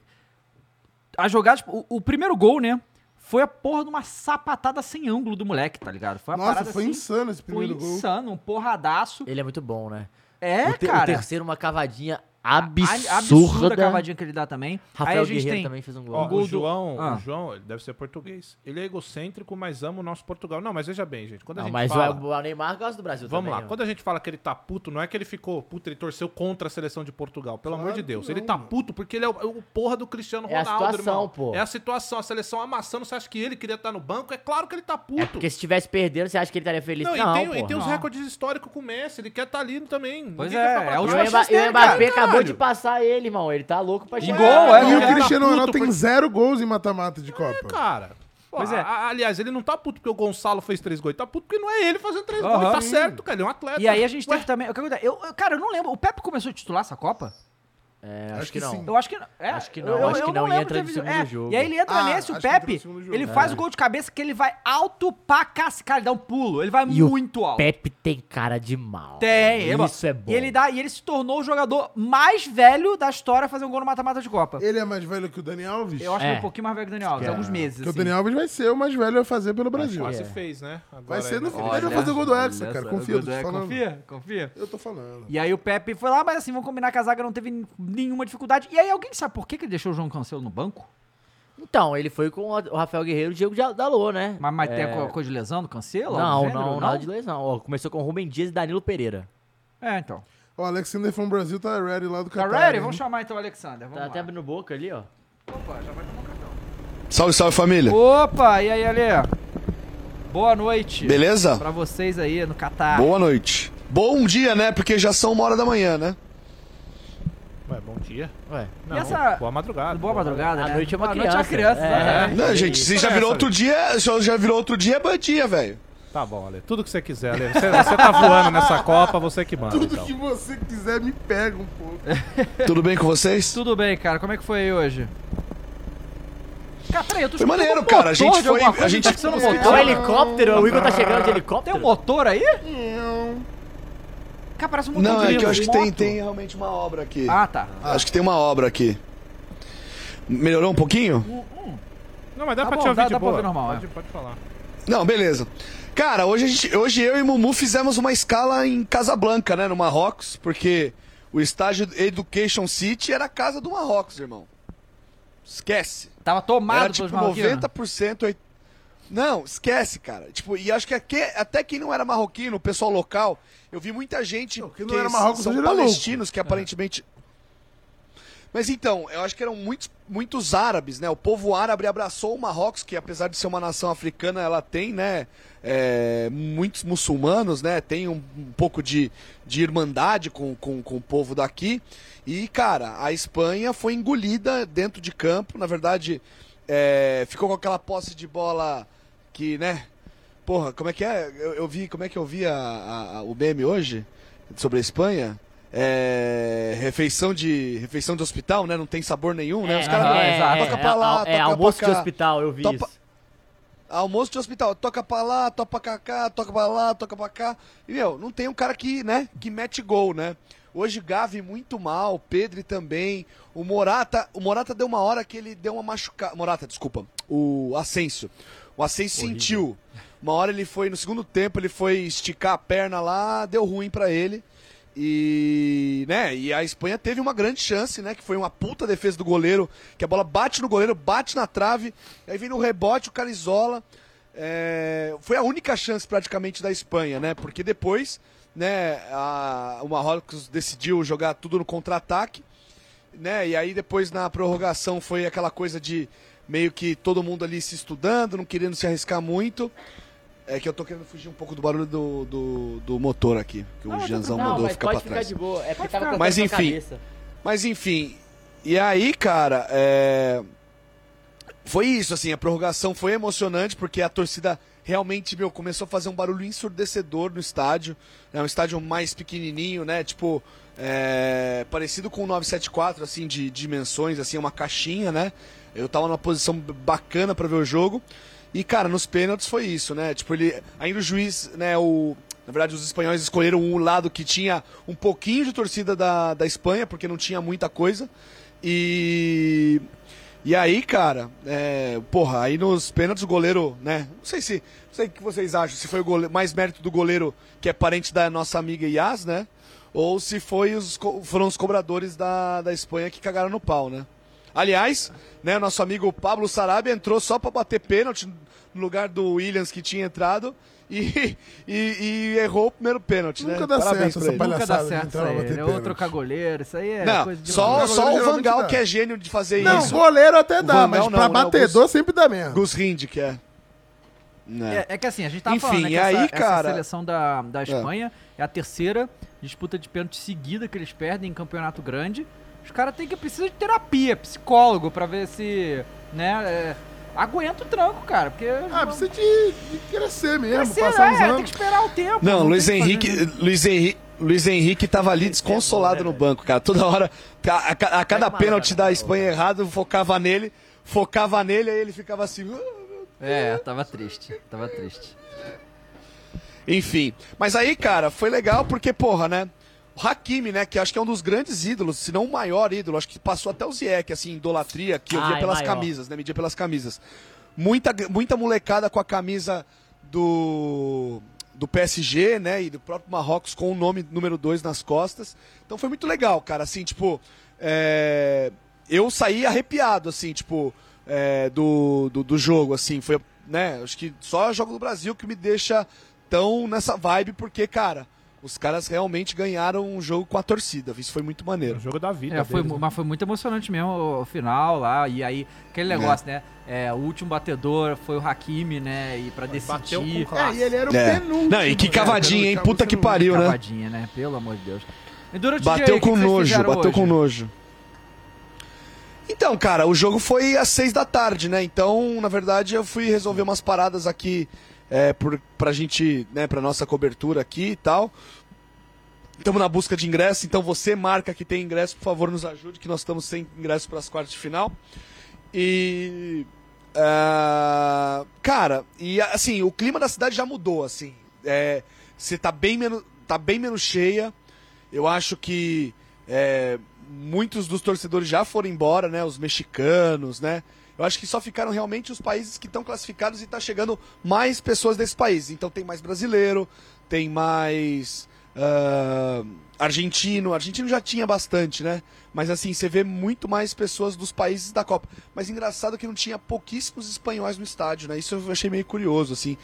A jogada, tipo, o, o primeiro gol, né? Foi a porra de uma sapatada sem ângulo do moleque, tá ligado? Foi uma Nossa, parada foi assim, insano esse Foi primeiro gol. insano, um porradaço. Ele é muito bom, né? É, o, te- o cara. terceiro, uma cavadinha a- absurda. absurda a cavadinha que ele dá também. aí a Rafael gente Guerreiro tem. também fez um gol. Ó, gol o do- João, Ah. o João, ele deve ser português. Ele é egocêntrico, mas ama o nosso Portugal. Não, mas veja bem, gente. Quando a Não, gente mas fala... o, o Neymar gosta do Brasil Vamos também. lá, ó. quando a gente fala que ele tá puto, não é que ele ficou puto, ele torceu contra a seleção de Portugal, pelo amor de Deus. ele tá puto porque ele é o, é o porra do Cristiano É a Ronaldo, situação, irmão. pô. É a situação, a seleção amassando, você acha que ele queria estar no banco? É claro que ele tá puto. É porque se tivesse perdendo, você acha que ele estaria feliz? Não, Não, e tem, e pô. tem os Não. recordes históricos com o Messi, ele quer estar ali também. Pois Ninguém é, quer tá pra é a E trás. o última Mba- chance e o dele, Mbappé cara, acabou de caralho. passar ele, irmão. Ele tá louco pra chegar. gol, é, E ele o tá Cristiano puto Ronaldo tem porque- zero gols em mata-mata É, de Copa. Cara, pô, Pois é. a- a- aliás, ele não tá puto porque o Gonçalo fez três gols, ele tá puto porque não é ele fazendo três Aham. gols, tá certo, cara, ele é um atleta. E aí a gente teve também. o que tá- acontece? Eu, eu- cara, eu não lembro. O Pepe começou a titular essa Copa? É, acho, Acho que, que não. sim. Eu acho que não. é, Acho que não, eu- acho eu que não, e lembro entra de no ter visto- segundo é, jogo. É. E aí ele entra Ah, nesse, o acho que entrou no Pepe, segundo jogo. ele faz o gol de cabeça que ele vai alto pra cacete. Cara, ele dá um pulo, ele vai E o muito alto. Pepe tem cara de mal. Tem, é bom. Isso é bom. E ele, dá, e ele se tornou o jogador mais velho da história a fazer um gol no mata-mata de Copa. Ele é mais velho que o Dani Alves? Eu acho É. que é um pouquinho mais velho que o Daniel Alves, alguns meses. que o assim. Dani Alves vai ser o mais velho a fazer pelo Brasil. É. Quase fez, né? Agora Vai ser aí, no né? final. Ele vai fazer o gol do Hexa, cara. Confia, eu tô te falando. Confia, confia. Eu tô falando. E aí o Pepe foi lá, mas assim, vamos combinar que a zaga não teve nenhuma dificuldade. E aí alguém sabe por que que ele deixou o João Cancelo no banco? Então, ele foi com o Rafael Guerreiro e o Diego Dal- Dalô, né? Mas, mas tem É. a coisa de lesão do Cancelo? Não, algo não, do gênero, nada de lesão. Ó, começou com o Rubem Dias e Danilo Pereira. É, então. O Alexander from Brasil tá ready lá do Tá Qatar. ready? né? *laughs* Vamos chamar então o Alexander. Vamos Tá lá. até abrindo boca ali, ó. Salve, salve família. Opa, e aí, Ale? Boa noite. Beleza? Pra vocês aí no Catar. Boa noite. Bom dia, né? Porque já são uma hora da manhã, né? Ué, bom dia. Ué. Não, essa- Boa madrugada. Ah. Boa madrugada, A né? noite é uma Boa Noite criança. é uma criança. É. exatamente. Não, gente, se já virou outro dia, se já virou outro dia, é bom dia, velho. Tá bom, Ale. Tudo que você quiser, Ale. Você, você tá voando nessa Copa, você que manda. Tudo então. que você quiser, me pega um pouco. Tudo bem com vocês? Tudo bem, cara. Como é que foi aí hoje? Cara, peraí, eu tô Foi escutando maneiro, um cara. A motor gente de foi- alguma coisa, a gente- Tá precisando um É um motor. helicóptero, o Igor tá chegando de Tem helicóptero. um motor aí? Cara, parece um motor Não, é grilo, que eu acho que tem, moto. tem realmente uma obra aqui. Ah, tá. Acho que tem uma obra aqui. Melhorou um pouquinho? Não, mas dá Tá pra bom, te ouvir dá- de dá pra boa. ouvir normal, é. pode, pode falar. Não, beleza. Cara, hoje, a gente, hoje eu e Mumu fizemos uma escala em Casablanca, né? No Marrocos, porque o estágio Education City era a casa do Marrocos, irmão. Esquece. Tava tomado Era pelos tipo marroquinos. 90%. oit- Não, esquece, cara. Tipo, e acho que aqui- até quem não era marroquino, o pessoal local, eu vi muita gente Não, quem não era marroco são hoje era louco. palestinos que aparentemente. Mas então, eu acho que eram muitos, muitos árabes, né? O povo árabe abraçou o Marrocos, que apesar de ser uma nação africana, ela tem, né? é, muitos muçulmanos, né? Tem um, um pouco de, de irmandade com, com, com o povo daqui. E, cara, a Espanha foi engolida dentro de campo. Na verdade, é, ficou com aquela posse de bola que, né? Porra, como é que é? Eu, eu vi, como é que eu vi a- a- a- o meme hoje sobre a Espanha? É, refeição de refeição de hospital, né? Não tem sabor nenhum, né? Os caras aham, exato. toca pra lá, é, toca é, almoço pra de cá. hospital, eu vi Topa- isso. Almoço de hospital, toca pra lá, toca pra cá, toca pra lá, toca pra cá. E, meu, não tem um cara que, né, que mete gol, né? Hoje Gavi muito mal, Pedri também, o Morata, o Morata deu uma hora que ele deu uma machucada, Morata, desculpa, o Ascencio. O Ascencio sentiu. Uma hora ele foi no segundo tempo, ele foi esticar a perna lá, deu ruim pra ele. E, né, e a Espanha teve uma grande chance, né, que foi uma puta defesa do goleiro, que a bola bate no goleiro, bate na trave, aí vem no rebote o cara isola. É, foi a única chance praticamente da Espanha, né, porque depois, né, a- o Marrocos decidiu jogar tudo no contra-ataque, né, e aí depois na prorrogação foi aquela coisa de meio que todo mundo ali se estudando, não querendo se arriscar muito. É que eu tô querendo fugir um pouco do barulho do, do, do motor aqui, que o Janzão mandou tá mas ficar pode pra ficar trás. de boa. É porque tava cortando Mas sua enfim. cabeça. Mas enfim, e aí, cara, é... foi isso, assim, a prorrogação foi emocionante porque a torcida realmente, meu, começou a fazer um barulho ensurdecedor no estádio. É um estádio mais pequenininho, né? Tipo, é, parecido com o 974, assim, de dimensões, assim, uma caixinha, né? Eu tava numa posição bacana para ver o jogo. E, cara, nos pênaltis foi isso, né? Tipo, ele. Ainda o juiz, né? O, na verdade, os espanhóis escolheram um lado que tinha um pouquinho de torcida da, da Espanha, porque não tinha muita coisa. E. E aí, cara, é, porra, aí nos pênaltis o goleiro, né? Não sei se. Não sei o que vocês acham, se foi o goleiro, mais mérito do goleiro que é parente da nossa amiga Yas, né? Ou se foi os, co- foram os cobradores da, da Espanha que cagaram no pau, né? Aliás, né, nosso amigo Pablo Sarabia entrou só pra bater pênalti no lugar do Williams que tinha entrado e, e- e errou o primeiro pênalti, né? Nunca dá Parabéns certo pra essa ele. palhaçada. Nunca dá Engraçado, né? certo isso então, aí. bater Ele é pênalti. outro cagoleiro, isso aí é Não, coisa de só, maluco. só o Geralmente Vangal dá. que é gênio de fazer Não, isso. goleiro até dá, Vangal mas não, né? pra não, batedor sempre dá merda. Gus Hind, que é. Né? É, é que assim, a gente tava Enfim, falando né, que e aí, essa, cara- essa seleção da, da Espanha é. a terceira disputa de pênalti seguida que eles perdem em campeonato grande. Os caras têm que precisar de terapia, psicólogo, pra ver se, né, é, aguenta o tranco, cara, porque... Ah, precisa de, de crescer mesmo, Crescer, passar uns é, tem anos. que esperar o tempo. Não, Luiz tem o que Henrique, fazer, né? é Luiz Henrique. Luiz Henrique tava ali desconsolado no banco, cara. Toda hora, a, a- a cada pênalti né? da Espanha errado, focava nele, focava nele, aí ele ficava assim. É, tava triste, tava triste. Enfim. Mas aí, cara, foi legal porque, porra, né? O Hakimi, né? Que acho que é um dos grandes ídolos, se não o maior ídolo. Acho que passou até o Zieck, assim, idolatria, que eu Ah, via é pelas maior. camisas, né? Media pelas camisas. Muita, muita molecada com a camisa do, do PSG, né? E do próprio Marrocos com o nome número 2 nas costas. Então foi muito legal, cara. Assim, tipo. é, eu saí arrepiado, assim, tipo, é, do, do, do jogo, assim, foi, né, acho que só o Jogo do Brasil que me deixa tão nessa vibe, porque, cara, os caras realmente ganharam um jogo com a torcida, isso foi muito O maneiro. jogo da vida. É, foi, deles, mu- né? mas foi muito emocionante mesmo o o final lá. E aí, aquele negócio, né? É, o último batedor foi o Hakimi, né? E pra decidir. Bateu com É, classe. e ele era o É. penúltimo. Não, e que né? cavadinha, hein, Pelo puta que Thiago Silva. pariu, né? Cavadinha, né? Pelo amor de Deus. E durante o dia aí, Bateu o que com que vocês nojo, fizeram bateu hoje? com nojo. Então, cara, o jogo foi às seis da tarde, né? Então, na verdade, eu fui resolver umas paradas aqui é, por, pra gente, né, pra nossa cobertura aqui e tal. Estamos na busca de ingresso, então você marca que tem ingresso, por favor, nos ajude, que nós estamos sem ingresso para as quartas de final. E. ah, cara, e assim, o clima da cidade já mudou, assim. É, você tá bem menos. tá bem menos cheia. Eu acho que é, muitos dos torcedores já foram embora, né? Os mexicanos, né? Eu acho que só ficaram realmente os países que estão classificados e tá chegando mais pessoas desse país. Então tem mais brasileiro, tem mais ah, argentino. Argentino já tinha bastante, né? Mas assim, você vê muito mais pessoas dos países da Copa. Mas engraçado que não tinha pouquíssimos espanhóis no estádio, né? Isso eu achei meio curioso, assim.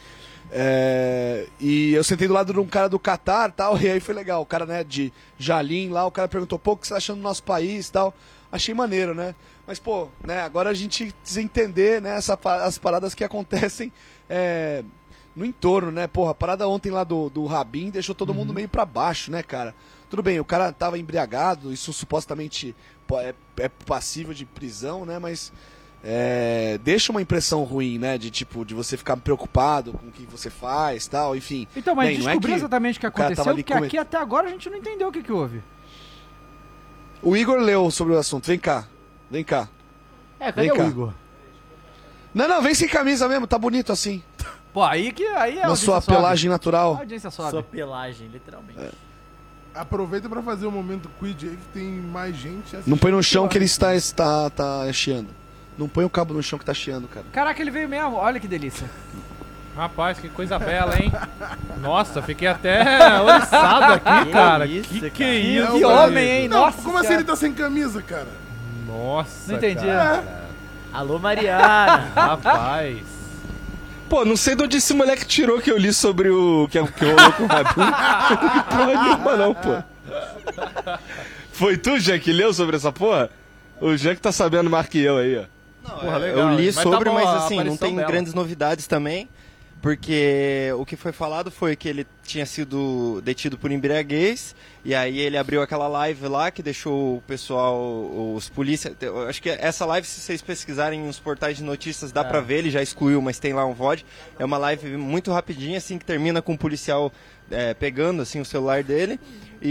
É, e eu sentei do lado de um cara do Catar tal, *laughs* e aí foi legal. O cara, né, de Jalim lá, o cara perguntou, pô, o que você tá achando do nosso país tal. Achei maneiro, né? Mas, pô, né, agora a gente precisa entender, né, essa, pa- as paradas que acontecem é, no entorno, né? Porra, a parada ontem lá do, do Rabin deixou todo mundo meio pra baixo, né, cara? Tudo bem, o cara tava embriagado, isso supostamente pô, é, é passível de prisão, né? Mas é, deixa uma impressão ruim, né? De tipo, de você ficar preocupado com o que você faz tal, enfim. Então, mas Bem, não é descobri que exatamente o que o cara aconteceu, tava ali porque com- aqui até agora a gente não entendeu o que, que houve. O Igor leu sobre o assunto, vem cá, vem cá. É, Vem cadê cá. o Igor? Não, não, vem sem camisa mesmo, tá bonito assim. Pô, aí que aí a na audiência sua sobe. pelagem A natural. audiência sobe. Sua pelagem, literalmente. É. Aproveita pra fazer o momento quid aí que tem mais gente. Não põe no assistindo. chão que ele está, está, tá chiando. Não põe o cabo no chão que tá chiando, cara. Caraca, ele veio mesmo. Olha que delícia. Rapaz, que coisa bela, hein? Nossa, fiquei até oriçado aqui, cara. Que, isso, que, é cara. isso, Que homem, hein? Não, como assim ele tá sem camisa, cara? assim? Nossa, Não entendi. cara. Alô, Mariana. Rapaz. Pô, não sei de onde esse moleque tirou que eu li sobre o que, que rolou com o Rabin. *laughs* porra nenhuma, não, pô. Foi tu, Jean, que leu sobre essa porra? O Jean que tá sabendo mais que eu aí, ó. Porra, legal. Eu li Mas tá sobre, bom mas a assim, não aparição tem dela. grandes novidades também. Porque o que foi falado foi que ele tinha sido detido por embriaguez, e aí ele abriu aquela live lá que deixou o pessoal, os polícia. eu Acho que essa live, se vocês pesquisarem nos portais de notícias, dá É. pra ver, ele já excluiu, mas tem lá um VOD. É uma live muito rapidinha, assim, que termina com o policial é, pegando assim o celular dele.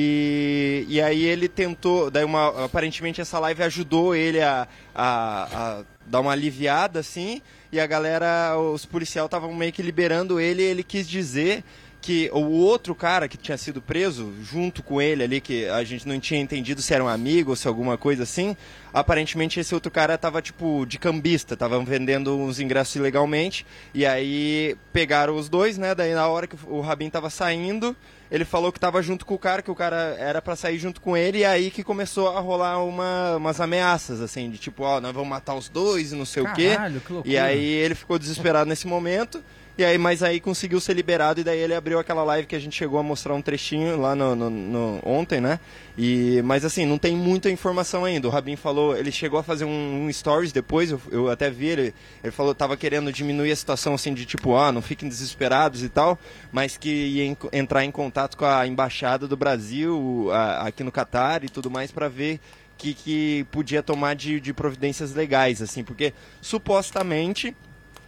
E, e aí ele tentou. Daí uma, aparentemente essa live ajudou ele a, a- a dar uma aliviada, assim, e a galera, os policial estavam meio que liberando ele, e ele quis dizer que o outro cara que tinha sido preso, junto com ele ali, que a gente não tinha entendido se era um amigo ou se alguma coisa assim, aparentemente esse outro cara tava, tipo, de cambista, tava vendendo uns ingressos ilegalmente, e aí pegaram os dois, né, daí na hora que o Rabin tava saindo, ele falou que tava junto com o cara, que o cara era pra sair junto com ele, e aí que começou a rolar uma, umas ameaças, assim, de tipo, ó, nós vamos matar os dois e não sei Caralho, o quê. que loucura. e aí ele ficou desesperado nesse momento. E aí, mas aí conseguiu ser liberado e daí ele abriu aquela live que a gente chegou a mostrar um trechinho lá no, no- no- ontem, né? E, mas assim, não tem muita informação ainda. O Rabin falou, ele chegou a fazer um, um stories depois, eu, eu até vi ele, ele falou que tava querendo diminuir a situação assim de tipo, ah, não fiquem desesperados e tal, mas que ia en- entrar tá em contato com a embaixada do Brasil a- aqui no Catar e tudo mais para ver que, que podia tomar de, de providências legais, assim, porque supostamente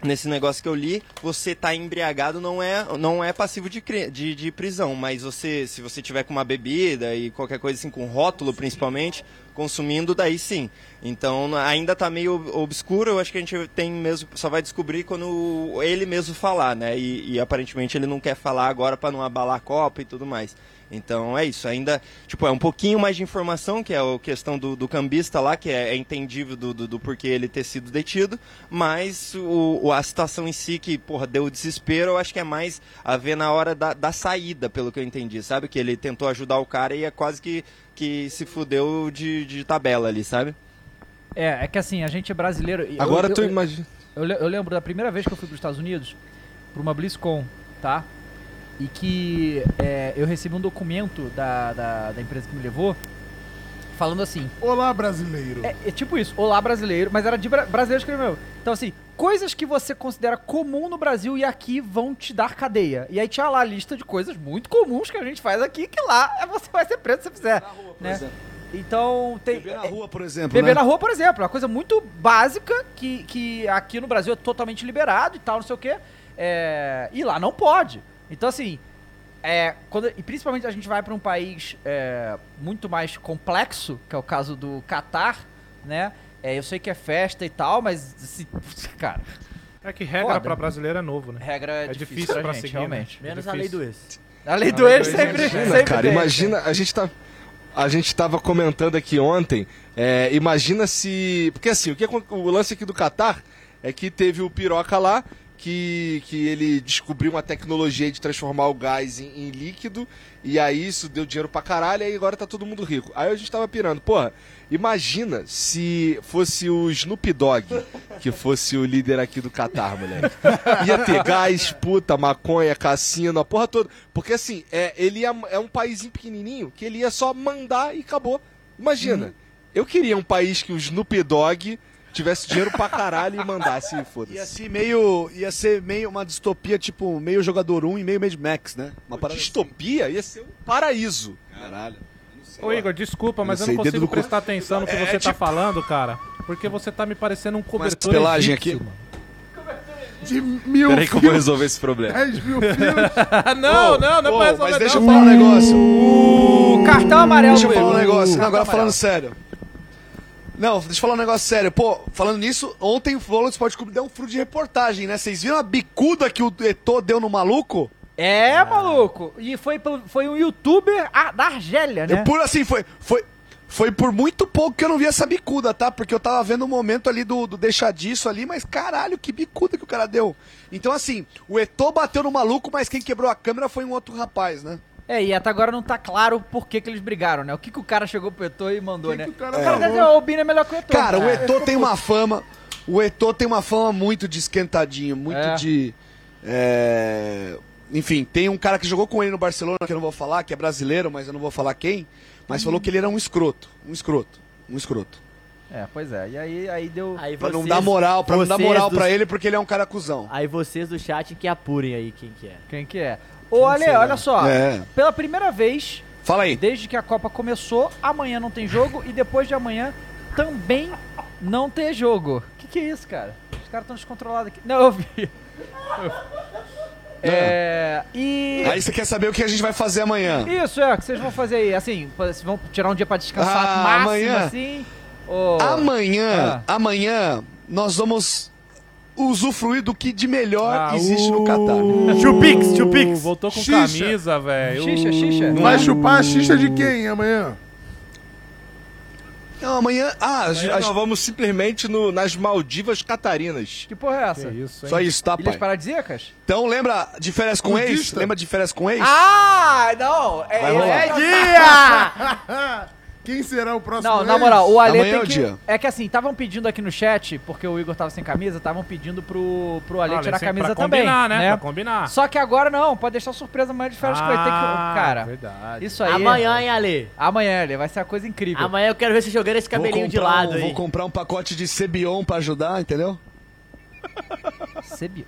nesse negócio que eu li, você tá embriagado não é não é passivo de, cri- de, de prisão, mas você se você tiver com uma bebida e qualquer coisa assim com rótulo principalmente consumindo daí sim. Então n- ainda tá meio ob- obscuro, eu acho que a gente tem mesmo só vai descobrir quando ele mesmo falar, né? E, e aparentemente ele não quer falar agora para não abalar a Copa e tudo mais. Então é isso, ainda, tipo, é um pouquinho mais de informação, que é a questão do, do cambista lá, que é, é entendível do, do, do porquê ele ter sido detido, mas o, o- a situação em si que, porra, deu desespero, eu acho que é mais a ver na hora da, da saída, pelo que eu entendi, sabe? Que ele tentou ajudar o cara e é quase que, que se fudeu de, de tabela ali, sabe? É, é que assim, a gente é brasileiro. e Agora eu, tu eu, imagina- Eu, le- eu lembro da primeira vez que eu fui para os Estados Unidos, para uma BlizzCon, tá? E que é, eu recebi um documento da, da, da empresa que me levou, falando assim: Olá, brasileiro. É, é tipo isso, olá brasileiro, mas era de bra brasileiro escreveu. Então assim, coisas que você considera comum no Brasil e aqui vão te dar cadeia. E aí tinha lá a lista de coisas muito comuns que a gente faz aqui, que lá é você vai ser preso se você fizer. né? Então tem. Beber na rua, por exemplo. Beber né? na rua, por exemplo, é uma coisa muito básica que, que aqui no Brasil é totalmente liberado e tal, não sei o quê. É, e lá não pode. Então, assim, é, quando, e principalmente a gente vai para um país é, muito mais complexo, que é o caso do Catar, né? É, eu sei que é festa e tal, mas, assim, *laughs* cara. É que regra pra brasileiro é novo, né? Regra é, É difícil, difícil pra, pra gente, seguir, né? realmente. É Menos a lei difícil. do ex. A lei do ex sempre, Imagina, sempre cara, tem. imagina, a gente tá. A gente tava comentando aqui ontem, é, imagina se. Porque assim, o, que, acon- o lance aqui do Catar é que teve o piroca lá, que, que ele descobriu uma tecnologia de transformar o gás em, em líquido, e aí isso deu dinheiro pra caralho, e aí agora tá todo mundo rico. Aí a gente tava pirando, porra, imagina se fosse o Snoop Dogg que fosse o líder aqui do Catar, Ah, moleque. Ia ter gás, puta, maconha, cassino, a porra toda. Porque assim, é, ele ia- é um país pequenininho que ele ia só mandar e acabou. Imagina, eu queria um país que o Snoop Dogg tivesse dinheiro pra caralho e mandasse, e Ia foda-se. ser meio. Ia ser meio uma distopia, tipo, meio jogador 1 e meio Mad Max, né? Uma parada assim. distopia ia ser um paraíso. Caralho. Ô Igor, desculpa, mas Não eu sei, não dedo consigo do cu. prestar atenção no que É, você tá tipo- falando, cara. Porque você tá me parecendo um cobertor pelagem egípcio, aqui. mano. De mil Peraí que eu vou resolver esse problema. 10 mil filhos. Ah, não, não, não é pra Ô, resolver, mas deixa não. eu falar um negócio. O cartão amarelo, Deixa eu falar um Igor. negócio. Não, Cartão agora amarelo. falando sério. Não, deixa eu falar um negócio sério. Pô, falando nisso, ontem o Flow Sport Clube deu um furo de reportagem, né? Vocês viram a bicuda que o Etô deu no maluco? É, maluco. E foi, pelo- foi um youtuber a- da Argélia, né? Eu, por assim, foi, foi, foi por muito pouco que eu não vi essa bicuda, tá? Porque eu tava vendo o momento ali do, do deixar disso ali, mas caralho, que bicuda que o cara deu. Então, assim, o Etô bateu no maluco, mas quem quebrou a câmera foi um outro rapaz, né? É, e até agora não tá claro por que, que eles brigaram, né? O que, que o cara chegou pro Eto'o e mandou, né? o cara, falou? deve dizer, "Ó, o Bino é melhor que o Eto'o. Cara, o É. Etô tem uma fama. O Etô tem uma fama muito de esquentadinho, muito É. de. é, Enfim, tem um cara que jogou com ele no Barcelona, que eu não vou falar, que é brasileiro, mas eu não vou falar quem, mas falou que ele era um escroto. Um escroto. Um escroto. É, pois é. E aí, aí deu. Aí Pra não vocês- dar moral, pra não dar vocês moral do- pra ele porque ele é um cara cuzão. Aí vocês do chat que apurem aí quem que é. Quem que é? Ô, Ale, será? olha só. É. Pela primeira vez, Fala aí. desde que a Copa começou, amanhã não tem jogo e depois de amanhã também não tem jogo. Que que é isso, cara? Os caras estão descontrolados aqui. Não, eu vi. É, e. Aí você quer saber o que a gente vai fazer amanhã. Isso é, o que vocês vão fazer aí, assim, vocês vão tirar um dia pra descansar Ah, máximo, amanhã. assim. ou- Amanhã, amanhã, nós vamos usufruir do que de melhor existe no Catar. Chupix, chupix. Voltou com Xixa. camisa, velho. é, Xixa, xixa. Vai chupar a xixa de quem amanhã? Não, amanhã. Ah, a Amanhã gente- nós vamos simplesmente no- nas Maldivas Catarinas. Que porra é essa? isso, só isso, tá, Ilhas pai? Paradisíacas? Então lembra de férias com ex? Budista. Lembra de férias com ex? Ah, não! É, Vai rolar. é de- Quem será o próximo? Não, na ex? moral, o Ale Amanhã é tem o que... dia. É que assim, estavam pedindo aqui no chat, porque o Igor tava sem camisa, estavam pedindo pro, pro Ale Ah, tirar a sempre camisa pra também, combinar, né? né? Pra combinar. Só que agora não, pode deixar surpresa amanhã de férias com ele. Tem que... Ah, Cara, verdade. isso aí... Amanhã, hein, Ale? Amanhã, Ale, vai ser uma coisa incrível. Amanhã eu quero ver você jogando esse Vou cabelinho de comprar um- lado Vou aí. comprar um pacote de Cebion pra ajudar, entendeu? Cebi-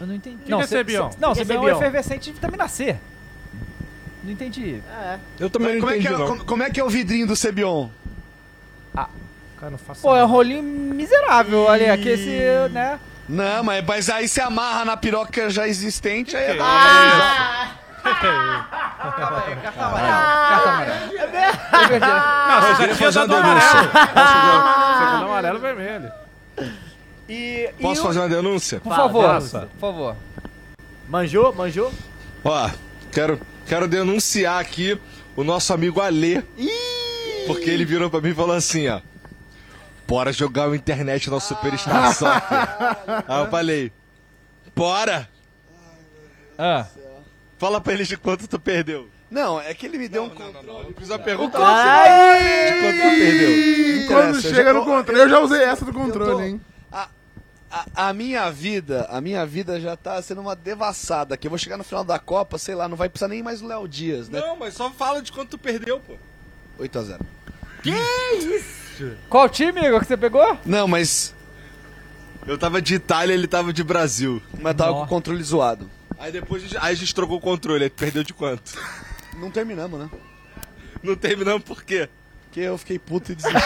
Eu não entendi. que é ce- cebião? ce- Não, Que que é cebião é cebião? efervescente de vitamina C. Não entendi. Eu também Como não é, que entendi, é, não. como- como é que é o vidrinho do Cebion? Cara, não faço Pô, é um rolinho miserável, Ale, aqui esse, né? Não, mas, mas aí se amarra na piroca já existente, aí é da- Ah! Carta amarela. *laughs* Não, você já tinha fazer dado uma amarelo. denúncia. Você já deu amarelo e vermelho. E, e Posso o- fazer uma denúncia? Por Fala, favor, faça. por favor. Manjou? Manjou? Ó, quero, quero denunciar aqui o nosso amigo Alê. Porque ele virou pra mim e falou assim, ó. Bora jogar o internet na Ah. Superstar Soccer. Aí eu falei, bora! Ah. Fala pra eles de quanto tu perdeu. Não, é que ele me deu um. Eu fiz a pergunta Ai! de quanto tu perdeu. Ih, interessa, quando eu já chega no tô- controle, eu já usei essa do controle, eu tô- hein? A, a minha vida, a minha vida já tá sendo uma devassada. Que eu vou chegar no final da Copa, sei lá, não vai precisar nem mais do Léo Dias, né? Não, mas só fala de quanto tu perdeu, pô. 8x0. Qual time, Igor, que você pegou? Não, mas. Eu tava de Itália, ele tava de Brasil. Mas tava com o controle zoado. Aí depois a gente, aí a gente trocou o controle, aí tu perdeu de quanto? Não terminamos, né? Não terminamos por quê? Porque eu fiquei puto e desisti.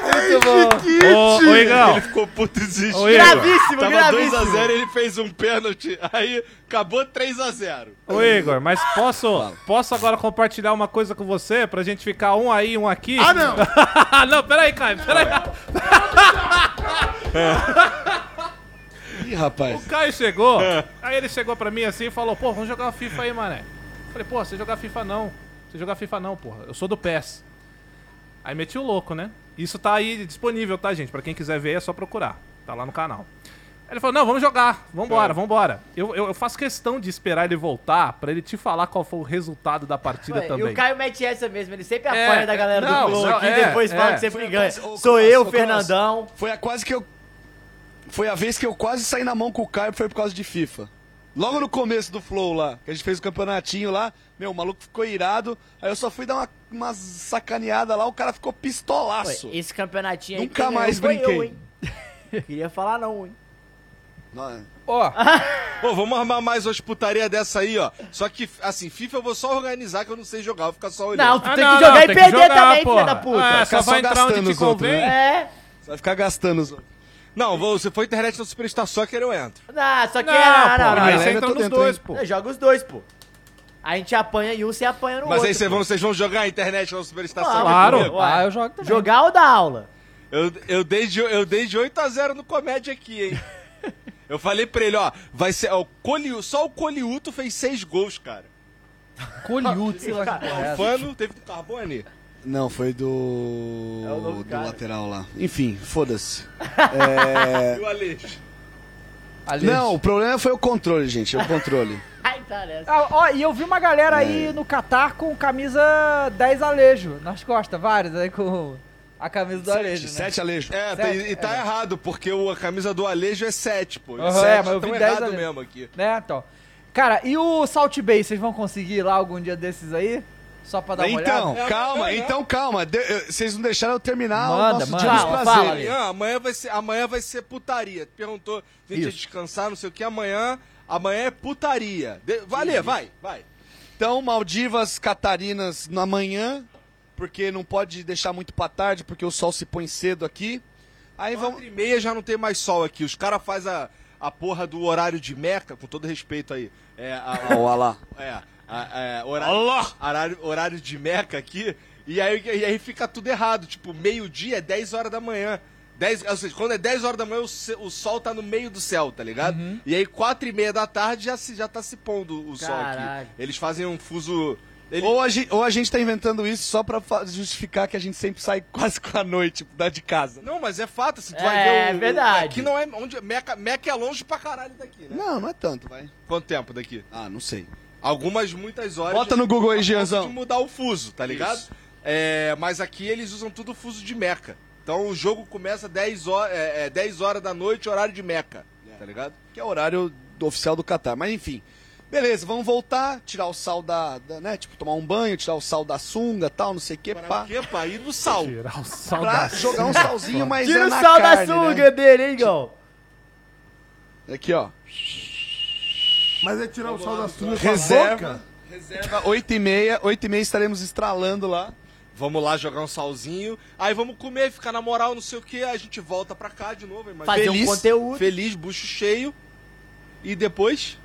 Ô, ô, *laughs* Igão. Ele ficou puto e desistiu. Ô, Igor. Gravíssimo, Tava gravíssimo. 2x0, ele fez um pênalti, aí acabou 3x0. Ô, Igor, mas posso, posso agora compartilhar uma coisa com você? Pra gente ficar um aí, um aqui? Ah, não! Ah, *laughs* não, peraí, Caio, peraí. Ih, rapaz. O Caio chegou, aí ele chegou pra mim assim e falou, pô, vamos jogar uma FIFA aí, mané. Falei, pô, você jogar FIFA não. Você jogar FIFA não, porra. Eu sou do PES. Aí meti o louco, né? Isso tá aí disponível, tá, gente? Pra quem quiser ver, é só procurar. Tá lá no canal. Aí ele falou, não, vamos jogar. Tá. Vambora, vambora. Eu, eu, eu faço questão de esperar ele voltar pra ele te falar qual foi o resultado da partida Ué, também. E o Caio mete essa mesmo, ele sempre É, apanha da galera não, do Flow não, aqui é, depois é. fala que sempre ganha. Ô, Sou Cross, eu, ô, Cross. Fernandão. Foi a quase que eu. Foi a vez que eu quase saí na mão com o Caio, foi por causa de FIFA. Logo no começo do Flow lá, que a gente fez o campeonatinho lá, meu, o maluco ficou irado. Aí eu só fui dar uma, uma sacaneada lá, o cara ficou Ué, pistolaço. esse campeonatinho aí. Nunca quem ganhou mais foi Eu, brinquei. *laughs* hein? Queria falar não, hein? Não, *laughs* Ó, Pô, vamos armar mais umas putaria dessa aí, ó. Só que, assim, FIFA eu vou só organizar que eu não sei jogar, eu vou ficar só olhando. Não, tu Ah, tem não, que jogar não, e tem que perder jogar, também, porra. filho da É, puta. só Ficar só vai entrar onde gastando te os outros, convém. né? É. Você vai ficar gastando os outros. Não, vou, se for internet no Superstar Soccer, eu entro. Não, só que Não, não, pô, não, não, aí não. você ainda entra tô nos dentro, dois, hein? pô. Não, Joga os dois, pô. A gente apanha em um, você apanha no Mas outro. aí vocês pô. vão, vocês vão jogar internet no Superstar Soccer? Claro. comigo? Ué, ah, eu jogo também. Jogar ou dar aula? Eu, eu, dei de, eu dei de 8 a 0 no comédia aqui, hein? Eu falei pra ele, ó, vai ser. ó, o Coliu- só o Coliuto fez seis gols, cara. Coliute, sei lá que porra é O essa. Fano teve do Carbone. Não, foi do. É o novo do cara. lateral lá. Enfim, foda-se. *laughs* E o Alex. Alex. Não, o problema foi o controle, gente. É o controle. Ai, tá nessa. Ah, ó, e eu vi uma galera aí É. no Catar com camisa 10 Alejo nas costas, vários aí com a camisa do Alejo, né? Sete alejo. É, tá- Sete, e, e tá é. errado, porque o- a camisa do Alejo é 7, pô. E Aham, sete é, mas eu tão vi dez errado ali. mesmo aqui. Né, então. Cara, e o Salt Bay, vocês vão conseguir lá algum dia desses aí? Só pra dar uma Então, olhada. calma, então calma. De- eh, Vocês não deixaram eu terminar o nosso dia dos Fala, prazeres. fala, Ian, Ah, amanhã, vai ser, amanhã vai ser putaria. Perguntou, a gente ia Isso. descansar, não sei o que. Amanhã, amanhã é putaria. De, valeu, vai, vai. Então, Maldivas, Catarinas na manhã, porque não pode deixar muito pra tarde, porque o sol se põe cedo aqui. Aí vamos... e meia já não tem mais sol aqui. Os caras fazem a, a porra do horário de Meca, com todo respeito aí. É, a, a, *laughs* Ó, lá. É, a- é, horário, horário, horário de Meca aqui. E aí, e aí fica tudo errado. Tipo, meio-dia é 10 horas da manhã. 10, ou seja, quando é 10 horas da manhã, o, ce- o sol tá no meio do céu, tá ligado? E aí, 4 e meia da tarde, já, se, já tá se pondo o sol Caralho. aqui. Eles fazem um fuso. Ele- Ou, a gente, ou a gente tá inventando isso só pra fa- justificar que a gente sempre sai *laughs* quase com a noite da de casa. Não, mas é fato, assim, tu vai ver o. É o- verdade. Aqui não é. Onde, Meca, Meca é longe pra caralho daqui, né? Não, não é tanto, vai. Quanto tempo daqui? Ah, não sei. Algumas, muitas horas. Bota no Google aí, a ponto Gianzão. De mudar o fuso, tá ligado? Isso. É, mas aqui eles usam tudo fuso de Meca. Então o jogo começa 10 horas, é, é, 10 horas da noite, horário de Meca. Tá ligado? Que é o horário do oficial do Catar. Mas enfim. Beleza, vamos voltar, tirar o sal da, da- né? Tipo, tomar um banho, tirar o sal da sunga tal, não sei o que, pá. Porque, pá, ir no sal. Tirar o sal Pra jogar um salzinho, mas Tira é o na sal da carne, né? sunga dele, hein, Gol? Aqui, ó. Mas é tirar o sal da sunga com a Reserva. boca? Reserva 8 e meia. 8 e meia estaremos estralando lá. Vamos lá jogar um salzinho. Aí vamos comer, ficar na moral, não sei o que. A gente volta pra cá de novo, imagina. Fazer Feliz. um conteúdo. Feliz, bucho cheio. E depois.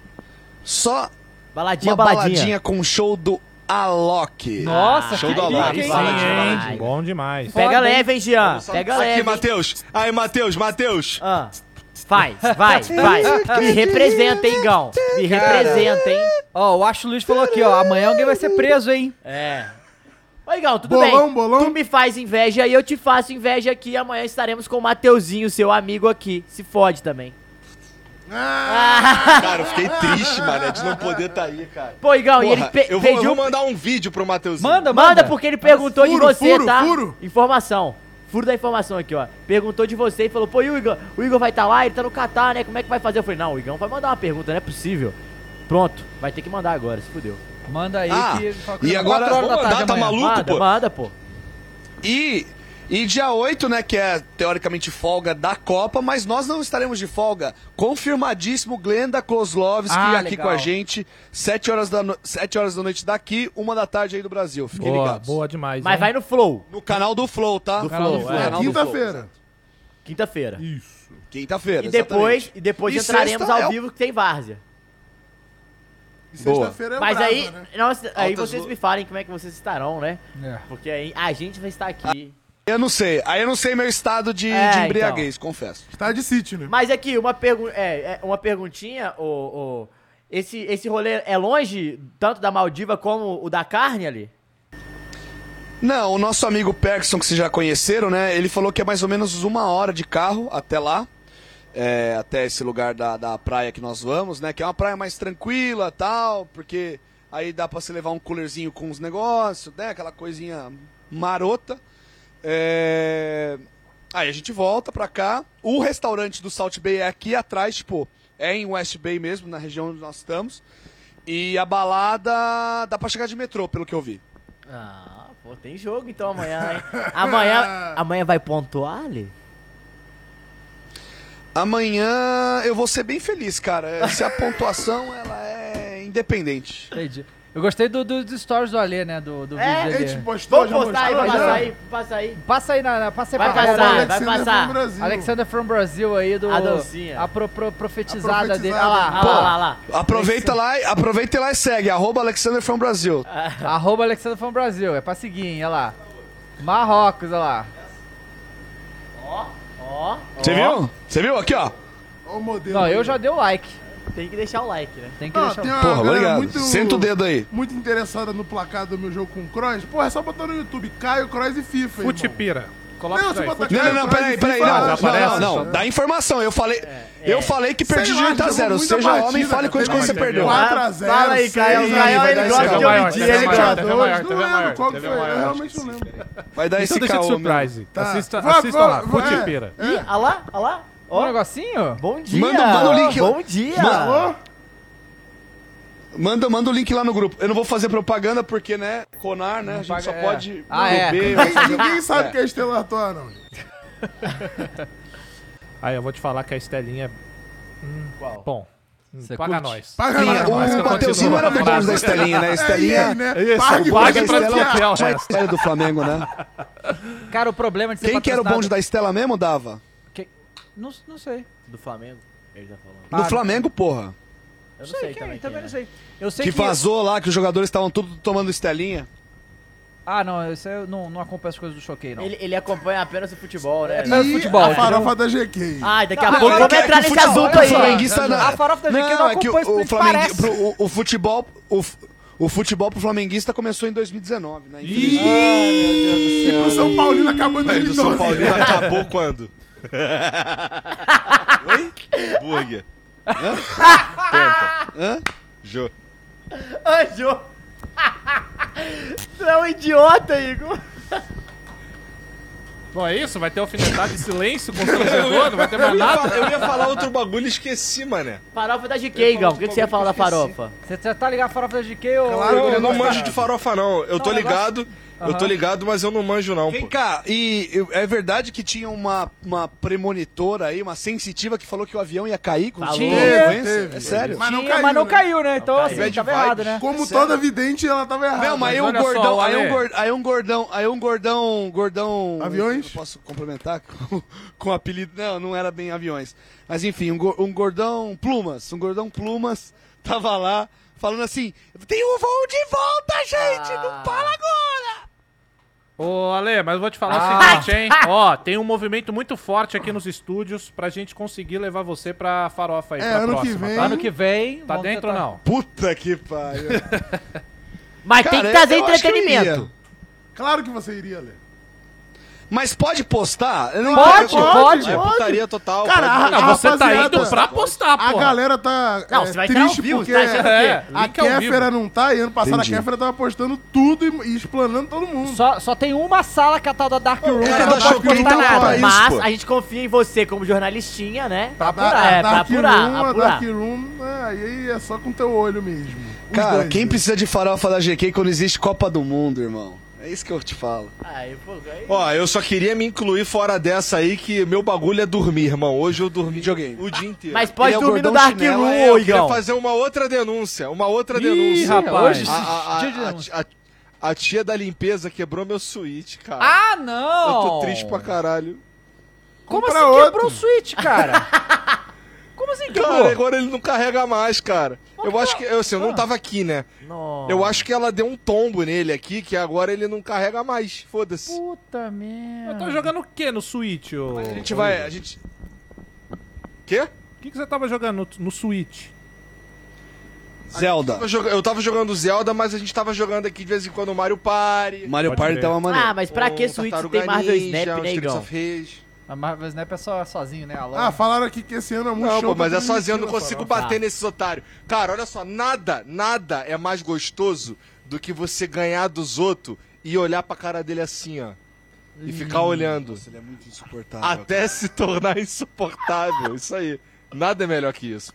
Só Baladinha, uma baladinha. baladinha com o show do Alok. Nossa, show que do Alok. pica, hein? Fala, Sim, hein? Alok. Bom demais. Pega leve, hein, Jean? Só- Pega Aqui, leve. Matheus. Aí, Matheus, *laughs* Matheus. Ah. Vai, *laughs* vai, vai. Me representa, hein, Gão? Me representa, hein? Ó, o Acho Luiz falou aqui, ó. Amanhã alguém vai ser preso, hein? É. Oi, Gão, tudo Bolão, bem? bolão? Tu me faz inveja e eu te faço inveja aqui. Amanhã estaremos com o Mateuzinho, seu amigo aqui. Se fode também. Cara, eu fiquei triste, mano, de não poder tá aí, cara. Pô, Igão, e ele Porra, pe- eu, vou, eu pediu. vou mandar um vídeo pro Matheusinho. Manda, Manda, porque ele perguntou de Furo, você, furo, tá? furo. Informação. Furo da informação aqui, ó. Perguntou de você e falou, pô, e o Igor? O Igor vai estar lá, ele tá no Catar, né? Como é que vai fazer? Eu falei, não, o Igão vai mandar uma pergunta, não é possível. Pronto, vai ter que mandar agora, se fudeu. Manda aí Ah, que ele fala que e não, agora- quatro horas vou da mandar, tarde tá amanhã. maluco? manda, pô. manda, pô. E, e dia 8, né, que é teoricamente folga da Copa, mas nós não estaremos de folga. Confirmadíssimo, Glenda Kozlovski Ah, aqui legal. com a gente. 7 horas, da no- sete horas da noite daqui, 1 da tarde aí do Brasil. Fiquem Boa, ligados. boa demais. Mas hein? vai no Flow, No canal do Flow, tá? Do Flow, Canal é. Canal do Flow. Quinta-feira. quinta-feira. Quinta-feira, E depois, exatamente. e depois E entraremos sexta é ao o- vivo que tem várzea. E Boa. sexta-feira é o Mas Brava, aí, né? nossa, aí Altas vocês lu- me falem como é que vocês estarão, né? É. Porque aí a gente vai estar aqui. Eu não sei. Aí eu não sei meu estado de, É, de embriaguez, confesso. Está de sítio, né? Mas aqui, uma, pergu é, é, uma perguntinha, ô, ô, esse, esse rolê é longe tanto da Maldiva como o da carne ali? Não, o nosso amigo Perkson, que vocês já conheceram, né? Ele falou que é mais ou menos uma hora de carro até lá. é, até esse lugar da, da praia que nós vamos, né? Que é uma praia mais tranquila tal, porque aí dá pra você levar um coolerzinho com os negócios, né? Aquela coisinha marota. É, Aí a gente volta pra cá. O restaurante do Salt Bay é aqui atrás, tipo, é em West Bay mesmo, na região onde nós estamos. E a balada dá pra chegar de metrô, pelo que eu vi. Ah, pô, tem jogo então amanhã, hein? *laughs* amanhã, amanhã vai pontuar ali? Amanhã eu vou ser bem feliz, cara. É, Se a pontuação ela é independente. Entendi. Eu gostei do, do, dos stories do Alê, né? Do, do É, vídeo A dele. gente postou, Vamos já postar aí, mostrou, vai passar já. aí, passa aí. Passa aí na. na- Passa aí Vai pra passar, galera. vai Alexander passar. from Brasil. Alexander from Brasil aí do. A dancinha. a pro- pro- profetizada, A profetizada. dele. Olha lá, Ah lá, lá, lá. Aproveita lá, e- aproveita lá e segue, arroba Alexander from Brasil. Arroba Alexandre from Brasil, é pra seguir, hein? Olha lá. Marrocos, olha lá. Ó, Você viu? Você viu aqui, ó? Ó o modelo. Não, aí. eu já dei o like. tem que deixar o like, né? Tem que Ah, deixar tem o uma Porra, galera obrigado. Muito, Senta o dedo aí. Muito interessada no placar do meu jogo com o Cross. Porra, é só botar no YouTube. Caio, Cross e FIFA, irmão. Futipira. Coloca Não, isso se aí. botar Não, não, Caio não, Cross e peraí, FIFA, peraí, não. acho- Não, aparece, não, não. só. Dá informação. Eu falei, eu falei que perdi de 8 a 0 Seja homem, fale quantas coisas você perdeu. Vai, 4x0. Fala aí, Caio. O Caio, ele gosta de maior, é omitir, TV ele maior, gosta. TV maior, Não TV lembro maior, qual que TV foi. Eu maior, realmente não lembro. Vai dar Então esse deixa de caô, meu. surprise. Tá. Assista, Vou- assista vou- lá, vou- é. Futipira. Ih, olha lá, olha lá. Um Ó, negocinho? bom dia. Manda- manda o link. Bom dia. Manda- Manda, manda o link lá no grupo. Eu não vou fazer propaganda porque, né? Conar, né? a gente só é. pode Ah, é. beber. Ninguém- ninguém sabe que é Estelar Toa, não. Aí eu vou te falar que a Estelinha é. Hum, Qual? Bom. hum, Você paga curte? nós. Paga é. nós. é, que eu O continuo Mateuzinho na era frase. vergonha da Estelinha, né? Estelinha- É, né? Isso, Pague, pague pague pra Estela, Estela. uma história do Flamengo, né? Cara, o problema de ser Quem que era o tá patrocinado- bonde da Estela mesmo, Dava? Não, não sei. Do Flamengo? Ele tá falando. No Flamengo, porra. Eu não sei, também. Também quem não é. sei. Eu sei Que vazou lá, que os jogadores estavam tudo tomando Estelinha. Ah, não, isso aí eu não, não acompanho as coisas do Choquei, não. Ele, ele acompanha apenas o futebol, né? apenas o E futebol, a farofa entendeu? da GQ. Ah, daqui a Não, é pouco agora vamos que- entrar que o nesse futebol- assunto O aí. é flamenguista não. A farofa da GQ eu não é que acompanha, o, o isso flamengu- parece. pro- o, o futebol. O, f- o futebol pro flamenguista começou em 2019, né? Ih! E pro São Paulino acabou em Aí do São 2012. Paulino acabou quando? Oi? Burger. Hã? Tenta. Hã? Jô. Anjo! *laughs* tu é um idiota, Igor! Bom, é isso? Vai ter alfinetado e silêncio com o Tá torcedor? Não vai ter mais nada? Eu ia falar outro bagulho e esqueci, mané. Farofa da GK, Igão. O que, que você ia falar da farofa? Você já tá ligado a farofa da GK ou... eu, eu não tá manjo de farofa, não. Eu tô Não, ligado, negócio- eu tô Aham. ligado, mas eu não manjo, não, Vem pô. cá, e eu- é verdade que tinha uma, uma premonitora aí, uma sensitiva que falou que o avião ia cair com Falou. teve, Teve, É sério? É Mas não Tinha, caiu, mas não né? caiu, né? Tá. Então, assim, Bad tava errado, né? Como toda vidente, ela tava errada. Não, mas aí um Ah, olha só, gordão, aí Ale. um gor- aí um gordão, aí um gordão, gordão. Aviões? Eu posso complementar com, *laughs* com o apelido? Não, não era bem aviões. Mas enfim, um, go- um gordão plumas, um gordão plumas tava lá falando assim: tem um voo de volta, gente, Ah. não para agora. Ô, Ale, mas eu vou te falar Ah. o seguinte, hein? *laughs* Ó, tem um movimento muito forte aqui nos estúdios pra gente conseguir levar você pra farofa aí, É, pra ano que próxima. vem. Tá, Ano que vem. Tá dentro ou não? Puta que pariu. Mas *laughs* Cara, tem que trazer eu acho que eu entretenimento. iria. Claro que você iria, Lê. Mas pode postar? Eu não Pode, entendo. pode, É pode. putaria total. Cara, pode a- postar. você tá indo pra apostar, porra. A galera tá Não, é, você vai entrar ao triste vivo, porque tá achando o é, quê? a Link ao Kéfera vivo. não tá e ano passado Entendi. a Kéfera tava postando tudo e, e explanando todo mundo. Só, só tem uma sala que é a tal da Dark Room. cara que não da pode Choquei postar tá lá, nada. pra isso, Mas pô. a gente confia em você como jornalistinha, né? Pra a, apurar, é, pra Dark apurar, Room, a apurar. Dark Room, é, aí é só com teu olho mesmo. Os Cara, dois, quem né? precisa de farofa da GK quando existe Copa do Mundo, irmão? É isso que eu te falo. Aí, pô, aí... Ó, eu só queria me incluir fora dessa aí que meu bagulho é dormir, irmão. Hoje eu dormi Videogame. o dia inteiro. Mas pode Ele é o dormir no gordão Dark chinelo, Room, É, ô, eu queria Igão. fazer uma outra denúncia, uma outra denúncia. rapaz. A, a- a- a- a- a tia da limpeza quebrou meu suíte, cara. Ah, não! Eu tô triste pra caralho. Como Compra assim outro. quebrou o Switch, cara? Como assim quebrou? Cara, agora ele não carrega mais, cara. Eu acho que. Eu, assim, eu não tava aqui, né? Nossa. Eu acho que ela deu um tombo nele aqui, que agora ele não carrega mais. Foda-se. Puta merda. Eu tô Tá jogando o que no Switch, ô? A gente vai. A gente. Quê? O que, que você tava jogando no, no Switch? Zelda. Tava joga- Eu tava jogando Zelda, mas a gente tava jogando aqui de vez em quando Mario Party. Mario Pode Party crer. tá uma maneira. Ah, mas pra que um Switch se Tartaruga tem Marvel Ninja, Snap, um né, Streets Igão? of Rage. A Marvel Snap é só sozinho, né? A loja. Ah, falaram aqui que esse ano é muito Não, pô, show. mas tá é sozinho, eu não permitindo a consigo farofa. bater nesses otários. Cara, olha só, nada, nada é mais gostoso do que você ganhar dos outros e olhar pra cara dele assim, ó. E ficar olhando. Ele é muito insuportável. Até se tornar *laughs* insuportável. Isso aí. Nada é melhor que isso.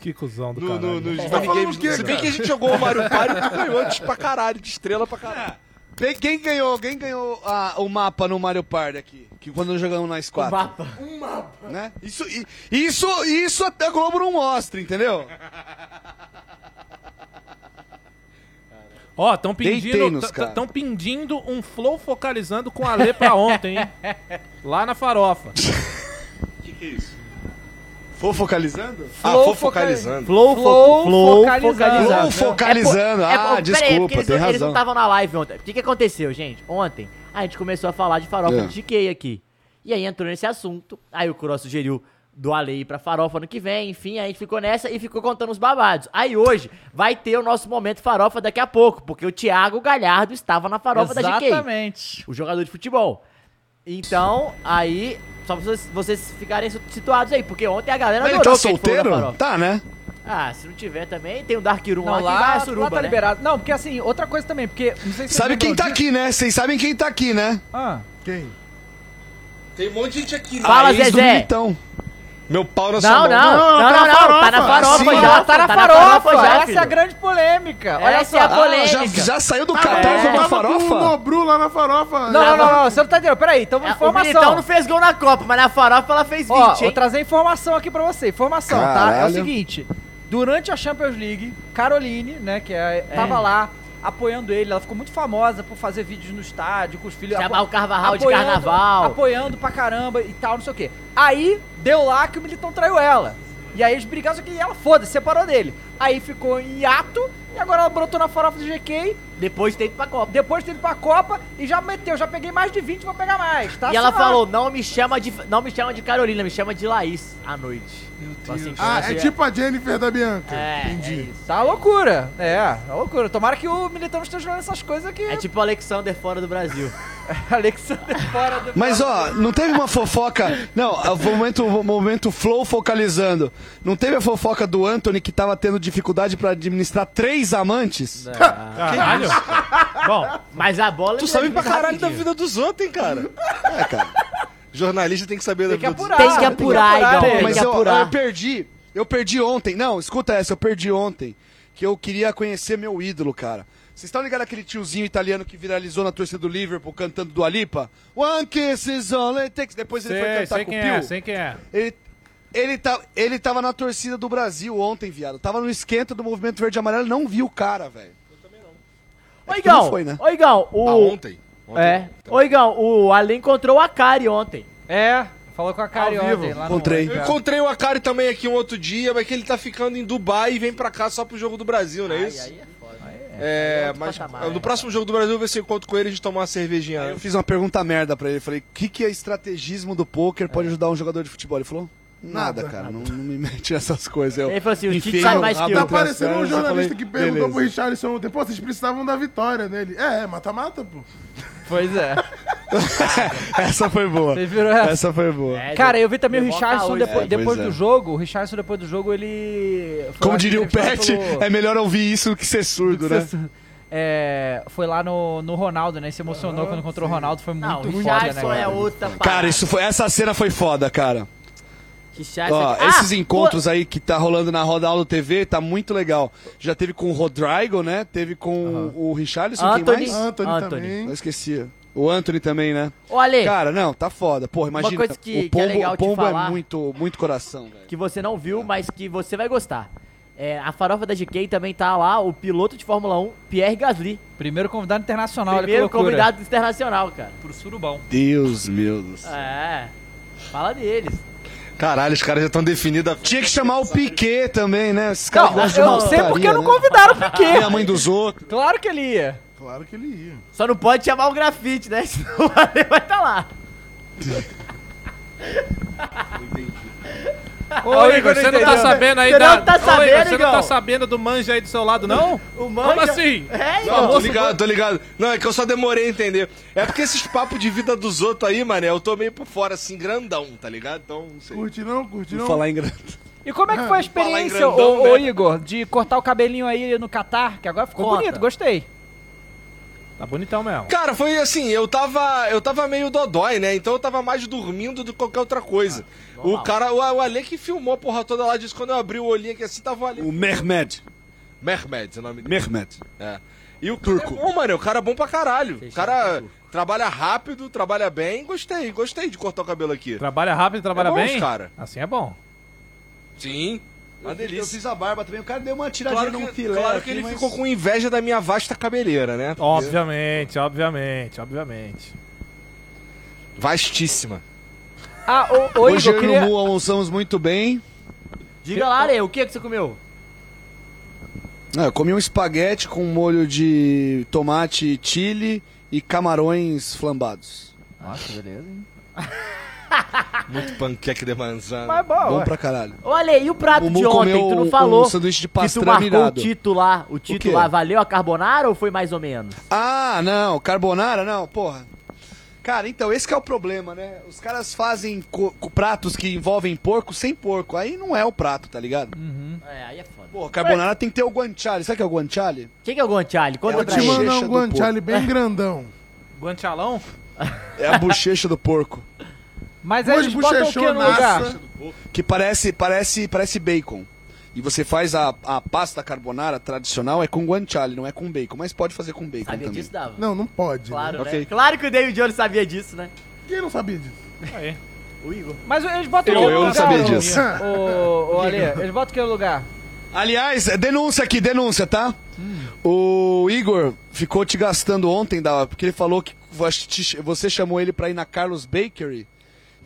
Que cuzão do No, no, caralho. É, nos falando minigames. o quê, Se bem cara? que a *laughs* gente jogou o Mario Party e ganhou de pra caralho, de estrela pra caralho. Quem- É. Quem ganhou, quem ganhou ah, o mapa no Mario Party aqui? Que quando nós jogamos nós quatro. Mapa. Um Né? Isso, i- isso, isso até a Globo não mostra, entendeu? Ó, tão pedindo, Deitei-nos, t- cara. tão pedindo um flow focalizando com a Lê pra ontem, *laughs* hein? Lá na farofa. Vou focalizando? é ah, vou focalizando. Flow, Flow fo- flow focalizado. focalizado. Vou focalizando. É, pô, Ah, peraí, desculpa, porque eles, tem não- Eles razão. não estavam na live ontem. O que, que aconteceu, gente? Ontem, a gente começou a falar de farofa É. do GK aqui. E aí entrou nesse assunto, aí o Cross sugeriu do Ale ir pra farofa ano que vem, enfim, aí a gente ficou nessa e ficou contando os babados. Aí hoje vai ter o nosso momento farofa daqui a pouco, porque o Thiago Galhardo estava na farofa da GK, Exatamente. o jogador de futebol. Então, aí, só pra vocês, vocês ficarem situados aí, porque ontem a galera Mas ele adorou tá que a gente falou da solteiro? farofa. Tá, né? Ah, se não tiver também, tem o Dark Room Não, lá, que lá, vai a suruba, lá tá né? liberado. Não, porque assim, outra coisa também, porque... Não sei se vocês Sabe lembram quem tá disso. aqui, né? Vocês sabem quem tá aqui, né? Ah, Quem? Tem um monte de gente aqui. tá- Fala, A Ah, ex do Zezé. Militão. Meu pau na Não, não, sua mão. não, não, não, tá na farofa Assim, já. ó. Tá na Tá na farofa, farofa já, essa é a filho. grande polêmica. Olha Essa só. Ah, é a polêmica. Já, já saiu Ah, do catálogo da Tava com um É farofa? nobru lá na farofa. Não, não, não, não, você não tá entendendo. Peraí, então É, O Militão informação. não fez gol na Copa, mas na farofa ela fez 20, Ó, hein? vou trazer informação aqui pra você. Informação, tá? É o Caralho. seguinte: durante a Champions League, Caroline, né, que é, tava lá apoiando ele, ela ficou muito famosa por fazer vídeos no estádio com os filhos. Chamar apo- o Carvajal de apoiando- carnaval. Apoiando pra caramba e tal, não sei o quê. Aí deu lá que o Militão traiu ela. E aí eles brigaram, só que ela foda, se separou dele. Aí ficou em hiato e agora ela brotou na farofa do GK. Depois tem pra Copa. Depois teve pra Copa e já meteu, já peguei mais de 20, vou pegar mais, tá? e ela Só- falou, não me, chama de, não me chama de Carolina, me chama de Laís à noite. Meu Deus. Ah, assim, é tipo a Jennifer da Bianca. É, é Entendi. isso. Tá uma loucura. É, tá uma loucura. Tomara que o Militão não esteja jogando essas coisas aqui. É tipo o Alexander fora do Brasil. *laughs* Alexander *laughs* fora do. Mas ó, não teve uma fofoca. Não, é o momento, o momento flow focalizando. Não teve a fofoca do Anthony que tava tendo dificuldade pra administrar três amantes? Caralho. Bom, Mas a bola... é Tu sabe pra caralho da rapidinho. vida dos outros, hein, cara? É, cara. Jornalista tem que saber da Tem que vida dos apurar. Tem que apurar, então. Igão, Igão. tem Mas que eu, eu apurar. perdi. Eu perdi ontem. Não, escuta essa, eu perdi ontem. Que eu queria conhecer meu ídolo, cara. Vocês estão ligados aquele tiozinho italiano que viralizou na torcida do Liverpool cantando do Alipa? One kiss is all it takes. Depois ele foi sei, cantar sei com quem o Pio. é, sei quem é. Ele, ele, tá, ele tava na torcida do Brasil ontem, viado. Tava no esquenta do movimento verde e amarelo, não vi o cara, velho. Ô, que Igão, não foi, né? ô, Igão, o... Ah, ontem. Ontem. É. Ô, Igão, o Alê encontrou a Kari ontem. É, falou com a Cari Ao ontem vivo, lá encontrei. no. Eu encontrei o Akari também aqui um outro dia, mas que ele tá ficando em Dubai e vem pra cá só pro jogo do Brasil, não é isso? aí é foda. É, outro mas patamar, no né? próximo jogo do Brasil eu vou ver se eu encontro com ele e a gente tomar uma cervejinha. Eu fiz uma pergunta merda pra ele. Falei, o que, que é estrategismo do poker pode ajudar um jogador de futebol? Ele falou, nada, Nada. cara. Não, não me *laughs* mete nessas coisas. Eu, Ele falou assim, o enfiei Tite sabe meu mais que rabo eu. entre Tá as parecendo um pernas e jornalista falei, que perguntou É, beleza. pro Richarlison ontem, pô, vocês precisavam da vitória nele. É, é, mata-mata, pô. *laughs* Pois é. *laughs* Essa foi boa. Vocês viram essa? Essa foi boa. É, Cara, eu vi também o levou a Richardson caô, depois, é, depois pois do é. jogo. O Richardson depois do jogo, ele. foi Como lá diria o entrevistado Pet, pelo- é melhor ouvir isso do que ser surdo, né? *laughs* É, foi lá no, no Ronaldo, né? E Se emocionou quando encontrou o Ronaldo. Foi muito Não, o foda, né? Richardson cara? é outra parada. Cara, isso foi, essa cena foi foda, cara. Richardson... Ó, Ah, esses pô, encontros aí que tá rolando na Roda Aula TV, tá muito legal. Já teve com o Rodrigo, né? Teve com o Richarlison, Anthony. quem mais? Anthony, Anthony. também. Eu esqueci. O Anthony também, né? Ô, Ale, Cara, não, tá foda. Porra, imagina. coisa que- o que pombo, é legal o te pombo falar. é muito, muito coração, velho. que você não viu, mas que você vai gostar. É, a farofa da GK também tá lá, o piloto de Fórmula 1, Pierre Gasly. Primeiro convidado internacional. Primeiro olha que loucura. convidado internacional, cara. pro Surubão. Deus meu do céu. É. Fala deles. Caralho, os caras já estão definidos. a- Tinha que chamar o Piquet também, né? Esses caras Não, gostam de eu não sei maltaria, porque não né? convidaram o E a Piquet. mãe dos outros. Claro que ele ia. Claro que ele ia. Só não pode chamar o grafite, né? *laughs* Senão o Ale vai tá lá. Ô, Igor, você não tá sabendo aí Você da... não tá Ô, Igor, sabendo, Você não Igão? tá sabendo do manja aí do seu lado, não? O Como manja... assim? É, Igão. Não, tô ligado, tô ligado. Não, é que eu só demorei a entender. É porque esses papos de vida dos outros aí, mané, eu tô meio por fora, assim, grandão, tá ligado? Então, não sei. Curte não, curte não. Falar em grande. E como é que foi falar a em experiência, grandão, ô, né? ô, Igor, de cortar o cabelinho aí no Catar, que agora ficou Conta. bonito, gostei. Tá bonitão mesmo. Cara, foi assim, eu tava, eu tava meio dodói, né? Então eu tava mais dormindo do que qualquer outra coisa. Ah, o cara, o, o Ale que filmou a porra toda lá, disse quando eu abri o olhinho aqui assim, tava o Ale. O Mehmed. Mehmed, é o nome dele. Mehmed. É. E o turco. É bom, mano, o cara é bom pra caralho. O cara trabalha rápido, trabalha bem, gostei, gostei de cortar o cabelo aqui. Trabalha rápido, trabalha É bom, bem. cara. Assim é bom. Sim, uma Eu delícia. fiz a barba também, o cara deu uma tiradinha Claro num que, filé. claro que aqui, ele mas- ficou com inveja da minha vasta cabeleira, né? Obviamente, obviamente, obviamente. Vastíssima. Ah, ô, ô Hoje Igor, eu e o queria... Mu almoçamos muito bem. Diga lá, Ale, o que, que você comeu? Ah, eu comi um espaguete com molho de tomate chile e camarões flambados. Nossa, beleza, hein? *laughs* Muito panqueque de manzana. Mas bom, Bom ué. pra caralho. Ô, Ale, e o prato O de Mu ontem? comeu Tu um, não falou um sanduíche de que tu pastrame marcou o irado. título lá. O título quê? lá valeu a carbonara ou foi mais ou menos? Ah, não, carbonara não, porra. Cara, então, esse que é o problema, né? Os caras fazem co- co- pratos que envolvem porco sem porco. Aí não é o prato, tá ligado? Hum. É, aí é foda. Pô, carbonara tem que ter o guanciale. Sabe o que é o guanciale? O que, que é o Gontiali? Conta É o pra Te Bochecha ele. mandar um do guanciale bem grandão. Guanchalão? *laughs* É a bochecha do porco. Mas aí Mas eles botam o que no lugar? é bochechonaça. que parece, parece, parece bacon. E você faz a, a pasta carbonara tradicional é com guanciale, não é com bacon, mas pode fazer com bacon Sabia também. disso, Dava? Não, não pode. Claro, Ok. né? Claro que o David Jones sabia disso, né? Quem não sabia disso? Aí. O Igor. Mas eles botam Eu- que eu não lugar, sabia ô- disso. Ô, ô, Ale, eles botam que lugar? Aliás, é denúncia aqui, denúncia, tá? Hum. O Igor ficou te gastando ontem, Dava, porque ele falou que vo- te- você chamou ele pra ir na Carlos Bakery.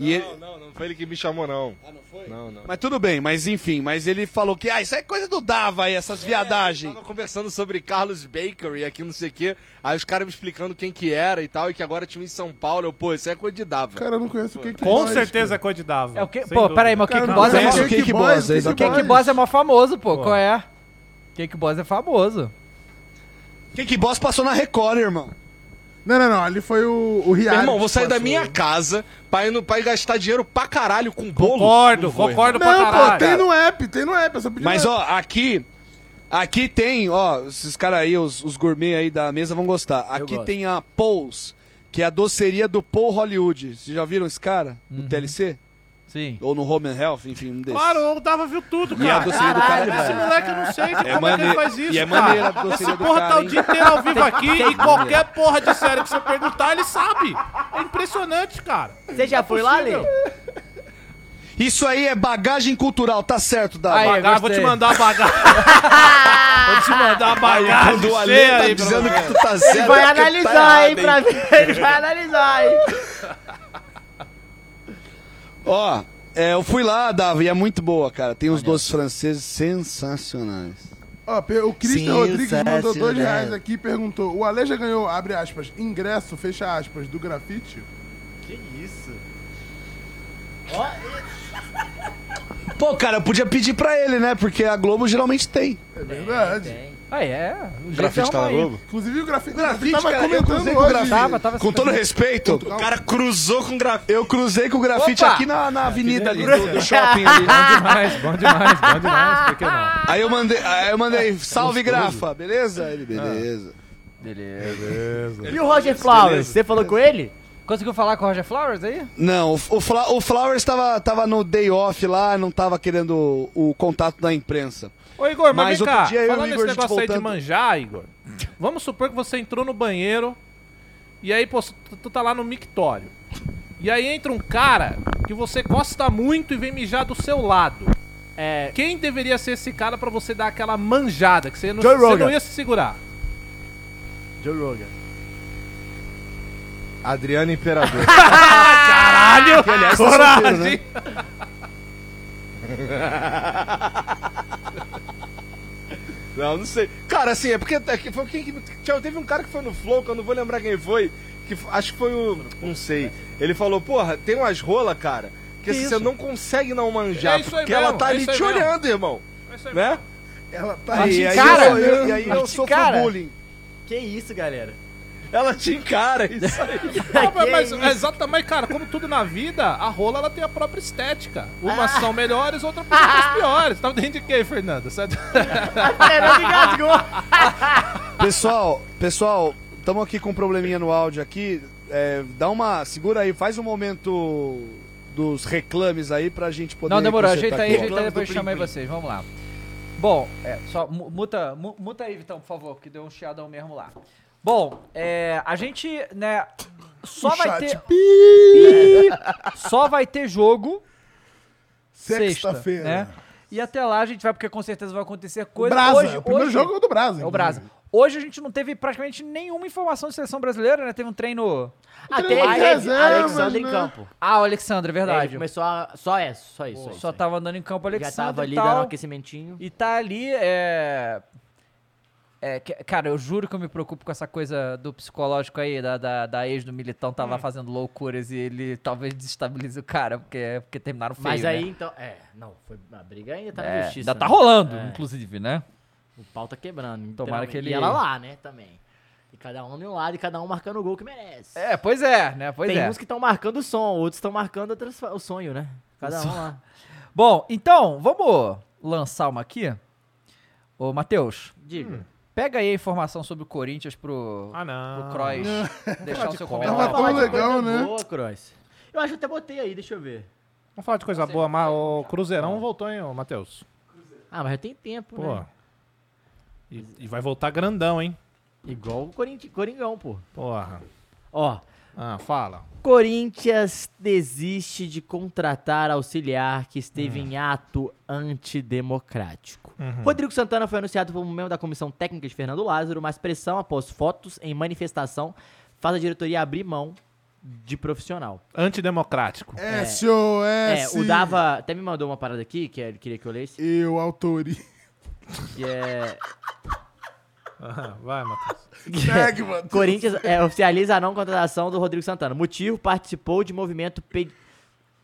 E ele- Não, não foi ele que me chamou, não. Ah, não foi? Não, não. Mas tudo bem, mas enfim, mas ele falou que, ah, isso é coisa do Dava aí, essas viadagens. É, Tava conversando sobre Carlos Bakery aqui, não sei o quê. Aí os caras me explicando quem que era e tal, e que agora tinha um em São Paulo. Eu, pô, isso é coisa de Dava. Cara, eu não conheço o que que Com nós, certeza é cara. coisa de Dava. É o que... sem Pô, dúvida. peraí, mas o Cara, Cake não Boss é conhece mó... o Cake Boss, O exatamente. Cake Boss é mó famoso, pô. Qual é? Cake Boss é famoso. Cake Boss passou na Record, irmão. Não, não, não. Ali foi o, o Meu Rihanna. irmão, vou que sair da passou. minha casa pra ir, no, pra ir gastar dinheiro pra caralho com bolo. Concordo, Não vou, concordo pra Não, pô, caralho. tem no app, tem no app. Eu só pedi Mas, no ó, aqui. Aqui tem, ó, esses caras aí, os, os gourmet aí da mesa vão gostar. Aqui gosto. tem a Paul's, que é a doceria do Paul Hollywood. Vocês já viram esse cara? No TLC? Sim. Ou no Home and Health, enfim, um desses. Claro, o Dava viu tudo, E a cara. doceria do cara. Esse velho. moleque eu não sei que- como é que ele mane- faz isso, e é cara. maneiro a doceria Esse do porra cara, tá o hein? dia inteiro ao vivo aqui e qualquer porra de série que você perguntar, ele sabe. É impressionante, cara. Você É já foi lá, Ale? Isso aí é bagagem cultural, tá certo, Davi? Aí, Bagagem, vou te gostei. mandar a bagagem. vou te mandar a bagagem. Quando o Ale cheia tá aí pra dizendo você. que tu tá certo. Ele vai é porque tu tá analisar, hein, errado, pra ver. *laughs* Ele vai analisar, hein? Ó, é, eu fui lá, Davi, e é muito boa, cara. Tem uns doces franceses sensacionais. Ó, pe- o Christian Rodrigues mandou dois Sensacional. reais aqui e perguntou: o Ale já ganhou, abre aspas, ingresso, fecha aspas, do grafite? Que isso? Pô, cara, eu podia pedir pra ele, né? Porque a Globo geralmente tem. É verdade. Aí é. O Grafite tá na Globo? Inclusive o grafite, o grafite, tava cara, eu comentando cruzei hoje. com o grafite. Tava, tava Com todo respeito, O cara cruzou com grafite. eu cruzei com o grafite Opa! aqui na, na avenida ali, do, do shopping ali. *laughs* né? demais, bom demais, bom demais. Por que não? Aí eu mandei, aí eu mandei salve grafa, beleza? Ele, beleza. E o Roger Flowers? Você falou com ele? *laughs* Conseguiu falar com o Roger Flowers aí? Não, o, o, Fla- o Flowers tava, tava no day off lá, não tava querendo o, o contato da imprensa. Ô, Igor, mas, Mas vem outro cá. dia eu e o falando Igor, a nesse gente negócio aí de voltando. manjar, Igor. Vamos supor que você entrou no banheiro e aí, pô, tu, tu tá lá no mictório. E aí entra um cara que você gosta muito e vem mijar do seu lado. É. Quem deveria ser esse cara pra você dar aquela manjada que você não, Joe você Rogan. não ia se *laughs* segurar? Joe Rogan. Adriano Imperador. Caralho! tá coragem! né? Não, não sei. Cara, assim, é porque é que foi quem que. Tchau, teve um cara que foi no Flow, que eu não vou lembrar quem foi. Que f- acho que foi o. Não sei. Ele falou, porra, tem umas rolas, cara, que, assim, você não consegue não manjar. É isso aí porque mesmo, ela tá é ali isso aí te mesmo. olhando, irmão. É isso aí Né? Ela tá Aí, aí cara, eu, eu, e aí eu mas, sofro cara, bullying. Que isso, galera? Ela te encara, isso *laughs* aí. Não, mas- Que mas, isso? *laughs* exatamente, cara, como tudo na vida, a rola ela tem a própria estética. Umas são melhores, outras outras piores. Tá dentro de quê, Fernanda? Você- Fernando engasgou. Pessoal, pessoal, estamos aqui com um probleminha no áudio aqui. É, dá uma. Segura aí, faz um momento dos reclames aí tá pra gente poder. Não, demorou. consertar Ajeita aí, ajeita aqui. aí, Reclame do depois eu chamei Plim Plim. vocês. Vamos lá. Bom, é, só mu- muta, mu- muta aí, Vitão, por favor, que deu um chiadão mesmo lá. Bom, é, a gente, né, só O vai Um chat, ter... *laughs* Só vai ter jogo Sexta-feira. né? E até lá a gente vai, porque com certeza vai acontecer coisa. Brasa. Hoje, o primeiro hoje- jogo é o do Brasa. É o inclusive. Brasa. Hoje a gente não teve praticamente nenhuma informação de seleção brasileira, né? Teve um treino. Até Três ele, reservas, Alexandre né? em campo. Ah, o Alexandre, é Ele verdade. começou a. Só isso, só isso. só isso, Só aí. tava andando em campo o Já Alexandre. tava ali e tal. dando um aquecimentinho. E tá ali, é... é, que- Cara, eu juro que eu me preocupo com essa coisa do psicológico aí, da, da, da ex do Militão tá lá fazendo loucuras e ele talvez desestabilize o cara, porque, porque terminaram feio, Mas aí, né? então. É, não, foi. A briga ainda tá na É, justiça. ainda tá né? rolando, É, inclusive, né? O pau tá quebrando. Tomara literalmente. que ele- E ela lá, né, também. E cada um de um lado e cada um marcando o gol que merece. É, pois é, né? Pois Tem é. uns que estão marcando o som, outros estão marcando outras- o sonho, né? Cada um lá. Bom, então, vamos lançar uma aqui. Ô, Matheus, Diga. Hum, pega aí a informação sobre o Corinthians pro, Ah, não. pro Kroos deixar o seu Tava comentário. tão Falar de legal, coisa né? Boa, Cross. Eu acho que até botei aí, deixa eu ver. Vamos falar de coisa boa, mas o Cruzeirão voltou, hein, ô, Matheus? Ah, mas já tem tempo, Pô. né? E, e vai voltar grandão, hein? Igual o Corinti- Coringão, pô. Porra. Ó. Ah, fala. Corinthians desiste de contratar auxiliar que esteve em ato antidemocrático. Uhum. Rodrigo Santana foi anunciado como membro da comissão técnica de Fernando Lázaro, mas pressão após fotos em manifestação faz a diretoria abrir mão de profissional. Antidemocrático. É. SOS. É, o Dava até me mandou uma parada aqui que ele queria que eu lesse. Eu autori. Que é. *laughs* Vai, Matheus. Segue, Matheus. Corinthians é, oficializa a não contratação do Rodrigo Santana. Motivo: participou de movimento, pe-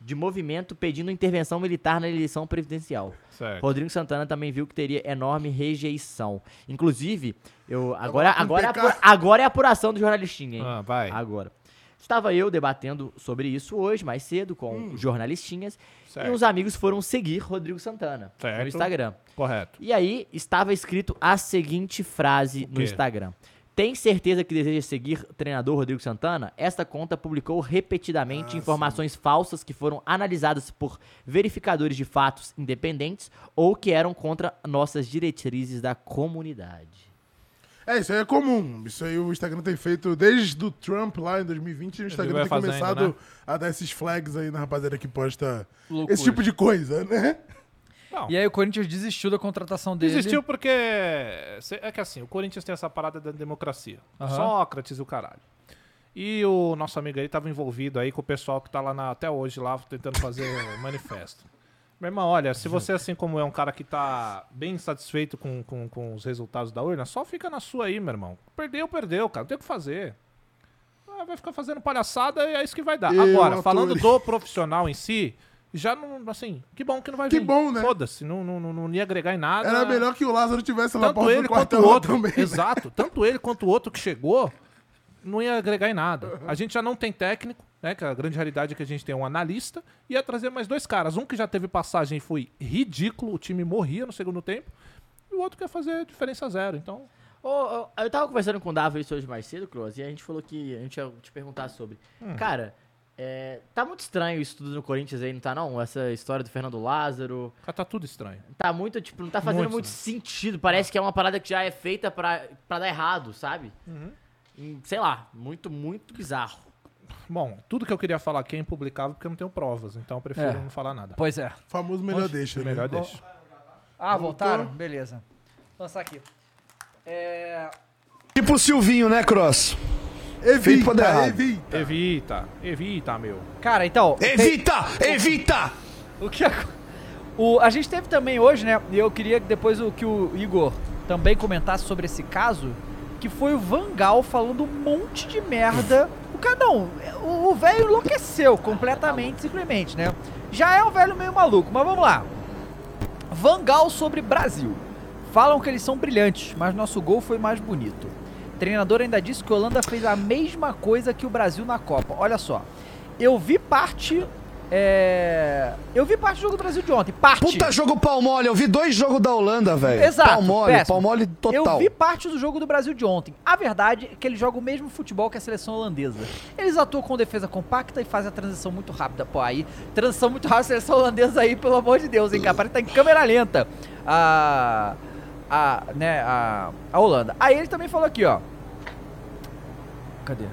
de movimento pedindo intervenção militar na eleição presidencial. Certo. Rodrigo Santana também viu que teria enorme rejeição. Inclusive, eu agora, com agora, é, PK. apura- agora é a apuração do jornalistinha, hein? Ah, vai. Agora. Estava eu debatendo sobre isso hoje, mais cedo, com Hum. jornalistinhas. E Certo. uns amigos foram seguir Rodrigo Santana Certo. no Instagram. Correto. E aí estava escrito a seguinte frase no quê? Instagram. Tem certeza que deseja seguir o treinador Rodrigo Santana? Esta conta publicou Ah, repetidamente informações falsas que foram analisadas por verificadores de fatos independentes ou que eram contra nossas diretrizes da comunidade. *laughs* É, isso aí é comum. Isso aí o Instagram tem feito desde o Trump lá em 2020. O Instagram vai tem fazendo, começado né? a dar esses flags aí na rapaziada que posta Loucura. esse tipo de *laughs* coisa, né? E aí o Corinthians desistiu da contratação dele. Desistiu porque. cê- É que assim, o Corinthians tem essa parada da democracia. Aham. Sócrates e o caralho. E o nosso amigo aí tava envolvido aí com o pessoal que tá lá na- até hoje lá tentando fazer *laughs* manifesto. Meu irmão, olha, se você, assim como é um cara que tá bem insatisfeito com, com, com os resultados da urna, só fica na sua aí, meu irmão. Perdeu, perdeu, cara. Não tem o que fazer. Ah, Vai ficar fazendo palhaçada e é isso que vai dar. Eu, Agora, ator. falando do profissional em si, já não, assim, que bom que não vai Que vir. bom, né? Foda-se, não, não, não, não ia agregar em nada. Ah. Era melhor que o Lázaro tivesse lá Tanto porta ele do quanto quartel o outro. também. Exato. Tanto ele quanto o outro que chegou não ia agregar em nada. Uhum. A gente já não tem técnico, né? Que a grande realidade é que a gente tem um analista. Ia trazer mais dois caras. Um que já teve passagem e foi ridículo, o time morria no segundo tempo. E o outro quer fazer diferença zero. Então. Ô, ô, eu tava conversando com o Dava isso hoje mais cedo, Cross, e a gente falou que a gente ia te perguntar sobre. Hum. Cara, é, tá muito estranho isso tudo no Corinthians aí, não tá não? Essa história do Fernando Lázaro. Cara, tá tudo estranho. Tá muito, tipo, não tá fazendo Muito muito, sentido. Parece que é uma parada que já é feita pra, pra dar errado, sabe? Uhum. Hum, Sei lá, muito, muito bizarro. Bom, tudo que eu queria falar aqui é impublicável porque eu não tenho provas, então eu prefiro É. não falar nada. Pois é. *laughs* Famoso melhor Oxe, deixa, né? Melhor Bom, deixa. Ah, voltaram? Voltou. Beleza. Vou lançar aqui. É... Tipo o Silvinho, né, Cross? Feito pra dar errado. evita. Evita, evita, meu. Cara, então. Evita! Evita! O que acon- o, A gente teve também hoje, né? E eu queria que depois o, que o Igor também comentasse sobre esse caso. Que foi o Vangal falando um monte de merda. O cara não, o o velho enlouqueceu completamente, simplesmente, né? Já é um velho meio maluco, mas vamos lá. Vangal sobre Brasil. Falam que eles são brilhantes, mas nosso gol foi mais bonito. treinador ainda disse que a Holanda fez a mesma coisa que o Brasil na Copa. Olha só. Eu vi parte. é, Eu vi parte do jogo do Brasil de ontem. Parte. Puta jogo pau mole, eu vi dois jogos da Holanda, velho. Exato. Pau mole, péssimo. pau mole total. Eu vi parte do jogo do Brasil de ontem. A verdade é que ele joga o mesmo futebol que a seleção holandesa. Eles atuam com defesa compacta e fazem a transição muito rápida. Pô, aí, transição muito rápida, a seleção holandesa aí, pelo amor de Deus, hein, cara? Parece que tá em câmera lenta. A. A. Né, a. A Holanda. Aí ele também falou aqui, ó. Cadê?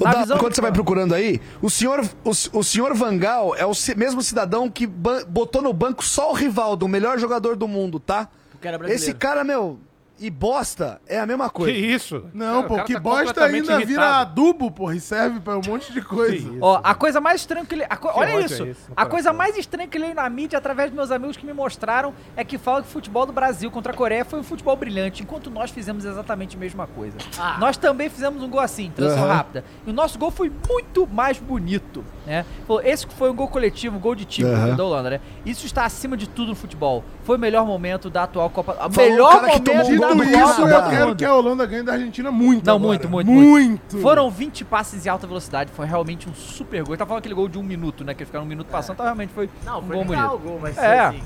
Ô, Na Dado, visão- Enquanto você vai procurando aí, o senhor, o, o senhor Vangal é o ci- mesmo cidadão que ban- botou no banco só o Rivaldo, o melhor jogador do mundo, tá? cara é brasileiro. Esse cara, meu, e bosta é a mesma coisa. Que isso? Não, Cara, o pô, cara que tá bosta completamente ainda vira irritado. adubo, porra, e serve pra um monte de coisa. Ó, a coisa mais estranha que ele. a co- Que Olha ódio isso! é esse no a coisa mais estranha que eu leio na mídia, através dos meus amigos que me mostraram, é que fala que o futebol do Brasil contra a Coreia foi um futebol brilhante, enquanto nós fizemos exatamente a mesma coisa. Nós também fizemos um gol assim, transição Aham. rápida. E o nosso gol foi muito mais bonito, né? Falou, Esse que foi um gol coletivo, um gol de time Aham. da Holanda, né? Isso está acima de tudo no futebol. Foi o melhor momento da atual Copa. O Falou melhor o cara que momento tomou da um gol atual Copa isso, eu do quero Mundo. que é a Holanda ganhe da Argentina muito Não, agora. muito, muito, Muito. Foram 20 passes em alta velocidade, foi realmente um super gol. Eu tava falando aquele gol de um minuto, né? Que eles ficaram um minuto passando, então realmente foi Não, um foi gol legal bonito. o gol, mas é. assim,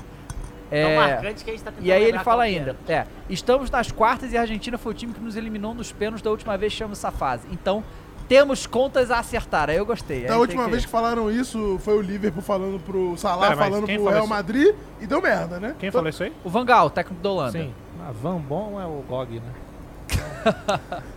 É. tão marcante que a gente tá tentando e aí ele lembrar fala qual que ainda, é, estamos nas quartas e a Argentina foi o time que nos eliminou nos pênaltis da última vez, chama essa fase. Então, Temos contas a acertar. Aí eu gostei. Da Aí última tem vez que falaram isso, foi o Liverpool falando pro Salah, Pera, mas falando quem pro falou Real isso? Madrid e deu merda, né? Quem falou isso aí? O Vangal, técnico da Holanda. Sim. Ah, Van Bom é o GOG, né?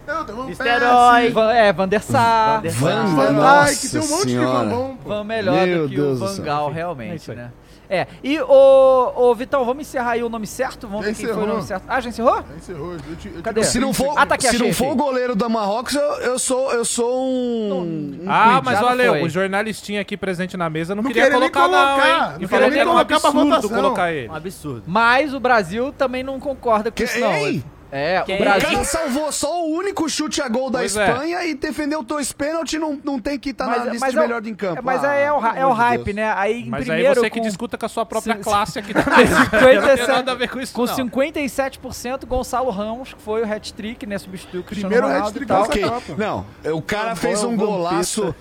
Não, tem um Misterói. Van, é, Van der Sar. Van der Sar. Van Nossa Dijk, tem um monte Senhora. de Van Bom. pô. Van melhor Meu do que Deus o do Van céu. Gaal, Enfim, é realmente, isso aí. né? É, e o, o Vitão, vamos encerrar aí o nome certo? Vamos Já ver quem foi o encerrou. nome certo. Ah, já encerrou? Já encerrou. Eu te, eu te- Cadê? Se não for, Ah, tá aqui, se não achei, for o achei. goleiro da Marrocos, eu, eu sou eu sou um. um Ah, quid. mas Já olha, foi. o jornalistinha aqui presente na mesa não, Não queria queria nem colocar, colocar, não, hein? não E queria falou nem que era um colocar pra absurdo votação. colocar ele. Um absurdo. Mas o Brasil também não concorda com isso, não. Quem? É, Quem? o Brasil... O cara salvou só o único chute a gol da Pois é. Espanha e defendeu dois pênaltis, não, não tem que estar na lista de é o- melhor de em campo. é, mas Ah, aí é o, ra- é pelo o amor de hype, Deus. né? Aí, em Mas aí primeiro, você que com- discuta com a sua própria Sim, classe *laughs* aqui. Com também. né? Não tem 57, nada a ver com isso, não. 57%, Gonçalo Ramos, que foi o hat-trick, né? Substituiu o Cristiano Primeiro Tá Ronaldo hat-trick e tal. dessa Copa. Tá Não, o cara Não, fez bom, um bom golaço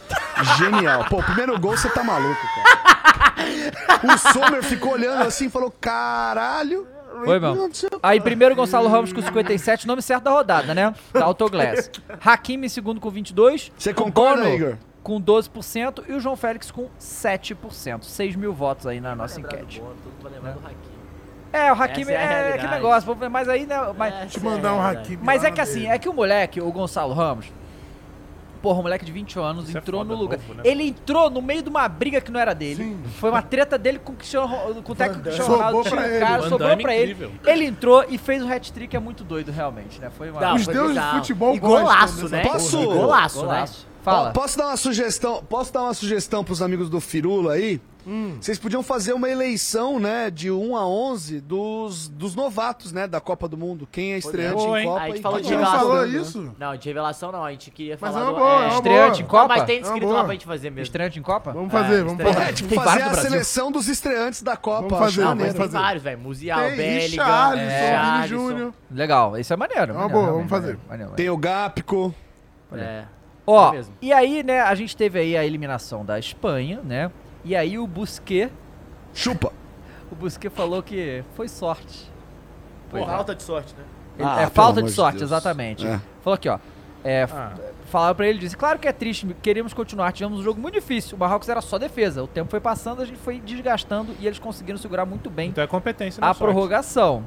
genial. Pô, o primeiro gol você tá maluco, cara. O Sommer ficou olhando assim e falou: caralho. Foi, mano. Aí primeiro Gonçalo Ramos com 57, nome certo da rodada, né? Da Autoglass. Hakimi em segundo com 22. Você concorda, né, Igor? Com 12% e o João Félix com 7%. 6 mil votos aí na nossa enquete. É, o Hakimi Essa é a é, que realidade. negócio, vou- mas aí, né? Mas, Te mandar um é a realidade. Hakimi Mas lá é que assim, é que o moleque, o Gonçalo Ramos, porra, um moleque de 20 anos, entrou no lugar. novo, né? Ele entrou no meio de uma briga que não era dele. Foi uma treta dele com o Cristiano Ro- com o técnico Damme. Cristiano Ronaldo, Sobrou tira pra o ele. cara, Van sobrou Damme é pra ele. incrível. Ele entrou e fez o hat-trick, é muito doido, realmente, né? Foi uma... um Não, Os foi deuses do bizarro. futebol E gostam golaço, dessa né? porra. Posso? E Golaço, né? Fala. Ó, posso dar uma sugestão? Posso dar uma sugestão pros amigos do Firula aí? Hum. Vocês podiam fazer uma eleição, né, de 1 a 11 dos, dos novatos, né, da Copa do Mundo. Quem é estreante Boa, em hein? Copa A gente e falou quem de é revelação. estreante, né? Não, de revelação não. A gente queria Mas falar é uma do- boa, é uma Estreante em Copa? Não, mas tem É uma escrito boa. lá pra gente fazer mesmo. Estreante em Copa? Vamos fazer, vamos fazer. né? É, tipo, fazer a seleção dos estreantes da Copa. Vamos fazer, Acho vamos maneiro. fazer. Tem vários, velho. Musial, Tem Bellingham, Richarlison, é, Vini Richarlison. Júnior. Legal, isso é maneiro. É É uma maneiro, boa, vamos realmente, fazer. maneiro, maneiro, Tem o Gápico. É. Ó, É mesmo. e aí, né, a gente teve aí a eliminação da Espanha, né? E aí o Busquet... Chupa! *laughs* O Busquet falou que foi sorte. Por Pois é. falta de sorte, né? Ele- Ah, é pelo falta amor de de sorte, Deus. exatamente. É. Falou aqui, ó. É, f- Ah. Falaram pra ele, disse, claro que é triste, queríamos continuar, tivemos um jogo muito difícil, o Marrocos era só defesa, o tempo foi passando, a gente foi desgastando e eles conseguiram segurar muito bem Então é competência, não é a sorte. prorrogação.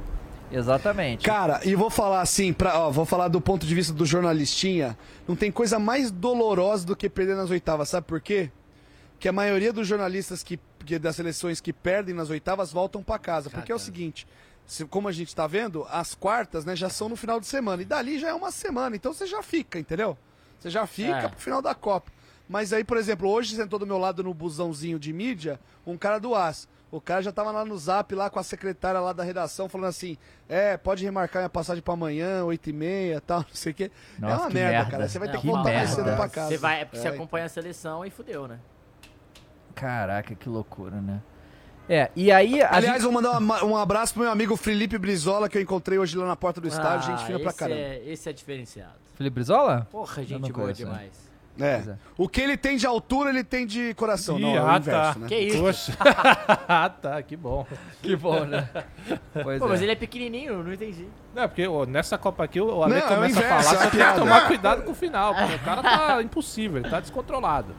Exatamente. Cara, e vou falar assim, pra, ó, vou falar do ponto de vista do jornalistinha. Não tem coisa mais dolorosa do que perder nas oitavas, sabe por quê? Que a maioria dos jornalistas que, que- das seleções que perdem nas oitavas voltam pra casa. Porque é o seguinte, se- como a gente tá vendo, as quartas né, já são no final de semana. E dali já é uma semana, então você já fica, entendeu? Você já fica É. pro final da Copa. Mas aí, por exemplo, hoje sentou do meu lado no busãozinho de mídia um cara do AS. O cara já tava lá no zap, lá com a secretária lá da redação, falando assim: é, pode remarcar minha passagem pra amanhã, 8h30 e tal, *laughs* não sei o quê. é uma merda, cara. Você vai ter que voltar mais cedo pra casa. Você vai, é porque você É. acompanha a seleção e fudeu, né? Caraca, que loucura, né? É, e aí... a Aliás, gente- vou mandar uma- um abraço pro meu amigo Felipe Brizola, que eu encontrei hoje lá na porta do estádio. gente fina pra Ah, esse caramba. É, esse é diferenciado. Felipe Brizola? Porra, Eu gente não boa conheço, né? demais. É. O que ele tem de altura, ele tem de coração. não, Ih, é o ah, inverso, tá. né? Que isso? Poxa. ah, tá, que bom. Que bom, né? Pois Pô, é. mas ele é pequenininho, eu não entendi. É, porque ó, nessa Copa aqui o Ale Não, é o começa a inverso, falar, é você a tem que piada. tomar cuidado com o final, porque o cara tá impossível, ele tá descontrolado.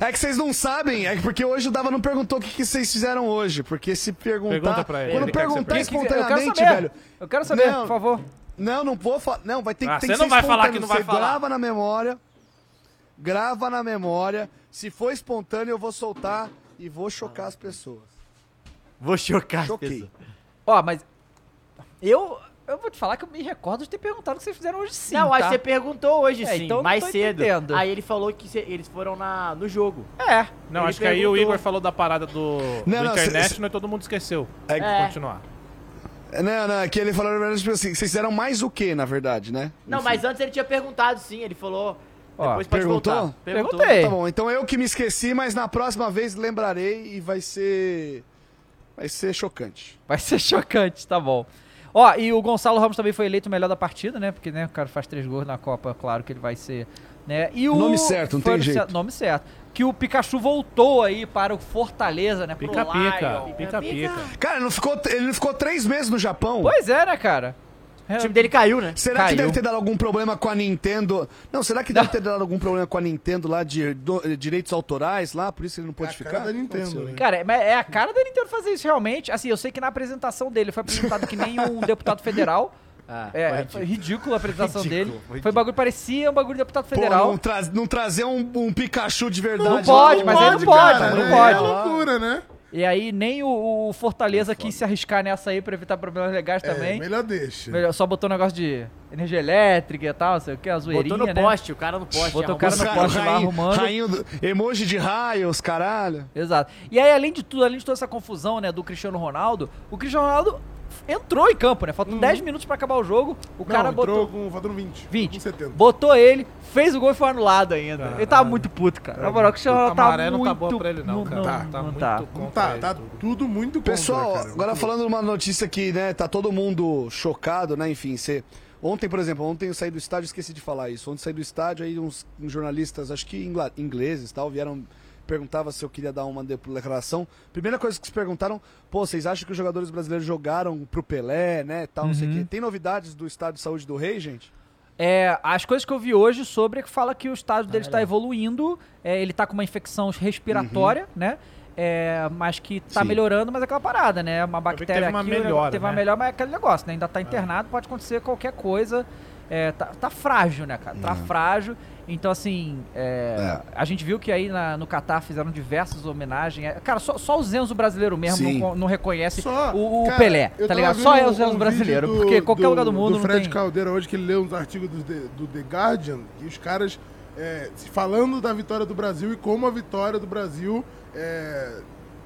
É que vocês não sabem, é que porque hoje o Dava não perguntou o que, que vocês fizeram hoje. Porque se perguntar. Pergunta pra ele, Quando ele quer que você perguntar pergunte. espontaneamente, é Eu quero saber, velho. eu quero saber, por favor. Não, não vou falar. Não, vai ter, que- Ah, tem você que não ser vai falar que espontâneo. não vai Você falar. Grava na memória. Grava na memória. Se for espontâneo, eu vou soltar e vou chocar as pessoas. Vou chocar as Choquei. pessoas. Ó, mas eu, eu vou te falar que eu me recordo de ter perguntado o que vocês fizeram hoje sim, não, acho tá? que você perguntou hoje É, sim, então eu não mais tô cedo. entendendo. Aí ele falou que cê- eles foram na, no jogo. É. Não, Ele acho que aí o perguntou. Igor falou da parada do, Não, do não, cê- International e todo mundo esqueceu. É. Vamos continuar. Não, não, é que ele falou na verdade tipo assim: vocês fizeram mais o que, na verdade, né? Não, mas antes ele tinha perguntado sim, ele falou. depois pode perguntou? voltar. Perguntou. É. Tá bom, então eu que me esqueci, mas na próxima vez lembrarei e vai ser. Vai ser chocante. Vai ser *laughs* chocante, tá bom. Ó, e o Gonçalo Ramos também foi eleito o melhor da partida, né? Porque, né, o cara faz três gols na Copa, claro que ele vai ser, né? E o... Nome certo, não foi tem o jeito. certo- Nome certo. Que o Pikachu voltou aí para o Fortaleza, né? Pro Pica-pica, Lion. pica-pica. Cara, não ficou, ele não ficou três meses no Japão? Pois é, né, cara? O time dele caiu, né? Será que deve ter dado algum problema com a Nintendo? Não, será que deve ter dado algum problema com a Nintendo lá de do- eh, direitos autorais lá? Por isso ele não pode ficar? cara da Nintendo, Aconteceu, né? Cara, é- mas é a cara da Nintendo fazer isso realmente. Assim, eu sei que na apresentação dele foi apresentado que nem um deputado federal. é, foi ridícula a apresentação dele. Foi bagulho, parecia um bagulho de deputado Pô, federal. não, tra- não trazer um, um Pikachu de verdade. Não pode, lá, mas ele não pode, cara, não né? pode. É loucura, né? E aí, nem o, o Fortaleza quis se arriscar nessa aí pra evitar problemas legais É, também. melhor deixa. Melhor- só botou um negócio de energia elétrica e tal, sei o que, a zoeirinha, no né? poste, o cara no poste, Botou o arrumou. cara Os no caras, poste lá rainho- arrumando. rainho do- emoji de raio, os caralho. Exato. E aí, além de tudo, além de toda essa confusão, né, do Cristiano Ronaldo, o Cristiano Ronaldo f- entrou em campo, né? Faltam 10 minutos pra acabar o jogo, o Não, cara entrou botou... com faltando 20. 20. Um Com 70. Botou ele, fez o gol e foi anulado ainda. Ele tava muito puto, cara. Na moral, o Cristiano Ronaldo tá É, amarelo muito... não tá boa pra ele, não, cara. Tá, tá muito tá. contra Tá, ele. tá tudo muito contra, Pessoal, cara. agora falando uma notícia que, né, tá todo mundo chocado, né, enfim, você... Ontem, por exemplo, ontem eu saí do estádio, esqueci de falar isso, ontem eu saí do estádio, aí uns uns jornalistas, acho que ingla- ingleses tal, vieram, perguntava se eu queria dar uma declaração. Primeira coisa que se perguntaram, pô, vocês acham que os jogadores brasileiros jogaram pro Pelé, né, tal, não Uhum. sei o quê. Tem novidades do estádio de saúde do rei, gente? É, as coisas que eu vi hoje sobre é que fala que o estado dele está evoluindo, é, ele tá com uma infecção respiratória, né? É, mas que tá Sim. melhorando, mas é aquela parada, né? Uma que bactéria teve uma aqui, o negócio- melhora, teve uma né? melhor, mas é aquele negócio, né? Ainda tá internado, pode acontecer qualquer coisa. É, tá, tá frágil, né, cara? Tá frágil. Então, assim, é, a gente viu que aí na- no Catar fizeram diversas homenagens. É, Cara, só, só o Zenzo brasileiro mesmo Sim. não, co- não reconhece Só, assim, o, o cara, Pelé, tá eu tava ligado? vendo Só é um- o um Zenzo vídeo brasileiro, do- porque qualquer lugar do mundo Do não Fred tem... Caldeira hoje, que ele leu uns artigos do, The- do The Guardian, e os caras é, se falando da vitória do Brasil e como a vitória do Brasil é,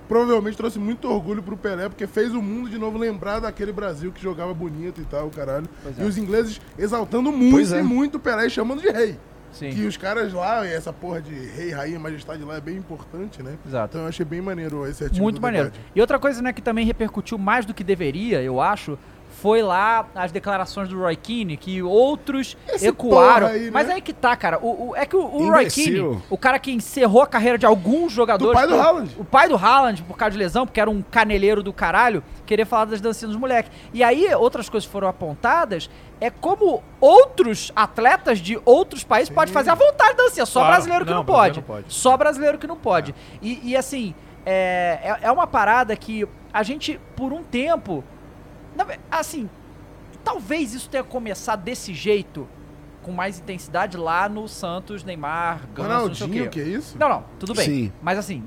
provavelmente trouxe muito orgulho pro Pelé, porque fez o mundo de novo lembrar daquele Brasil que jogava bonito e tal, caralho. E os ingleses exaltando Pois muito é. e muito o Pelé e chamando de rei. Sim. Que os caras lá, e essa porra de rei, rainha, majestade lá é bem importante, né? Exato. Então eu achei bem maneiro esse artigo. Muito do The maneiro. Guardian. E outra coisa, né, que também repercutiu mais do que deveria, eu acho, foi lá as declarações do Roy Keane, que outros Esse ecoaram. porra aí, né? Mas aí que tá, cara. O, o- é que o, o Roy Imbecil. Keane, o cara que encerrou a carreira de alguns jogadores. pai do Haaland. O pai do Haaland, por causa de lesão, porque era um caneleiro do caralho, queria falar das dancinhas dos moleques. E aí, outras coisas foram apontadas, é como outros atletas de outros países podem fazer à vontade dancinha, só Claro. brasileiro que Não, não, pode. brasileiro não pode. É. Só brasileiro que não pode. E, e, assim, é, é, é uma parada que a gente, por um tempo. na ve- Assim, talvez isso tenha começado desse jeito, com mais intensidade lá no Santos, Neymar, Ganso, não sei o Ronaldinho, quê. o que é isso? Não, não, tudo bem. Sim. Mas assim,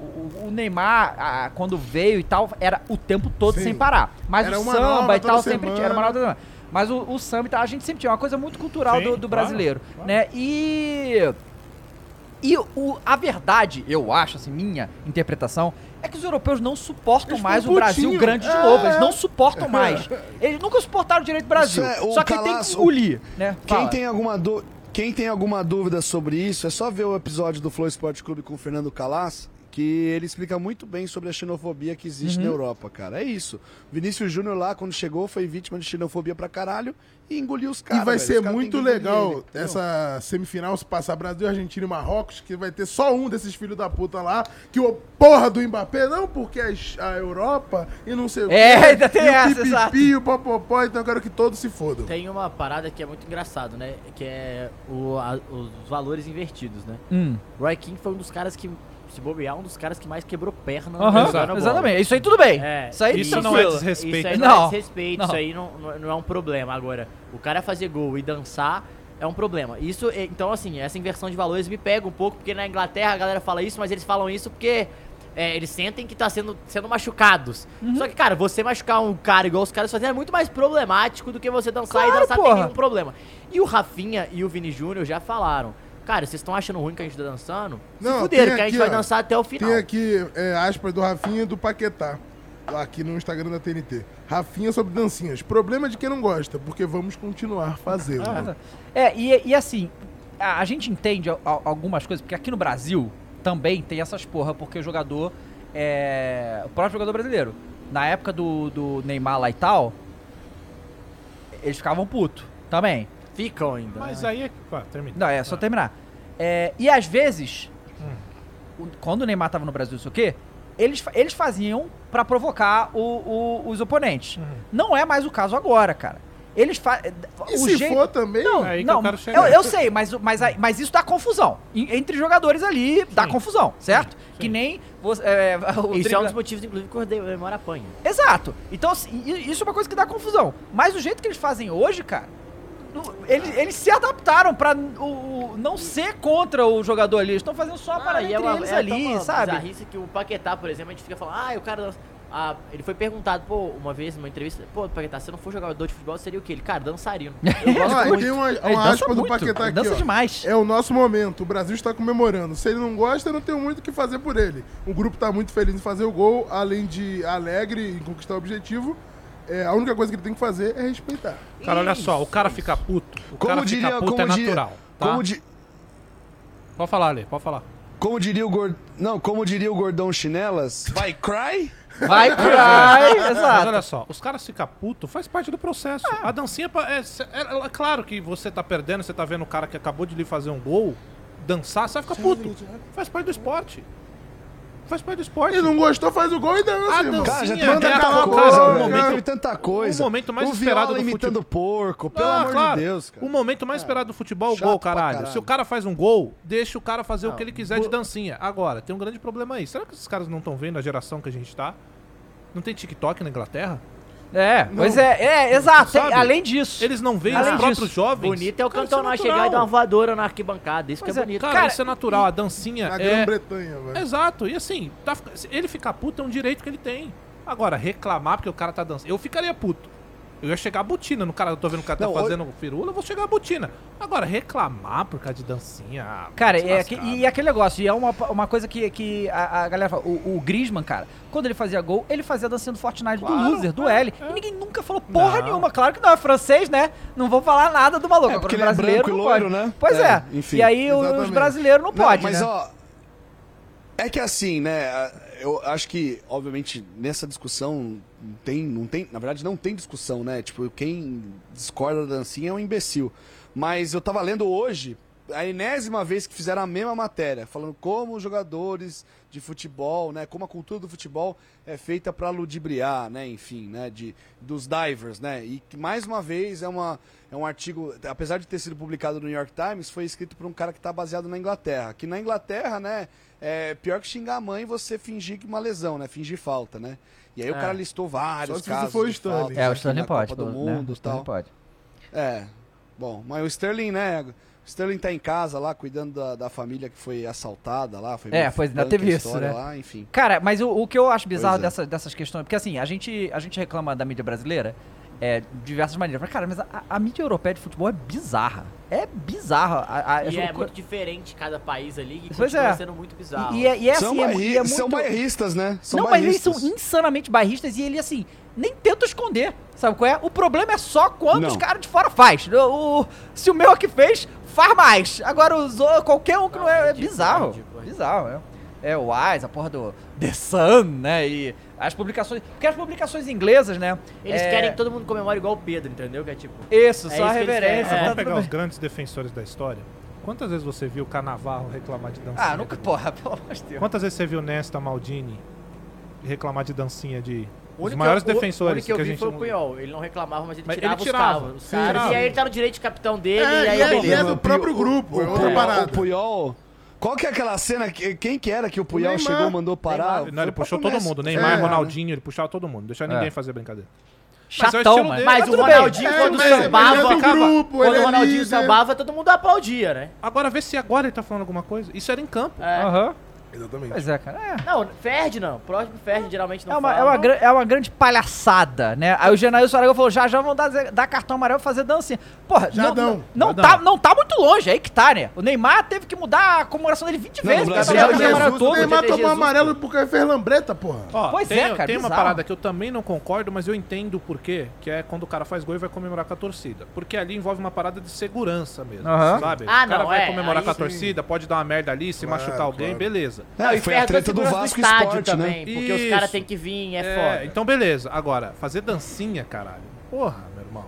o, o Neymar, ah, quando veio e tal, era o tempo todo Sim. sem parar. Mas Era o uma samba nova e tal toda sempre tinha. semana. Era uma nova toda semana. Mas o, o samba e tal, a gente sempre tinha. Uma coisa muito cultural Sim, do, claro, do brasileiro, né? E... E o, a verdade, eu acho, assim, minha interpretação, é que os europeus não suportam Eles mais o ficam Brasil putinho. grande de É. novo. Eles não suportam *laughs* mais. Eles nunca suportaram direito o Brasil. Isso é, o Só que tem que Calaço- engolir, né? Quem Fala. tem, alguma dú- Quem tem alguma dúvida sobre isso, é só ver o episódio do Flow Esporte Clube com o Fernando Calas, que ele explica muito bem sobre a xenofobia que existe Uhum. na Europa, cara. É isso. Vinícius Júnior lá, quando chegou, foi vítima de xenofobia pra caralho e engoliu os caras. e vai velho. ser Os caras têm muito que engolir legal ele, entendeu? essa semifinal se passar Brasil, Argentina e Marrocos, que vai ter só um desses filhos da puta lá, que o porra do Mbappé, não porque a es- a Europa e não sei o É, quê, ainda tem e essa, o exato. pipipi, o popopó, então eu quero que todos se fodam. Tem uma parada que é muito engraçado, né? Que é o- a- os valores invertidos, né? Hum. Roy King foi um dos caras que, se bobear, um dos caras que mais quebrou perna Aham, jogando a é bola. exatamente. Isso aí tudo bem. É, isso aí Isso tranquilo. não é desrespeito. Isso aí não, Não, é desrespeito, não. isso aí não, não não é um problema. Agora, o cara fazer gol e dançar é um problema. Isso, é- então, assim, essa inversão de valores me pega um pouco, porque na Inglaterra a galera fala isso, mas eles falam isso porque é, eles sentem que tá sendo, sendo machucados. Uhum. Só que, cara, você machucar um cara igual os caras fazendo é muito mais problemático do que você dançar e Claro, dançar porra. tem nenhum problema. E o Rafinha e o Vini Júnior já falaram. Cara, vocês estão achando ruim que a gente tá dançando? Não, Se fuderam, tem que a gente aqui, vai ó. dançar até o final. Tem aqui é, aspas do Rafinha e do Paquetá, lá aqui no Instagram da TNT. Rafinha sobre dancinhas. Problema de quem não gosta, porque vamos continuar fazendo. Ah, É, e, e assim, a, a gente entende al- al- algumas coisas, porque aqui no Brasil também tem essas porra, porque o jogador é. O próprio jogador brasileiro. Na época do, do Neymar lá e tal, eles ficavam puto também. Ficam ainda. Mas né? aí é. Ah, termina. Não, é só terminar. É, e às vezes, o- quando o Neymar tava no Brasil, não sei o quê, eles, fa- eles Uhum. faziam pra provocar o- o- os oponentes. Não é mais o caso agora, cara. Eles fazem. E se for também, não, é aí que não, eu quero eu, chegar. eu sei, mas, mas, aí- mas isso dá confusão. En- Entre jogadores ali, dá confusão, certo? Que nem. Você, é, *laughs* o Isso é um dribla- dos motivos, inclusive, que o Neymar apanha. Exato. Então, assim, i- isso é uma coisa que dá confusão. Mas o jeito que eles fazem hoje, cara, no- eles, eles se adaptaram pra o, o- não ser contra o jogador ali. Eles estão fazendo só a parada e entre é uma, eles é até ali, uma sabe? bizarrice que o Paquetá, por exemplo, a gente fica falando, ah, o cara... dança- Ah, ele foi perguntado, pô, uma vez numa entrevista, pô, Paquetá, se eu não for jogador de futebol, seria o quê? Ele, cara, dançarino. Eu gosto Ah, muito. tem uma, Ele uma dança aspa do muito, Paquetá ele aqui. dança ó. demais. É o nosso momento. O Brasil está comemorando. Se ele não gosta, não tem muito o que fazer por ele. O grupo está muito feliz em fazer o gol, além de alegre em conquistar o objetivo. É, a única coisa que ele tem que fazer é respeitar. Cara, olha só, o cara fica puto. O Como cara diria- fica puto é como diria- natural. Tá? como di- Pode falar, Ale, pode falar. Como diria o gord... Não, como diria o gordão chinelas, vai cry? Vai cry, Mas exato. Ah. olha só, os caras ficam putos, faz parte do processo. A dancinha é pra- é, é- é Claro que você tá perdendo, você tá vendo o cara que acabou de lhe fazer um gol, dançar, você vai ficar puto. Faz parte do esporte. Faz parte do esporte. Ele não gostou, faz o gol e dança. Ah, irmão. dancinha, Cara, já teve é tanta aquela coisa, coisa, o já momento- teve tanta coisa. o momento mais o esperado Viola do imitando porco, pelo Ah, amor claro. de Deus, cara. O momento mais esperado do futebol é o gol, caralho. caralho. Se o cara faz um gol, deixa o cara fazer o que ele quiser de bo- dancinha. Agora, tem um grande problema aí. Será que esses caras não estão vendo a geração que a gente tá? Não tem TikTok né, na Inglaterra? É, pois é, é, exato. Tem- além disso. Eles não veem Além os próprios disso, jovens. Bonito é o Cara, isso Cantona natural. chegar e dar uma voadora na arquibancada. Isso Pois que é, é, bonito. Cara, isso é natural. A dancinha Na é... Grã-Bretanha, velho. Exato. E assim, tá fica- se ele ficar puto é um direito que ele tem. Agora, reclamar porque o cara tá dançando... Eu ficaria puto. Eu ia chegar a botina no cara. Eu tô vendo o cara tá Não, hoje- fazendo firula, eu vou chegar a botina. Agora, reclamar por causa de dancinha... ah, Cara, se é, lascar, que- e aquele negócio, e é uma, uma coisa que, que a, a galera fala, o, o Griezmann, cara, quando ele fazia gol, ele fazia a dancinha do Fortnite, do Claro, loser, do é, L, e ninguém nunca falou porra Não. nenhuma, claro que não, é francês, né, não vou falar nada do maluco, É, Agora, porque o ele é brasileiro branco e não loiro, pode. né? Pois é, É, enfim, e aí os exatamente. brasileiros não, Não, podem, mas, né? ó, É que assim, né? a- Eu acho que, obviamente, nessa discussão não tem, não tem, na verdade não tem discussão, né? Tipo, quem discorda da dancinha é um imbecil. Mas eu tava lendo hoje a enésima vez que fizeram a mesma matéria, falando como os jogadores de futebol, né, como a cultura do futebol é feita pra ludibriar, né, enfim, né, de dos divers, né? E que, mais uma vez é uma é um artigo, apesar de ter sido publicado no New York Times, foi escrito por um cara que tá baseado na Inglaterra. Que na Inglaterra, né, é pior que xingar a mãe você fingir que uma lesão, né? Fingir falta, né? E aí o É. cara listou vários Só se você casos. for de Sterling. faltas É, o aqui Sterling na pode, Copa do pô, né? Mundo, O tal. Sterling pode. É. Bom, mas o Sterling, né? O Sterling tá em casa lá, cuidando da, da família que foi assaltada lá. Foi É, meio pois ainda franca a teve isso, história né? Lá, enfim. Cara, mas o, o que eu acho bizarro Pois é. dessa- dessas questões, porque assim, a gente, a gente reclama da mídia brasileira é, de diversas maneiras, mas cara, mas a, a mídia europeia de futebol é bizarra, é bizarra. A, a- E as é loucuras- muito diferente cada país ali e Pois continua é. sendo muito bizarro. E, e é, e é são, assim, é mu- bairri- e é muito... são bairristas, né? São não, mas eles bairristas. *laughs* são insanamente bairristas e ele, assim, nem tenta esconder, sabe qual é? O problema é só quando Não. os caras de fora faz. O, o- se o meu aqui fez, faz mais. Agora os o- qualquer um que não, é, é bizarro. Bizarro, é. É o Wise, a porra do The Sun, né? E as publicações... Porque as publicações inglesas, né? Eles é, querem que todo mundo comemore igual o Pedro, entendeu? Que é tipo... Isso, é só a que eles reverência. querem. tá Vamos tudo pegar um. bem. os grandes defensores da história. Quantas vezes você viu o Canavarro reclamar de dancinha? Ah, nunca, de- porra, pelo amor de Deus. Quantas vezes você viu Nesta Maldini reclamar de dancinha de O os único maiores que eu- o- defensores O único que eu a vi gente foi o não- Punhol. Ele não reclamava, mas ele Mas ele tirava, tirava, os sim, caras. Os caras tirava. e aí ele tá no direito de capitão dele. É, e aí e é- beleza. e é do próprio grupo, O, é outra Puyol, o parada. Puyol. Qual que é aquela cena? que- Quem que era que o Puyol Neymar. chegou e mandou Não, parar? um ele Foi puxou pro todo Messi. mundo. Neymar, É. Ronaldinho, ele puxava todo mundo. Deixava ninguém fazer brincadeira. Chatão, Mas é o estilo mano. dele. Mas Mas o tudo bem. Ronaldinho, É, quando mas- mas sambava, ele é do grupo, quando ele é o Ronaldinho líder. sambava, todo mundo aplaudia, né? Agora vê se agora ele tá falando alguma coisa. Isso era em campo. É. Aham. Exatamente. Pois é, cara. É. Não, Ferd não. Próximo Ferd geralmente não É uma, fala. é, uma gran- é uma grande palhaçada, né? Aí o Genailson Aragão falou, já já vão dar, dar cartão amarelo e fazer dancinha. Porra, Já não, dão, não, não já dão. tá, não tá muito longe, aí que tá, né? O Neymar teve que mudar a comemoração dele 20 Não, vezes. no pra Brasil dar já o Jesus, amarelo O todo. é Neymar Jesus, tomou pô. amarelo porque fez lambreta, porra. Ó, Pois tem, é, cara, tem uma bizarro. parada que eu também não concordo, mas eu entendo o porquê, que é quando o cara faz gol e vai comemorar com a torcida. Porque ali envolve uma parada de segurança mesmo, Aham. sabe? Ah, o cara não, vai é, comemorar aí com a sim. torcida, pode dar uma merda ali, se Claro, machucar alguém, claro. beleza. É, e foi a Ferd treta do segurança Vasco estádio Esporte, também, né? porque os Isso. caras têm que vir, é, É, foda. então beleza. Agora, fazer dancinha, caralho. Porra, meu irmão.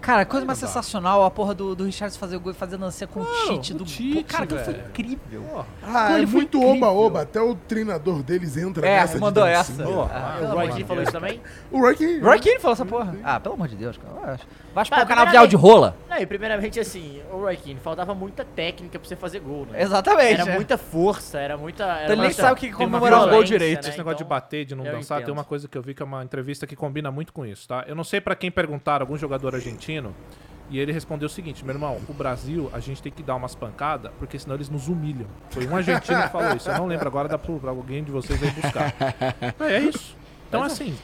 Cara, coisa mais sensacional a porra do, do Richardson fazer o gol e fazer a dancinha com o Tite do Pô, Cara, aquilo foi um velho. incrível. Ah, Aquilo é ali foi muito incrível. oba-oba. Até o treinador deles entra É, nessa. de mandou dancinha. essa. Ó, Ah, pelo o Roy amor Keane de falou Deus. isso também? O Roy Keane. Roy Keane falou essa porra. Ah, pelo amor de Deus, cara. eu acho. Vai Tá, pro canal de primeiramente- áudio rola. Não, e primeiramente assim, o Roy Keane, faltava muita técnica pra você fazer gol, né? Exatamente, Era é. muita força, era muita. Era Então ele nem muita- sabe o que tem uma um comemorar o gol violência, direito. né? Esse negócio de bater, de não eu dançar, tem entendo. uma coisa que eu vi que é uma entrevista que combina muito com isso, tá? Eu não sei pra quem perguntaram, algum jogador argentino, e ele respondeu o seguinte: meu irmão, o Brasil, a gente tem que dar umas pancadas, porque senão eles nos humilham. Foi um argentino que falou isso. Eu não lembro agora, dá pra pra alguém de vocês aí buscar. É, é isso. Então, Mas assim,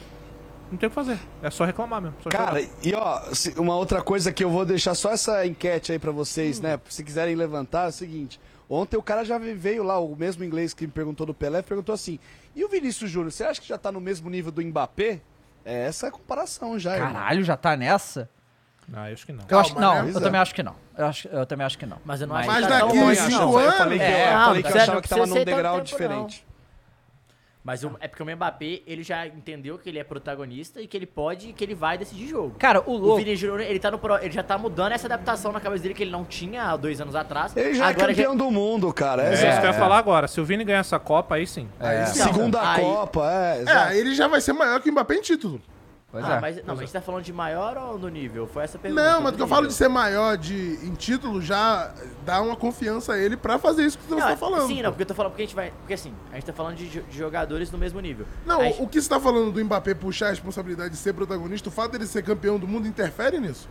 não tem o que fazer. É só reclamar mesmo. só Cara, chorar. e ó, se- uma outra coisa que eu vou deixar só essa enquete aí pra vocês, né? Se quiserem levantar, é o seguinte. Ontem o cara já ve- veio lá, o mesmo inglês que me perguntou do Pelé, perguntou assim: e o Vinícius Júnior, você acha que já tá no mesmo nível do Mbappé? É essa é a comparação já. irmão. Caralho, já tá nessa? Ah, eu acho que não. Eu acho que Calma, não, né? eu também acho que não. Eu, acho, eu também acho que não. Mas eu não acho que tá tão longe, não. Eu falei que eu- eu falei que eu achava que tava num degrau diferente. Mas o- é porque o Mbappé, ele já entendeu que ele é protagonista e que ele pode e que ele vai decidir jogo. Cara, o louco- O Vini Júnior, ele, tá no pro- ele já tá mudando essa adaptação na cabeça dele que ele não tinha há dois anos atrás. Ele já Agora é campeão do mundo, cara. É, essa isso que eu ia é. falar agora. Se o Vini ganhar essa Copa, aí sim. É. Segunda Então, Aí- Copa, é. exato. É, ele já vai ser maior que o Mbappé em título. é. Ah, mas, não, mas a gente tá falando de maior ou do nível? Foi essa a pergunta. é. Não, mas o que eu falo nível. de ser maior de, em título já dá uma confiança a ele pra fazer isso que você Não, é, tá falando. Sim, não, porque eu tô falando porque a gente vai. Porque assim, a gente tá falando de, jo- de jogadores no mesmo nível. Não, a o- o que você tá falando do Mbappé puxar a responsabilidade de ser protagonista, o fato dele ser campeão do mundo interfere nisso?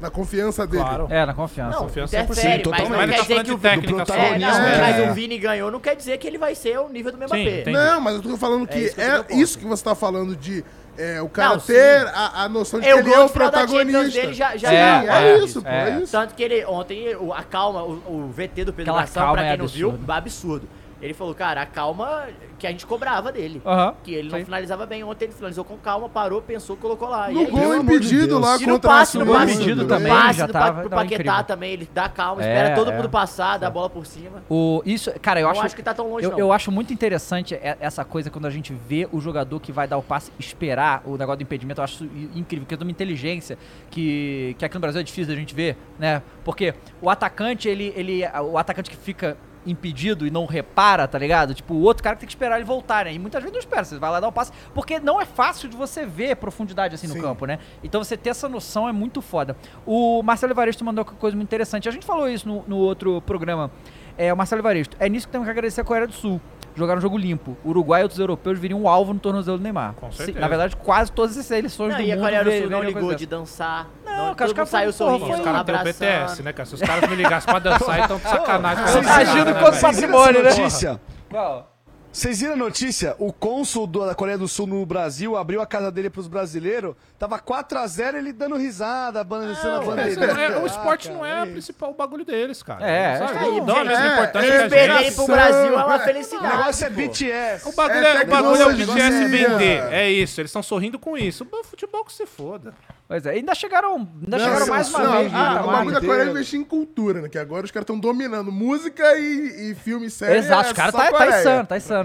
Na confiança dele? Claro. É, na confiança. Não, Confiança interfere, mas Mas ele não quer tá dizer falando que o de Vini... técnica só. É, não, É. mas o Vini ganhou, não quer dizer que ele vai ser o nível do Mbappé. Não, mas eu tô falando que é isso que, você tá falando de é, o cara Não, sim. ter a, a noção de É, que o ele é gol o de final da protagonista. Champions dele já, já Sim, é, é, isso, pô, é, isso. Tanto que ele, ontem, o- a calma, o, o VT do Pedro Aquela Marçal, calma pra é quem não viu, absurda. absurdo. Ele falou, cara, a calma que a gente cobrava dele. Aham, Que ele não sim. finalizava bem. Ontem ele finalizou com calma, parou, pensou, colocou lá. No e é gol isso. impedido Pelo amor lá de Deus. e no contra passe, a no Suécia passe. Impedido no também, passe, já no tava- pa- pro não, Paquetá incrível. também, ele dá calma, É, espera todo é. mundo passar, dá a bola por cima. O, isso, cara, eu Não acho, acho que tá tão longe, eu, não. eu acho muito interessante e- essa coisa quando a gente vê o jogador que vai dar o passe esperar o negócio do impedimento. Eu acho isso i- incrível, porque é de uma inteligência que, que aqui no Brasil é difícil da gente ver, né? Porque o atacante, ele, ele o atacante que fica impedido e não repara, tá ligado? Tipo, o outro cara que tem que esperar ele voltar, né? E muitas vezes não espera, você vai lá dar o passe, porque não é fácil de você ver profundidade assim no campo, né? Então você ter essa noção é muito foda. O Marcelo Evaristo mandou uma coisa muito interessante. A gente falou isso no, no outro programa. É, o Marcelo Evaristo, é nisso que temos que agradecer a Coreia do Sul. Jogaram um jogo limpo. O Uruguai e outros europeus viriam um alvo no tornozelo do Neymar. Com Se- certeza. Na verdade, quase todas as seleções Não, do e a mundo Coreia do vê- Sul não vê uma coisa ligou dessa. de dançar. Não, cara, Não, os todo mundo caras foram- saiu porra, sorrindo, foi- Os caras têm o BTS, abraçando. né, cara? Se os caras me ligassem pra dançar, então de sacanagem. Vocês Tá viram- agindo vocês contra o viram patrimônio, essa né? notícia? Qual? Vocês viram a notícia? O cônsul do- da Coreia do Sul no Brasil abriu a casa dele pros brasileiros. Tava 4x0 ele dando risada, balançando a Mas bandeira. não é- o esporte não é o principal bagulho deles, cara. É, Sabe? é, Eles não dão a gente, mesma é, importância eles que a perderem gente. pro Brasil é uma O felicidade. negócio é pô. BTS. O bagulho é, É o bagulho é o tecnologia, BTS é- vender. É isso, eles estão sorrindo com isso. O futebol que se foda. Pois é, ainda chegaram, ainda Não, chegaram mais uma não, vez. ah, né? o bagulho da inteiro. Coreia é investir em cultura, né? Que agora os caras estão dominando música e, e filme e série. Exato, é os caras só tá, tá Coreia. insano, tá insano.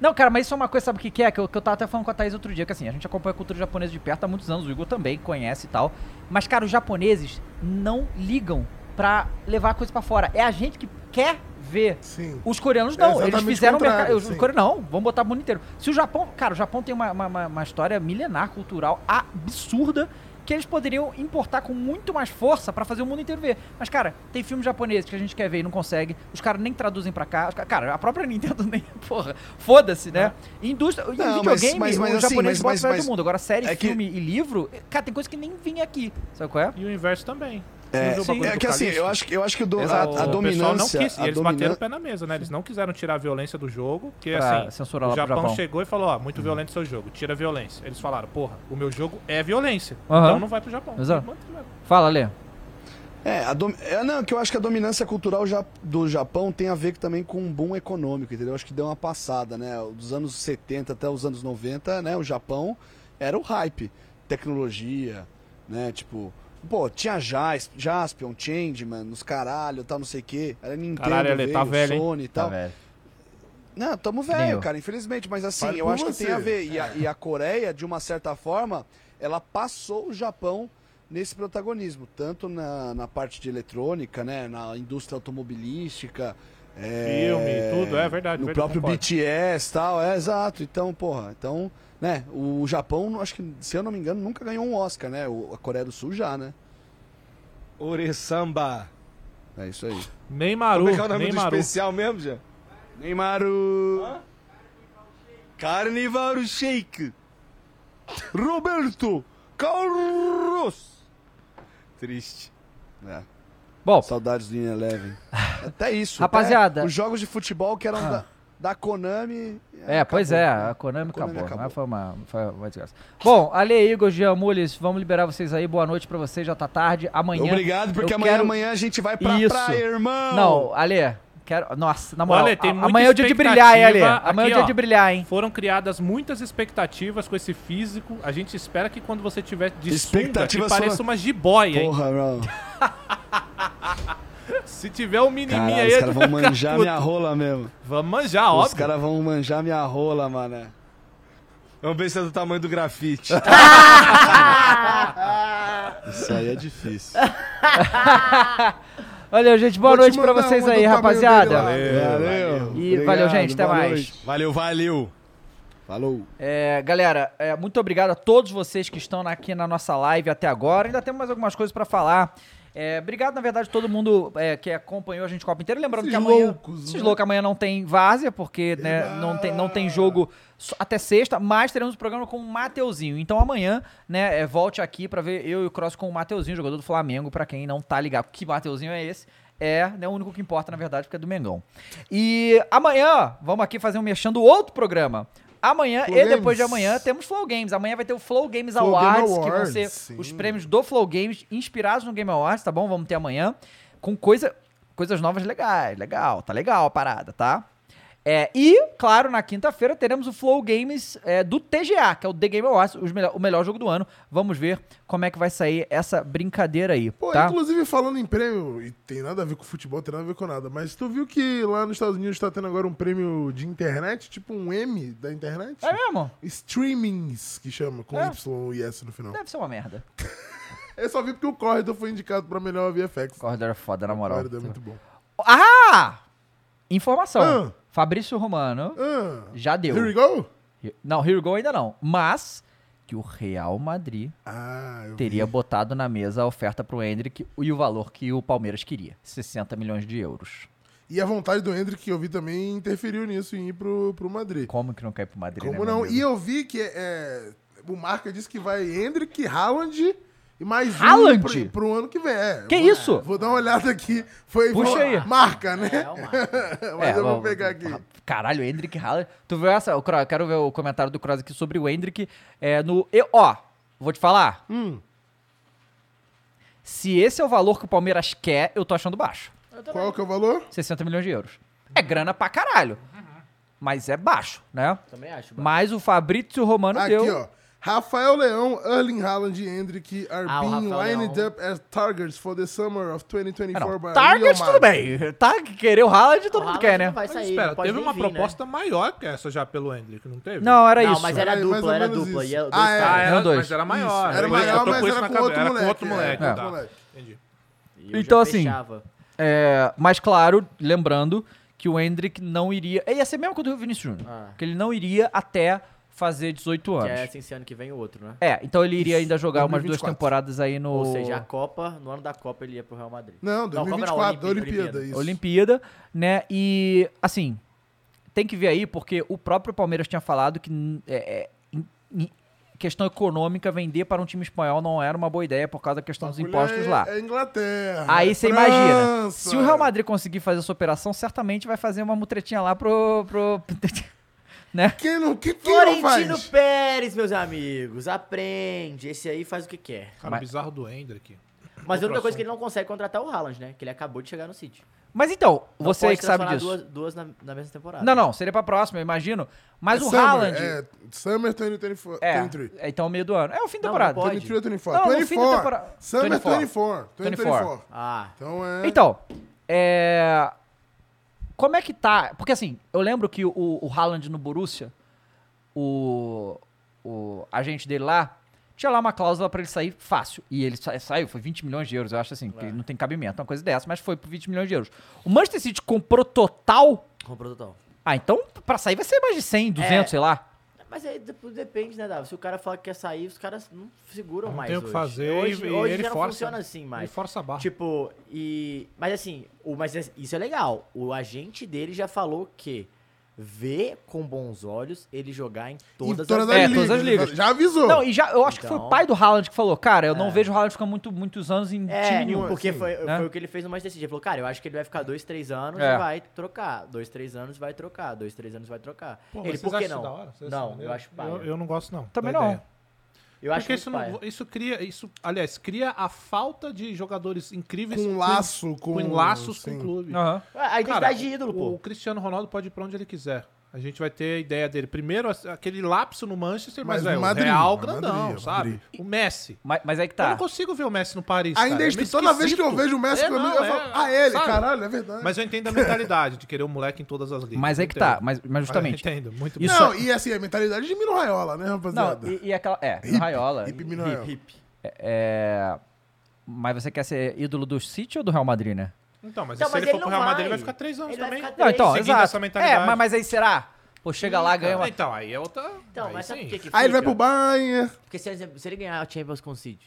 Não, cara, mas isso é uma coisa, sabe o que, que é? Que eu, que eu tava até falando com a Thaís outro dia, que assim, a gente acompanha a cultura japonesa de perto há muitos anos, o Igor também conhece e tal. Mas, cara, os japoneses não ligam pra levar a coisa pra fora. É a gente que quer ver. Sim. Os coreanos É não, eles exatamente fizeram o o contrário, mercado. Os sim. coreanos não, vamos botar o mundo inteiro. Se o Japão. Cara, o Japão tem uma, uma- uma- uma história milenar, cultural absurda, que eles poderiam importar com muito mais força pra fazer o mundo inteiro ver. Mas, cara, tem filme japonês que a gente quer ver e não consegue. Os caras nem traduzem pra cá. Os ca- Cara, a própria *laughs* Nintendo nem. Porra, foda-se, né? Indústria. em Não, mas- videogame, mas- mas o assim, japonês mas- bota mas- pra mas- todo mundo. Agora, série, é que- filme e livro, cara, tem coisa que nem vinha aqui. Sabe qual é? E o inverso também. É, Não viu o bagulho é do que assim, Calixto? eu acho, que- eu acho que o do, a, Exato. a o pessoal não dominância... quis, e a eles bateram dominan- o pé na mesa, né? Eles não quiseram tirar a violência do jogo, porque Pra assim, censurar o lá pro Japão, Japão. chegou e falou, ó, Uhum. muito violento o seu jogo, tira a violência. Eles falaram, porra, o meu jogo é violência, Aham. então não vai pro Japão. Exato. Manda pro Japão. Fala, Lê. É, a dom- é, não, que eu acho que a dominância cultural ja- do Japão tem a ver também com um boom econômico, entendeu? Acho que deu uma passada, né? Dos anos 70 até os anos 90, né? O Japão era o hype. Tecnologia, né? Tipo, pô, tinha Jas- Jaspion, Changeman, nos caralho, tal, não sei o quê. Era Nintendo, Caralho, ele veio, tá velho, hein? Sony e tal. Não, tamo Nem velho, eu. cara, infelizmente, mas assim, Fale eu por acho você. que tem a ver. E a, e a Coreia, de uma certa forma, ela passou o Japão nesse protagonismo, tanto na, na parte de eletrônica, né, na indústria automobilística, é, Filme, tudo, é verdade, No verdade, próprio concordo. BTS e tal, é exato. Então, porra, então, né, o Japão, acho que, se eu não me engano, nunca ganhou um Oscar, né? O- a Coreia do Sul já, né? Oresamba. É isso aí. Neymaru. Como é que é o nome Neymaru. do especial mesmo, já? Neymaru. Carnival Shake. Roberto Carlos. Triste. É. Bom. Saudades do In Eleven. Até isso. Rapaziada. Ah. até os jogos de futebol que eram da, da Konami. É, pois é, a Konami, né? Konami acabou. acabou. Mas foi uma, foi uma desgraça. Bom, Ale, Igor, Jean, Mules, vamos liberar vocês aí. Boa noite pra vocês, já tá tarde. Amanhã. Obrigado, porque eu amanhã, quero- amanhã a gente vai pra Isso. praia, irmão. Não, Ale, quero. Nossa, na moral. Olha, tem a- muita amanhã é o dia de brilhar, hein, Ale? expectativa. Amanhã é o Aqui, dia ó, de brilhar, hein? Foram criadas muitas expectativas com esse físico. A gente espera que quando você tiver de Expectativas sunga, que pareça foram- uma jiboia, hein? Porra, não. Se tiver um menininho Caralho, aí... os caras vão vai ficar manjar puto. minha rola mesmo. Vamos manjar, Os óbvio. caras vão manjar minha rola, mano. Vamos ver se é do tamanho do *laughs* grafite. Isso aí é difícil. Valeu, gente. Boa Vou te noite pra mandar vocês uma aí, do tamanho dele lá. rapaziada. É, Valeu. E valeu, gente. Até boa mais. noite. Valeu, valeu. Falou. É, galera, é, muito obrigado a todos vocês que estão aqui na nossa live até agora. Ainda temos mais algumas coisas pra falar. É, obrigado, na verdade, todo mundo é, que acompanhou a gente o Copa inteira. Lembrando Esses que amanhã. loucos, esses né? loucos, amanhã não tem várzea, porque né, não, tem, não tem jogo só- até sexta, mas teremos o programa com o Mateuzinho. Então amanhã, né, é, volte aqui pra ver eu e o Cross com o Mateuzinho, jogador do Flamengo, pra quem não tá ligado. Que Mateuzinho é esse? É né, o único que importa, na verdade, porque é do Mengão. E amanhã, vamos aqui fazer um mexendo outro programa. Amanhã Flow e depois Games. de amanhã temos Flow Games. Amanhã vai ter o Flow Games Flow Game Awards, que vão Awards, ser sim. os prêmios do Flow Games inspirados no Game Awards, tá bom? Vamos ter amanhã com coisa, coisas novas legais, legal, tá legal a parada, tá? É, e, claro, na quinta-feira teremos o Flow Games é, do TGA, que é o The Game Awards, os melhor- o melhor jogo do ano. Vamos ver como é que vai sair essa brincadeira aí, Pô, tá? inclusive falando em prêmio, e tem nada a ver com futebol, tem nada a ver com nada, mas tu viu que lá nos Estados Unidos tá tendo agora um prêmio de internet, tipo um M da internet? É mesmo? Streamings, que chama, com É. Y e S no final. Deve ser uma merda. Eu só vi porque o Corridor foi indicado pra melhor VFX. Corridor é foda, na moral. Corridor é muito bom. Ah! Informação. Ah. Fabrício Romano Ah. já deu. Here we go? Não, Here Go ainda não. Mas que o Real Madrid Ah, eu teria vi. botado na mesa a oferta pro Hendrick e o valor que o Palmeiras queria. 60 milhões de euros. E a vontade do Hendrick, que eu vi também, interferiu nisso em ir pro, pro Madrid. Como que não cai pro Madrid? né, Como meu não? amigo? E eu vi que é, o Marca disse que vai Hendrick, Haaland e mais Haaland? um pro, pro ano que vem. É, Que vou- isso? Vou dar uma olhada aqui. Foi Puxa foi- aí. Marca, né? É, o *laughs* Mas É, eu vou o- pegar aqui. Caralho, Hendrick Haaland. Tu viu essa? Eu cro- quero ver o comentário do Cross aqui sobre o Hendrick. É, no, eu, ó, vou te falar. Hum, Se esse é o valor que o Palmeiras quer, eu tô achando baixo. qual que é o valor? 60 milhões de euros. É grana pra caralho. Uhum. Mas é baixo, né? Também acho. mano. Mas o Fabrício Romano aqui, deu. ó. Rafael Leão, Erling Haaland e Hendrick are Ah, o being Rafael lined Leão. up as targets for the summer of 2024 Ah, não. by Real Target, Madrid. tudo bem. Tá, querer o Haaland, todo O mundo Haaland quer, né? não Vai Mas sair, espera, não pode teve nem uma vir, né? proposta maior que essa já pelo Hendrick, não teve? Não, era Não, isso. mas era É, mais ou dupla, era menos dupla. isso. Ia os Ah, dois é. Ah, Ah, é. caras. era, dois. mas era maior. Isso, Era um era maior, eu tô mas com isso era na com cabeça, outro era moleque, outro é, moleque. outro tá. moleque. Entendi. E eu Então, já assim, fechava. É, mas claro, lembrando que o Hendrick não iria. Ia ser mesmo que o do Vinícius Júnior. Ah. Que ele não iria até fazer 18 Que anos. é assim, esse ano que vem o outro, né? É, então ele iria ainda jogar umas duas 2024. temporadas aí no Ou seja, a Copa, no ano da Copa ele ia pro Real Madrid. Não, Copa 2024, Olimpí- Olimpíada, isso. Olimpíada, né? E assim, tem que ver aí porque o próprio Palmeiras tinha falado que é, é, em- em questão econômica vender para um time espanhol não era uma boa ideia por causa da questão dos impostos é, lá. É Inglaterra. Aí é você imagina, França. se o Real Madrid conseguir fazer essa operação, certamente vai fazer uma mutretinha lá pro. pro *laughs* né? Quem não, quem, quem não Florentino faz? Pérez, meus amigos, aprende. Esse aí faz o que quer. Cara, Mas- bizarro do Hendrick. Mas Outro outra coisa é que assunto. ele não consegue contratar é o Haaland, né? Que ele acabou de chegar no City. Mas então, Não você pode que sabe transformar disso. Duas, Ah. duas na, na mesma temporada. Não, não, seria pra próxima, eu imagino. Mas É o summer, Haaland. É, Summer 2024. É, 23. é, então é o meio do ano. É o fim da Não, não temporada. pode. 23 ou 24? Não, no fim da 24. temporada. Summer 24. 24. 24. Ah, Então é. Então, é. Como é que tá? Porque assim, eu lembro que o, o Haaland no Borussia, o, o agente dele lá, tinha lá uma cláusula pra ele sair fácil. E ele sa- saiu, foi 20 milhões de euros, eu acho assim, É. que não tem cabimento, uma coisa dessa, mas foi por 20 milhões de euros. O Manchester City comprou total. Comprou total. Ah, então pra sair vai ser mais de 100, É, 200, sei lá. Mas aí depois depende, né, Davi? Se o cara fala que quer sair, os caras não seguram Não mais. tem o que hoje. fazer hoje, e- e hoje ele já não força. funciona assim mais. Ele força a barra. Tipo, e. Mas assim, o, mas isso é legal. O agente dele já falou que vê com bons olhos ele jogar em todas, todas as, as É, ligas, todas as ligas. ligas. já avisou. Não, e já- eu acho que foi o pai do Haaland que falou, cara, eu não tipo, Então. É. vejo o Haaland ficar muito, muitos anos em É, time nenhum. assim, porque foi, né? foi o que ele fez no Manchester City. Ele falou, cara, eu acho que ele vai ficar dois, três anos É. e vai trocar. Dois, três anos vai trocar. Dois, três anos vai trocar. Pô, ele, vocês por que acham não? isso da hora? Vocês não, acham eu maneiro? acho pai. Eu, eu não gosto, não. Também da não. ideia. Eu acho Porque muito isso, não- paia. isso cria. Isso, aliás, cria a falta de jogadores incríveis Com laço, com- laços sim. com o clube. Aham. Ah, A- a identidade de ídolo, o, pô. O Cristiano Ronaldo pode ir pra onde ele quiser. A gente vai ter a ideia dele. Primeiro, as- aquele lapso no Manchester, mas, Mas velho, o Madrid, Real Madrid, grandão, Madrid. sabe? O Messi. Mas, aí que tá. Eu não consigo ver o Messi no Paris. Ainda cara. é É esqui- meio toda vez que eu esquisito. vejo o Messi É, quando não, eu é- falo, ah, ele, sabe? caralho, é verdade. Mas eu entendo a *laughs* mentalidade de querer um moleque em todas as ligas. Mas aí eu que tá, entendo. mas- mas justamente, Eu entendo, muito isso- é- Não, e assim, a mentalidade de Miro Raiola, né, Não, rapaziada? e, e aquela. É, Mino Raiola. Hip, Mino Raiola. É, é, mas você quer ser ídolo do City ou do Real Madrid, né? Então, mas Então, se mas ele for ele pro não Real Madrid, ele vai. vai ficar três anos Ele vai também. ficar Não, então, Seguindo exato. essa mentalidade. É, mas, mas aí será? Pô, chega lá, ganha uma. Então, aí é outra. Então, aí mas sabe assim, sim. por que que Aí ele vai fica? pro Bayern. Porque se, ele- se ele ganhar a Champions com o City,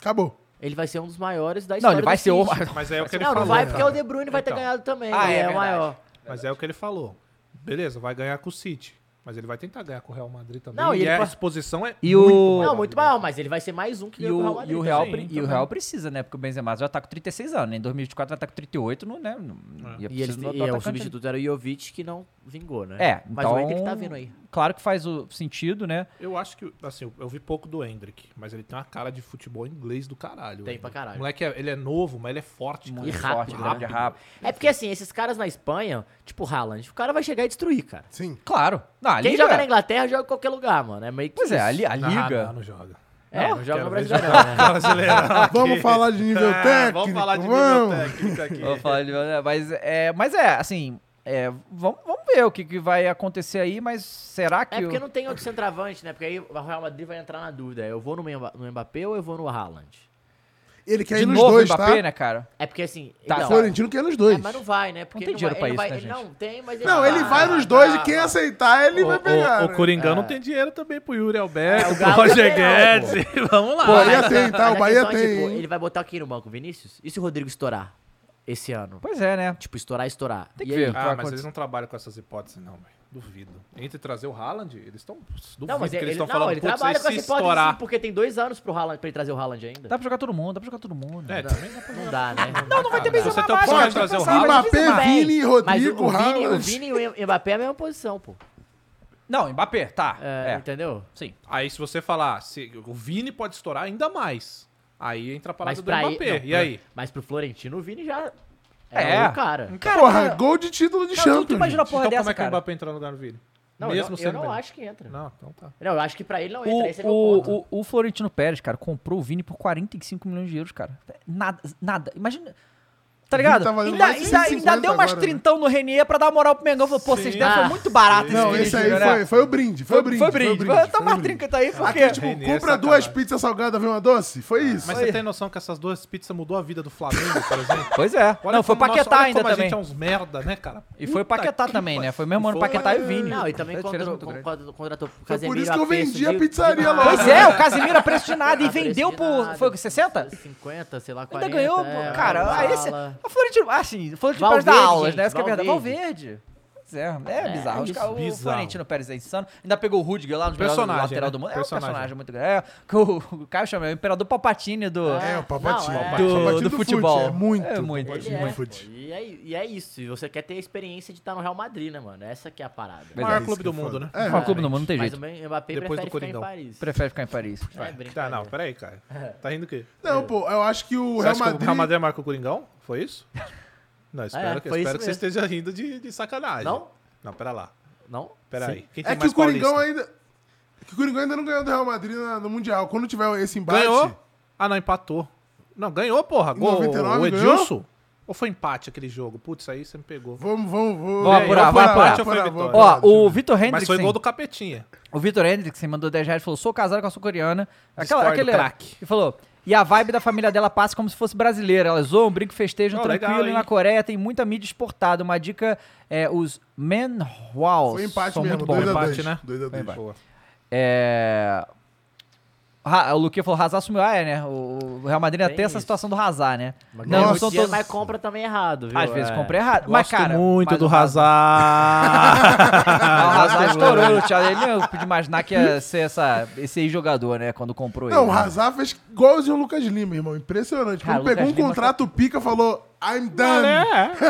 Acabou. ele vai ser um dos maiores da história ele vai do ser o City. maior. Mas é o que ele Não, não falou, vai, cara. porque o De Bruyne vai ter Então. ganhado também. Ah, ele é é, o maior. Mas é o que ele falou. Beleza, vai ganhar com o City. Mas ele vai tentar ganhar com o Real Madrid também. Não, e e ele a pa- exposição é E muito o- maior. Não, muito maior, mas ele vai ser mais um que E ganhou com o, e o Real Real, Madrid. pre- também. e o Real precisa, né? Porque o Benzema já tá com 36 anos, né? Em 2024 vai estar com 38, não, né? Não- é E, eles, preciso do- do e é o atacante. substituto era o Jovic que não vingou, né? É, Mas então, o Hendrick tá vindo aí. Claro que faz o sentido, né? Eu acho que, assim, eu- eu vi pouco do Hendrick, mas ele tem uma cara de futebol inglês do caralho. Tem Hendrick. pra caralho. O moleque, é, ele é novo, mas ele é forte. cara. E rápido, grande, rápido. É porque assim, esses caras na Espanha, tipo o Haaland, o cara vai chegar e destruir, cara. Sim. Claro. Não, a Quem liga- joga na Inglaterra joga em qualquer lugar, mano. É meio que Pois é, isso. a, li- a Não, liga. não, não joga. É, Não, não joga no quero ver Brasileirão, jogar né? brasileiro Ah, aqui. Vamos falar de *laughs* nível É, técnico, Vamos falar de nível vamos. técnico aqui. Vou falar de- é, mas, é, mas é, assim, é, vamos, vamos ver o que, que vai acontecer aí, mas será que. É porque o- não tem outro centroavante, né? Porque aí o Real Madrid vai entrar na dúvida. Eu vou no Mba- no Mbappé ou eu vou no Haaland? Ele quer de ir nos novo o dois, Mbappé, tá? né, cara? É porque assim. Tá, então- Florentino quer nos dois. É, mas não vai, né? Porque Não tem ele dinheiro pra vai- isso, ele né, vai- Ah, tá. ele Não tem, mas Não, ele vai nos dois e quem é? aceitar, ele vai pegar. Ah, O, o né? Coringão É. não tem dinheiro também pro Yuri Alberto, É, o pro Galo Roger também não, Guedes. *laughs* Vamos lá. Pô, Bahia mas- tem, tá? mas O a Bahia questão é, tem, tipo, hein? ele vai botar quem no banco? Vinícius? E se o Rodrigo estourar esse ano? Pois é, né? Tipo, estourar, estourar. Tem E que aí? ver. Ah, mas eles acontecer. não trabalham com essas hipóteses, não, velho. Duvido. Entre trazer o Haaland, eles estão. Duvido Não, mas que ele, eles estão não, falando ele "Putz, trabalha aí com essa se hipótese estourar. Tá, sim, porque tem dois anos pro Haaland, pra ele trazer o Haaland ainda. Dá pra jogar todo mundo, dá pra jogar todo mundo. É, também dá pra Não dá, né? Não, não vai ter Se Benzema você tem a mais, opção vai de trazer o pensar, vai ter Mbappé, Benzema. Bem, Vini, mas o- Rodrigo, o, Vini, o Haaland. Vini e o Mbappé é a mesma posição, pô. Não, Mbappé, tá. É, É, Entendeu? sim. Aí se você falar, se, o Vini pode estourar ainda mais. Aí entra a parada Mas do pra ele- Mbappé. não, e aí? Mas pro Florentino, o Vini já É. é, o cara. Cara, Porra, cara, gol de título de cara, tu- tu Champions. imagina a porra então como dessa, é que o cara. Mbappé entra no lugar do Vini? Não, eu, não- eu não melhor. acho que entra. Não, Não, então tá. eu acho que pra ele não entra. esse é meu O, ponto. o, o, o Florentino Pérez, cara, comprou o Vini por 45 milhões de euros, cara. É, Nada, nada. Imagina. Tá Vini ligado? tá valendo ainda, mais de ainda, 150 ainda deu umas agora, né? trintão no Renier pra dar moral pro Mengão. Falou, pô, vocês Sim. deram, foi Ah. muito barato Não, esse esse Vini aí Júnior, né? foi, foi o brinde. Foi o brinde. Foi brinde. foi o Tá brinde, foi o uma brinde. trinca tá aí, porque... Aqui, tipo, Renê, compra sacanagem. duas pizzas salgadas, vem uma doce? Foi isso. Ah, Mas você tem noção que essas duas pizzas mudou a vida do Flamengo, por exemplo? Pois é. Olha não, foi como- nossa, Paquetá olha ainda como também. A gente é uns merda, né, cara? E foi o Puta Paquetá que também, né? pariu. Foi o mesmo ano Foi- Paquetá e o Vini. Não, e também É contra, diferença muito con- grande. con- contratou o Foi Casemiro. por isso que eu preço vendi a de- pizzaria lá. Pois é, o Casemiro a preço de nada e Ah, preço vendeu *laughs* de por. nada, Foi o que, 60? 50, sei lá, Ainda 40. ganhou, é, cara. uma Aí esse, bala. o Florentino. ah, Assim, o Florentino Pérez dá Valverde, aulas, né? gente, Essa que é a verdade. Valverde. Valverde. Pois é, é, É, bizarro. Os isso. caras- o Bizarro. Florentino Pérez é insano. Ainda pegou o Rudiger lá no Personagem, lateral né? do mundo. É um Personagem. personagem muito grande. É, *laughs* que o, o Caio chama, é o imperador Palpatine do. É, o Papatini. Não, é. Do- O Papatini do futebol. fute, É muito. É muito, Papatini Ele é, do pô, fute. e, é, e é isso. E você quer ter a experiência de estar no Real Madrid, né, mano? Essa que é a parada. O Mas maior é clube isso do que mundo, foda. né? É, qual clube do mundo? Não tem Mas jeito. o Mbappé Depois prefere do ficar em Coringão. Paris. Prefere ficar em Paris. É, Tá, brincadeira. não, peraí, cara. Tá rindo o quê? Não, pô, eu acho que o Você Real acha que o Real Madrid... Madrid marca o Coringão? Foi isso? Não, espero, É, que, foi espero isso que você mesmo. esteja rindo de, de sacanagem. Não? Não, pera lá. Não? Pera Sim. aí. Quem tem É que mais o Coringão paulista? ainda... é Que o Coringão ainda não ganhou do Real Madrid na- no Mundial. Quando tiver esse embate... Ganhou? Ah, não, empatou. Não, ganhou, porra. Em Gol. 99 o ganhou? Edilson? Ou foi empate aquele jogo? Putz, aí você me pegou. Vamos, vamos, vamos. Vamos apurar, foi vai apurar. empate ou foi Ó, vitória? o Vitor Hendrickson... Mas foi gol do Capetinha. O Vitor Hendrickson mandou 10 reais e falou: sou casado com a sul-coreana. Aquela, Discordo, aquele. craque. E falou. E a vibe da família dela passa como se fosse brasileira. Elas zoam, brincam, festejam Oh, tranquilo. legal, e hein? na Coreia tem muita mídia exportada. Uma dica é os Menhwals. Foi empate são mesmo, muito dois bons. a Empate, dois, né? dois a Foi dois. empate. Boa. É... Ra- O Luquinha falou, Hazard sumiu. Ah, é, né? O o Real Madrid até Tem essa isso. situação do Hazard, né? Nossa. é, Mas compra também errado, viu? Às vezes É. compra errado. mas, Gosto cara, muito mas do o Hazard- Ah, *laughs* o Hazard. Hazard estourou no Thiago. Ele não podia imaginar que Hum? ia ser essa, esse aí jogador, né? Quando comprou ele. Não, o Hazard fez igualzinho o Lucas Lima, irmão. Impressionante. Cara, Quando o Lucas pegou um Lima- contrato pica, falou, I'm done. né? *laughs*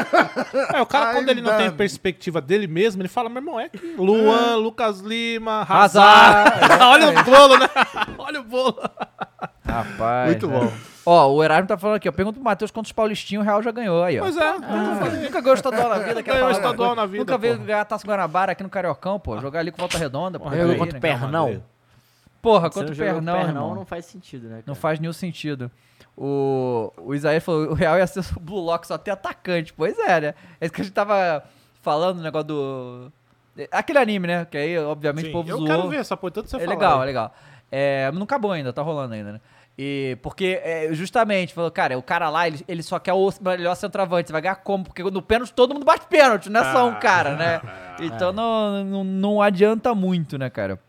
É, o cara, quando Ai, ele não tem mano. perspectiva dele mesmo, ele fala, meu irmão, é que Luan, Lucas Lima, Hazard. *laughs* Hazard. Olha o bolo, né? *laughs* Olha o bolo. Rapaz. é. Muito bom. Ó, o Erasmo tá falando aqui, ó. Pergunta pro Matheus quantos paulistinhos o Real já ganhou aí, ó. Pois é. Ah, Nunca ganhou estadual na vida, que é Ganhou falar uma estadual coisa. na vida, Nunca veio porra. ganhar a Taça Guanabara aqui no Cariocão, pô. Jogar ali com volta redonda, porra. Jogou Aí, contra né, o Pernão. Porra, Você contra não o jogou com o Pernão, irmão. Pernão não faz sentido, né? cara? Não faz nenhum sentido. O, o Isaías falou: o Real ia ser o Blue Lock só ter atacante. Pois é, né? É isso que a gente tava falando, o negócio do. Aquele anime, né? Que aí, obviamente, Sim, o povo eu zoou. quero ver essa porra, tanto você É falar legal, aí. é legal. É, não acabou ainda, tá rolando ainda, né? E porque, é, justamente, falou, cara, o cara lá, ele, ele só quer o melhor centroavante. Você vai ganhar como? Porque no pênalti todo mundo bate pênalti, não é só um Ah, cara, *laughs* né? Então não, não, não adianta muito, né, cara?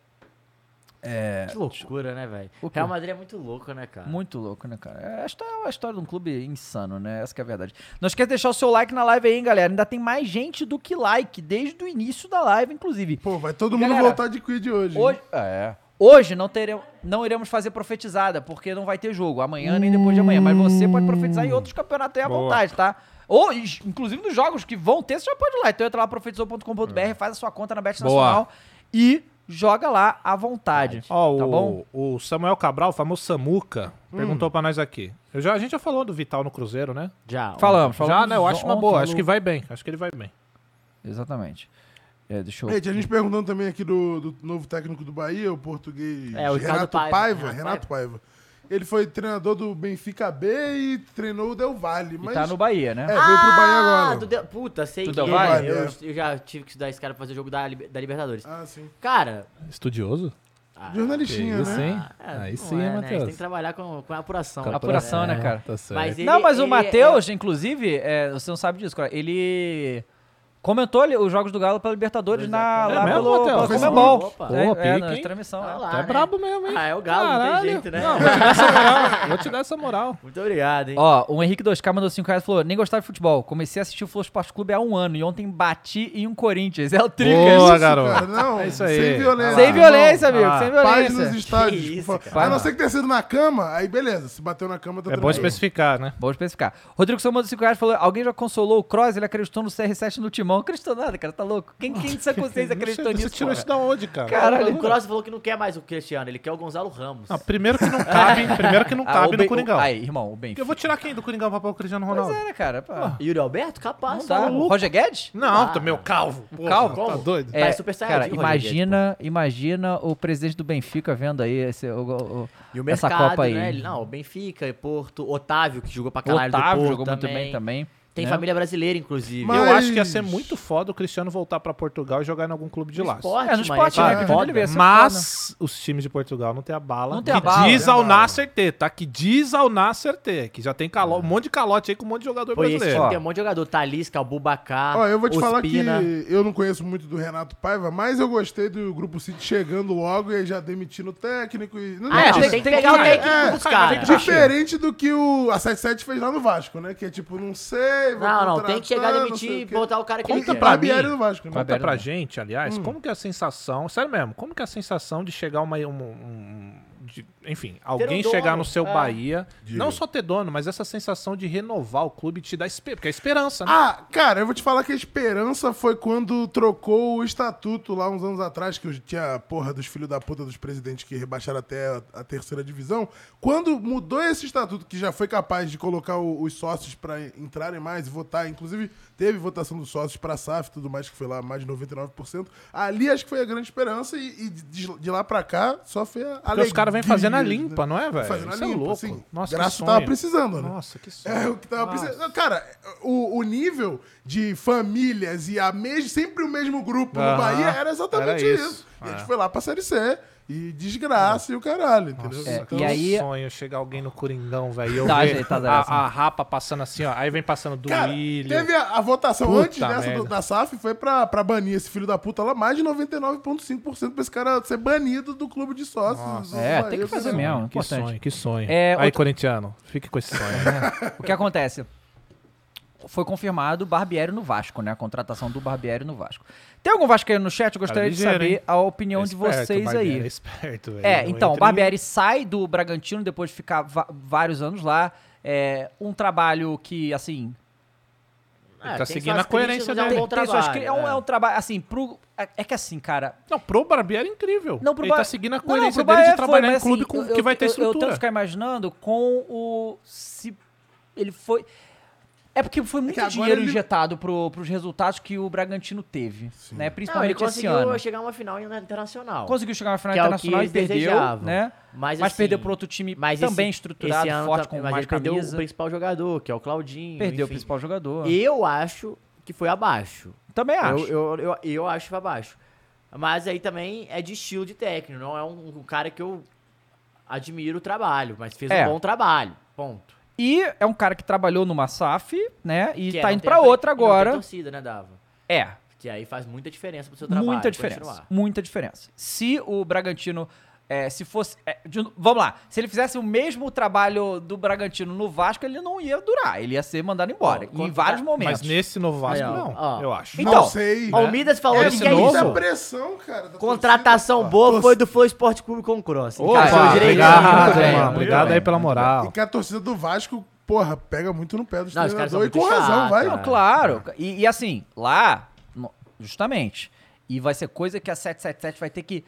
É. Que loucura, né, velho? O quê? Real Madrid é muito louco, né, cara? Muito louco, né, cara? É, Esta é uma história de um clube insano, né? Essa que é a verdade. Não esquece de deixar o seu like na live aí, hein, galera. Ainda tem mais gente do que like, desde o início da live, inclusive. Pô, vai todo mundo voltar de quid hoje. hein? Hoje, é. Hoje não, teremos, não iremos fazer profetizada, porque não vai ter jogo. Amanhã nem depois de amanhã. Mas você pode profetizar em outros campeonatos aí à Boa. vontade, tá? Ou, e- inclusive, nos jogos que vão ter, você já pode ir lá. Então entra lá, profetizou.com.br, faz a sua conta na Bet É. Boa. Nacional e joga lá à vontade. Ó, tá o, bom? o Samuel Cabral, o famoso Samuca, perguntou pra nós aqui. Eu já, a gente já falou do Vital no Cruzeiro, né? Já. Falamos, Já, falamos né? Eu acho uma ontem boa. no- Acho que vai bem. Acho que ele vai bem. Exatamente. É, deixa eu... Ei, tinha gente perguntando também aqui do, do novo técnico do Bahia, o português É, o Ricardo Renato Paiva. Paiva. Renato Renato Paiva. Ele foi treinador do Benfica B e treinou o Del Valle. E Mas tá no Bahia, né? É, veio pro Bahia Ah, agora. do Del- puta, sei Do que Del é, Valle? eu, É. eu já tive que estudar esse cara pra fazer o jogo da, Li- da Libertadores. Ah, sim. Cara, Estudioso? ah, Jornalistinha, isso, né? hein? é, Aí não sim, é, né? A gente Matheus. Tem que trabalhar com, com a apuração. É. Com a Apuração, né, cara? Tá Mas ele- não, mas o ele- é Matheus, inclusive, é, você não sabe disso, cara. Ele comentou ali os jogos do Galo pela Libertadores na, É lá mesmo, pelo, Matheus? pelo Facebook? Comebol. Opa. é, Boa, é, pique, na hein? transmissão. Tá é. lá, Tu é né? brabo mesmo, hein? Ah, é o Galo, não Caralho. tem jeito, né? Não, vou te dar essa moral. Vou te dar essa moral. *laughs* Muito obrigado, hein? Ó, o Henrique 2K mandou 5 reais e falou: nem gostava de futebol. Comecei a assistir o Flow Esporte Clube há um ano e ontem bati em um Corinthians. É o Tricas. Boa, Isso, garoto. cara, não, é isso aí. sem violência. Sem violência, irmão. amigo, Ah, sem Paz violência. nos estádios. Que isso, por favor. cara. A não ser que tenha sido na cama, aí beleza. Se bateu na cama, tá É tudo bom bem. especificar, né? Bom especificar. Rodrigo São mandou 5 reais e falou: alguém já consolou o Cross, ele acreditou no CR7 no timão. Acreditou nada, cara, tá louco? Quem, quem *laughs* de sua consciência acreditou nisso? Você tirou porra? isso da onde, cara? Caralho, o Cross falou que não quer mais o Cristiano, ele quer o Gonzalo Ramos. Não, primeiro que não *laughs* cabe, primeiro que não Ah, o cabe Ben- no o- Coringão. Aí, irmão, o Benfica. Eu vou tirar quem do Coringão pra pôr o Cristiano Ronaldo? Ah. Pois é, né, cara? Pô, Yuri Alberto? Capaz. não dá. tá maluco. Roger Guedes? Não, tá meu calvo. porra, calvo? Tá doido? Tá super É, cara, saiyajin, Roger imagina, imagina o presidente do Benfica vendo aí esse, o- o- o- E o essa mercado, Copa aí. né? Ele- Não, o Benfica, Porto, Otávio, que jogou pra O caralho Otávio do Porto jogou muito bem também. Tem né? família brasileira, inclusive. Mas- Eu acho que ia ser muito foda o Cristiano voltar pra Portugal e jogar em algum clube de lá. Esporte, É, no esporte, mano, né? é Que foda. ele veio, ia ser Mas os times de Portugal não tem a bala. Não tem que a bala. diz Não ao Nasser T, tá? Que diz ao Nasser T, que já tem calo- um monte de calote aí com um monte de jogador Pô, e esse brasileiro. time tem um monte de jogador. Talisca, Bubacar, Ó, eu vou te falar Ospina. que eu não conheço muito do Renato Paiva, mas eu gostei do Grupo City chegando logo e já demitindo o técnico. E... Não, Ah, é, não, tem, que pegar o técnico dos caras. é Diferente do que o a 77 fez lá no Vasco, né? Que é tipo, não sei. vou Não, não, tem contratar, que chegar, não demitir sei e o quê. botar o cara que ele Conta quer. pra é Bieri no Vasco. né? Conta Roberto, pra não. gente, aliás, Hum. como que é a sensação, sério mesmo, como que é a sensação de chegar uma. um- um- de- enfim, alguém dono, chegar no seu é. Bahia, não só ter dono, mas essa sensação de renovar o clube te dá esper, porque é esperança, né? Ah, cara, eu vou te falar que a esperança foi quando trocou o estatuto lá uns anos atrás, que tinha a porra dos filhos da puta dos presidentes que rebaixaram até a, a terceira divisão. Quando mudou esse estatuto, que já foi capaz de colocar o- os sócios pra entrarem mais e votar, inclusive teve votação dos sócios pra SAF e tudo mais, que foi lá mais de 99%. Ali acho que foi a grande esperança e, e de, de lá pra cá só foi a porque alegria. né? os caras vêm vem fazendo a limpa, não é, velho? Fazendo a Isso é limpa, louco. sim. Nossa, que Graça sonho. tava precisando, né? Nossa, que sonho. *laughs* É o que tava Nossa. precisando. Cara, o, o nível de famílias e a mes... sempre o mesmo grupo Aham, no Bahia era exatamente era isso. isso. E a gente É. foi lá pra Série C e desgraça e o caralho, entendeu? É, Nossa, então que sonho chegar alguém no Coringão, velho. e eu Tá ver ajeitada a, né? essa. a rapa passando assim, ó. Aí vem passando do Cara, milho. teve a, a votação Puta antes dessa merda. do- da SAF foi pra, pra banir esse filho da puta lá, mais de 99,5% pra esse cara ser banido do clube de sócios. Nossa, do né, É, Bahia, tem que fazer entendeu? mesmo. Que importante. sonho, que sonho. É, Aí, outro- corintiano, fique com esse sonho. *laughs* O que acontece? Foi confirmado o Barbieri no Vasco, né? A contratação do Barbieri no Vasco. Tem algum vascaíno no chat? Eu gostaria Cara, ligeiro, de saber hein? a É opinião é um de Esperto, vocês Barbieri, aí. é esperto, velho. É, Não então, o entra em- Barbieri sai do Bragantino depois de ficar va- vários anos lá. É um trabalho que, assim, um Ah, Ele tá seguindo a coerência tem- dele. tem suas cri- é, um, né? é um trabalho, assim, pro. É é que assim, cara. Não, pro Barbieri é incrível. Não, pro Ele tá Bar- seguindo a Não, coerência pro dele Barbieri de foi, trabalhar em mas, clube assim, com, eu- que vai eu- ter Eu, eu estrutura. tento ficar imaginando com o. Se ele foi. É porque foi muito agora dinheiro ele- injetado pro, pros resultados que o Bragantino teve, né? Não, ele Principalmente esse conseguiu ano. chegar a uma final internacional. Conseguiu chegar na final Que é o que internacional e eles perdeu, desejavam. né? Mas, Mas assim, perdeu pro outro time mas também esse- estruturado, esse ano forte, tá- com mas mais ele perdeu camisa. o principal jogador, que é o Claudinho. Perdeu o enfim. principal jogador. Eu acho que foi abaixo. Também acho. Eu, eu, eu, eu acho que foi abaixo. Mas aí também é de estilo de técnico, não é um, um cara que eu admiro o trabalho, mas fez É. um bom trabalho. Ponto. E é um cara que trabalhou numa SAF, né? E Que é, tá não indo tem pra a- outra e não tem agora. torcida, né, Dava? É. Que aí faz muita diferença pro seu trabalho. Muita diferença. continuar. Muita diferença. Se o Bragantino. é, se fosse. é, de no- vamos lá. Se ele fizesse o mesmo trabalho do Bragantino no Vasco, ele não ia durar. Ele ia ser mandado embora. Ó, em quando- vários momentos. Mas nesse novo Vasco, Aí, ó, não, ó. eu acho. Então, Não sei. né? Almidas falou Esse que é novo? isso. Muita pressão, cara. Contratação boa foi do Flow Esporte Clube com o Cross. Opa, Encaixou direitinho, obrigado, muito bem, mano. muito Obrigado bem. aí pela moral. E que a torcida do Vasco, porra, pega muito no pé do Não, os caras são treinador e com muito razão, Ah, chatos, vai. não, claro. tá. E, e assim, lá, no- justamente. E vai ser coisa que a 777 vai ter que.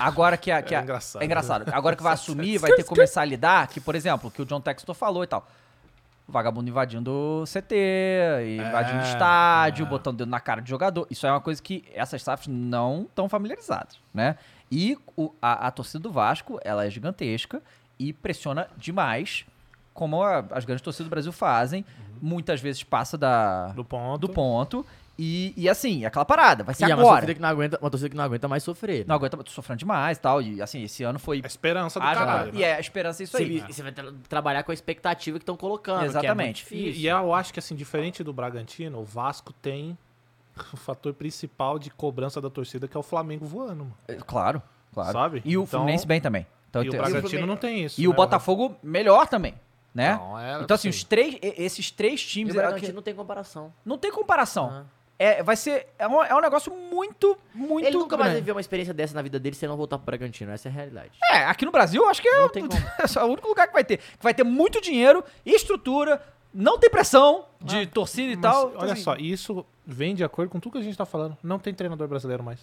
Agora que a. *laughs* que É a- engraçado. é Agora *laughs* que vai assumir, vai ter que começar a lidar, que, por exemplo, que o John Textor falou e tal. Vagabundo invadindo o CT, invadindo É, estádio, botando o dedo na cara de jogador. Isso é uma coisa que essas staffs não estão familiarizadas, né? E o- a, a torcida do Vasco, ela é gigantesca e pressiona demais, como a- as grandes torcidas do Brasil fazem. Muitas vezes passa da, do Uhum. ponto. E, e assim, é aquela parada, vai ser E é uma agora. torcida, que não aguenta, uma torcida que não aguenta mais sofrer. Não aguenta, tô sofrendo demais e tal. E assim, esse ano foi. É A esperança do caralho, E né? é, a esperança é isso aí. Você, você vai tra- trabalhar com a expectativa que estão colocando. Exatamente. Que é muito difícil. E, e eu acho que, assim, diferente do Bragantino, o Vasco tem o fator principal de cobrança da torcida, que é o Flamengo voando, mano. É, Claro, claro. Sabe? E o Então- Fluminense bem também. Então, e o tem- Bragantino não tem isso. E né? o Botafogo melhor também, né? Não, é então, assim, os três, e- esses três E o times. Bragantino não Ah. tem comparação. Não tem comparação. É, vai ser. É um, é um negócio muito, muito. Ele nunca mais vai grande. viver uma experiência dessa na vida dele se ele não voltar pro Bragantino. Essa é a realidade. É, aqui no Brasil, eu acho que é, o- *laughs* é só o único lugar que vai ter. Que vai ter muito dinheiro, estrutura, não tem pressão de torcida e Ah. Mas, Então, tal. Então, assim, olha só, isso vem de acordo com tudo que a gente tá falando. Não tem treinador brasileiro mais.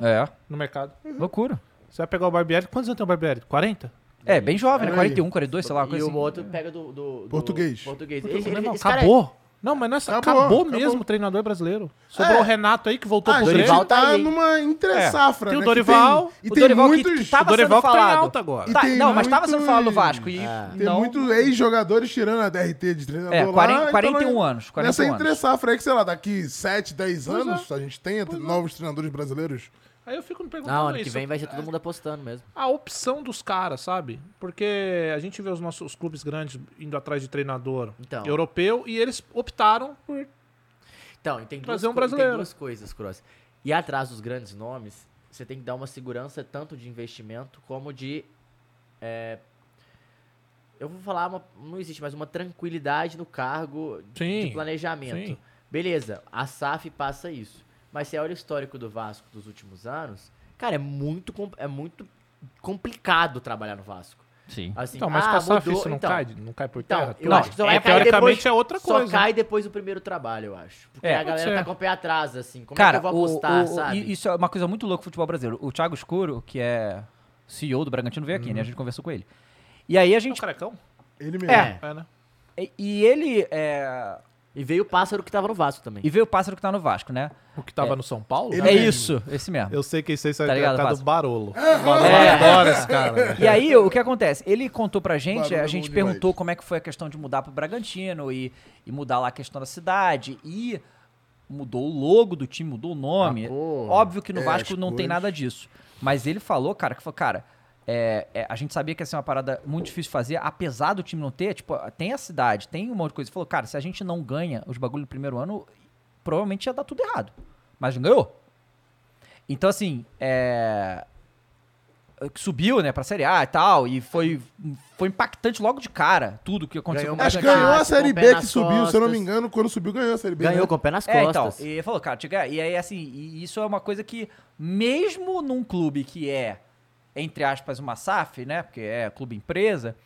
É. No mercado. Loucura. Você vai pegar o Barbieri. Quantos anos tem o Barbieri? 40? É, bem jovem, Olha né? aí. 41, 42, sei lá, uma E coisa o assim. outro pega do. do- do Português. Português. Português. Ele- ele- Não, esse cara é- acabou. Não, mas não é só- acabou, Acabou, mesmo acabou. o treinador brasileiro. Sobrou É. o Renato aí que voltou Ah, pro o Grêmio. É. Dorival tá numa entre-safra, Tem o né, Dorival. que tem- e tem muitos- que tava o Dorival sendo que tá em falado. alta agora. E Tá- tem não, mas tava muito- sendo falado do Vasco. E Ah. Tem não- muitos ex-jogadores tirando a DRT de treinador É, lá, 40 então 41 nós- anos, 41 nessa anos. entre-safra aí que, sei lá, daqui 7, 10 Pois é. anos a gente tem novos treinadores brasileiros. Aí eu fico me perguntando Não, ano que isso. vem vai ser todo mundo apostando mesmo. a opção dos caras, sabe? Porque a gente vê os nossos clubes grandes indo atrás de treinador Então. europeu e eles optaram por. Então, e tem duas, Trazer um co- brasileiro. tem duas coisas, Cross. E atrás dos grandes nomes, você tem que dar uma segurança tanto de investimento como de. é, eu vou falar, uma- não existe, mas uma tranquilidade no cargo de- Sim, de planejamento. sim. Beleza, a SAF passa isso. Mas se olha o histórico do Vasco dos últimos anos, cara, é muito, com- é muito complicado trabalhar no Vasco. Sim. Assim, Então, mas ah, com a SAF mudou, isso não então. cai? Não cai por Então, terra? eu Não, acho que só é, vai cair teoricamente depois- é outra coisa. Só cai depois do primeiro trabalho, eu acho. Porque É, a pode galera ser. tá com o pé atrás, assim. Como cara, é que eu vou apostar, o- o- sabe? e isso é uma coisa muito louca do futebol brasileiro. O Thiago Escuro, que é CEO do Bragantino, veio aqui, Uhum. né? A gente conversou com ele. E aí a É gente. um carecão? Ele É. É, né? E, e ele é, E veio o pássaro que tava no Vasco também. E veio o pássaro que tá no Vasco, né? O que tava É. no São Paulo? é isso, esse mesmo. Eu sei que esse aí Tá tá, ligado, tá do Vasco? Barolo. É. adora *laughs* esse cara. E aí, o que acontece? Ele contou pra gente, Barulho a é gente bom perguntou como é que foi a questão de mudar pro Bragantino e, e mudar lá a questão da cidade. E mudou o logo do time, mudou o nome. Óbvio que no Ah, É, Vasco as não tem cores. nada disso. Mas ele falou, cara, que falou, cara. é, é, a gente sabia que ia ser uma parada muito difícil de fazer, apesar do time não ter, tipo, tem a cidade, tem um monte de coisa. Ele falou, cara, se a gente não ganha os bagulho no primeiro ano, provavelmente ia dar tudo errado. Mas não ganhou. Então, assim, é, que subiu, né, pra Série A e tal, e foi, foi impactante logo de cara tudo que aconteceu. Ganhou com o Acho que Bragantino. ganhou a Série B que subiu, se eu não me engano, quando subiu ganhou a Série B. né? É, então, e ele falou, cara, chega, e aí assim, e isso é uma coisa que mesmo num clube que é entre aspas uma SAF, né, porque é clube empresa,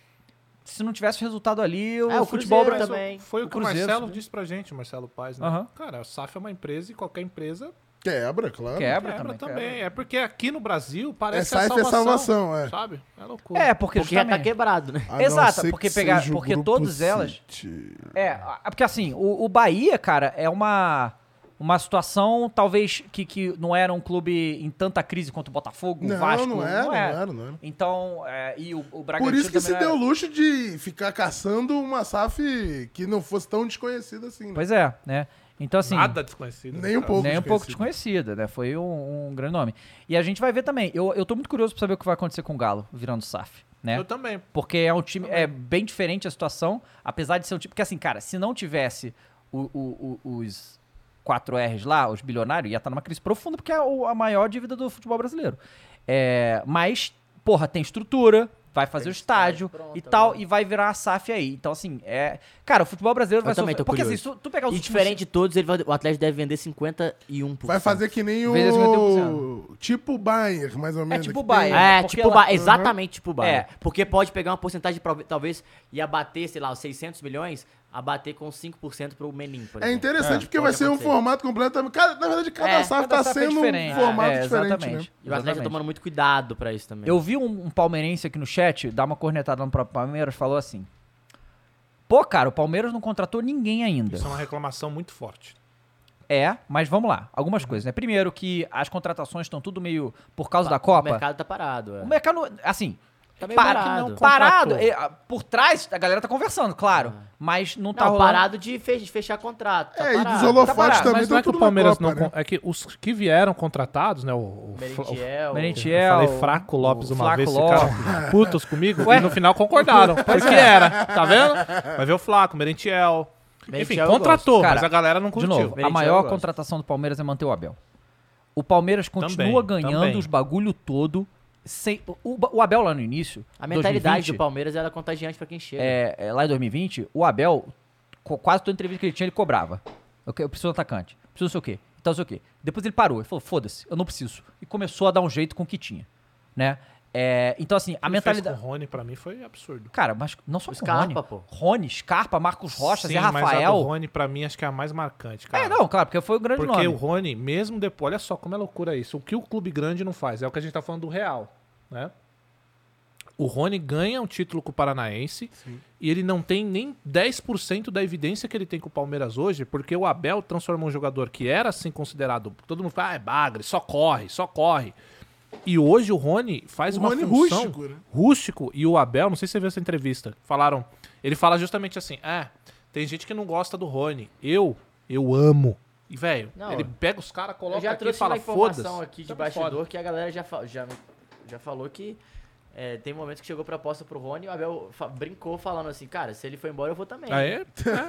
se não tivesse resultado ali, o, Ah, É, o futebol Cruzeiro brasileiro- é também. Foi o que o Cruzeiro Marcelo subiu. disse pra gente, o Marcelo Paz, né? Aham. Cara, a SAF é uma empresa e qualquer empresa Quebra, claro. Quebra também, É porque aqui no Brasil parece É, a SAF é salvação. salvação, é. Sabe? É loucura. É, porque, Porque já tá justamente- quebrado, É né? A não Exato, ser porque que pegar, seja o porque grupo todas elas City. É, a- porque assim, o, o Bahia, cara, é uma, uma situação talvez que, que não era um clube em tanta crise quanto o Botafogo, o Não, Vasco. é. não era, não era, não era. Então, é, e o, o Bragantino Por isso que também se não deu era. o luxo de ficar caçando uma SAF que não fosse tão desconhecida assim. né? Pois é, né? Então, assim. Nada desconhecido. Nem um pouco Nem um desconhecida. pouco desconhecida, né? Foi um, um grande nome. E a gente vai ver também. Eu, eu tô muito curioso pra saber o que vai acontecer com o Galo virando SAF, né? Eu também. Porque é um time. É bem diferente a situação, apesar de ser um time. Porque, assim, cara, se não tivesse o- o- o- os 4Rs lá, os bilionários, ia estar numa crise profunda, porque é o- a maior dívida do futebol brasileiro. É, mas, porra, tem estrutura. Vai fazer o estádio e tal, e vai virar a SAF aí. Então, assim, é. Cara, o futebol brasileiro vai Eu também tô Porque, curioso. assim, se tu, tu pegar os E últimos- diferente de todos, ele vai- o Atlético deve vender 51%. Vai fazer que nem Vez esse o. 51%. Tipo o Bayern, mais ou É menos. tipo o que tem- Bayern. É, porque tipo o ela- Bayern, exatamente Uhum. tipo o Bayern. É. Porque pode pegar uma porcentagem, prov- talvez, e abater, sei lá, os 600 milhões, abater com 5% pro Menin, por É exemplo. interessante porque Pode vai ser um acontecer. formato completamente. cada- na verdade, cada É, SAF cada tá SAF é sendo um diferente. formato É, diferente, né? exatamente. E o Atlético tá Exatamente. tomando muito cuidado pra isso também. Eu vi um, um palmeirense aqui no chat dar uma cornetada no próprio Palmeiras falou assim: Pô, cara, o Palmeiras não contratou ninguém ainda. Isso é uma reclamação muito forte. É, mas vamos lá. Algumas coisas, né? Primeiro, que as contratações estão tudo meio por causa da Copa. O mercado tá parado. é. O mercado, assim. Tá meio para- parado. que não parado, Contratou. Ah. é, a- por trás, a galera tá conversando, claro. Mas não tá Não, rolando. parado de fe- de fechar contrato. É, É, Tá parado. Tá parado. Mas não é que o Palmeiras não. né? con- É que os que vieram contratados, né? O, o Merentiel. o- Merentiel, Eu falei Fraco Lopes o uma Flaco vez, Lopes. ficaram putos comigo Ué? e no final concordaram. *laughs* Pois Porque é. era, tá vendo? Vai ver o Flaco, Merentiel. Merentiel eu Enfim, contratou, gosto. mas Cara, a galera não curtiu. De novo, a maior contratação do Palmeiras é manter o Abel. O Palmeiras continua Também, ganhando também. os bagulho todo. Sem, o, o Abel lá no início. A mentalidade 2020, do Palmeiras era contagiante pra quem chega. é, é, lá em 2020, o Abel, co- quase toda entrevista que ele tinha, ele cobrava. Eu, que- eu preciso de um atacante, preciso não sei o quê, então não sei o quê. Depois ele parou, ele falou, foda-se, eu não preciso. E começou a dar um jeito com o que tinha, né? É, então, assim, a mentalidade... O Rony, pra mim, foi absurdo. Cara, mas não só com o Scarpa, Rony. pô. Rony, Scarpa, Marcos Rocha, Sim, Zé mas a do Rafael... Rony, pra mim, acho que é a mais marcante, cara. É, não, claro, porque foi o grande Porque nome. o Rony, mesmo depois, olha só como é loucura isso. O que o clube grande não faz, é o que a gente tá falando do Real, né? O Rony ganha um título com o Paranaense e ele não tem nem 10% da evidência que ele tem com o Palmeiras hoje, porque o Abel transformou um jogador que era assim considerado, todo mundo fala, ah, é bagre, só corre, só corre. E hoje o Rony faz O uma Rony função Um rústico, né? rústico e o Abel, não sei se você viu essa entrevista, falaram, ele fala justamente assim, é, tem gente que não gosta do Rony, eu, eu amo. E, velho, Não, ele pega os caras, Eu coloca já aqui e trouxe fala, uma informação foda-se. aqui de Tamo bastidor foda. que a galera já, fa- já, já falou que é, tem momentos que chegou proposta pro Rony e o Abel fa- brincou falando assim, cara, se ele for embora eu vou também. Ah, é?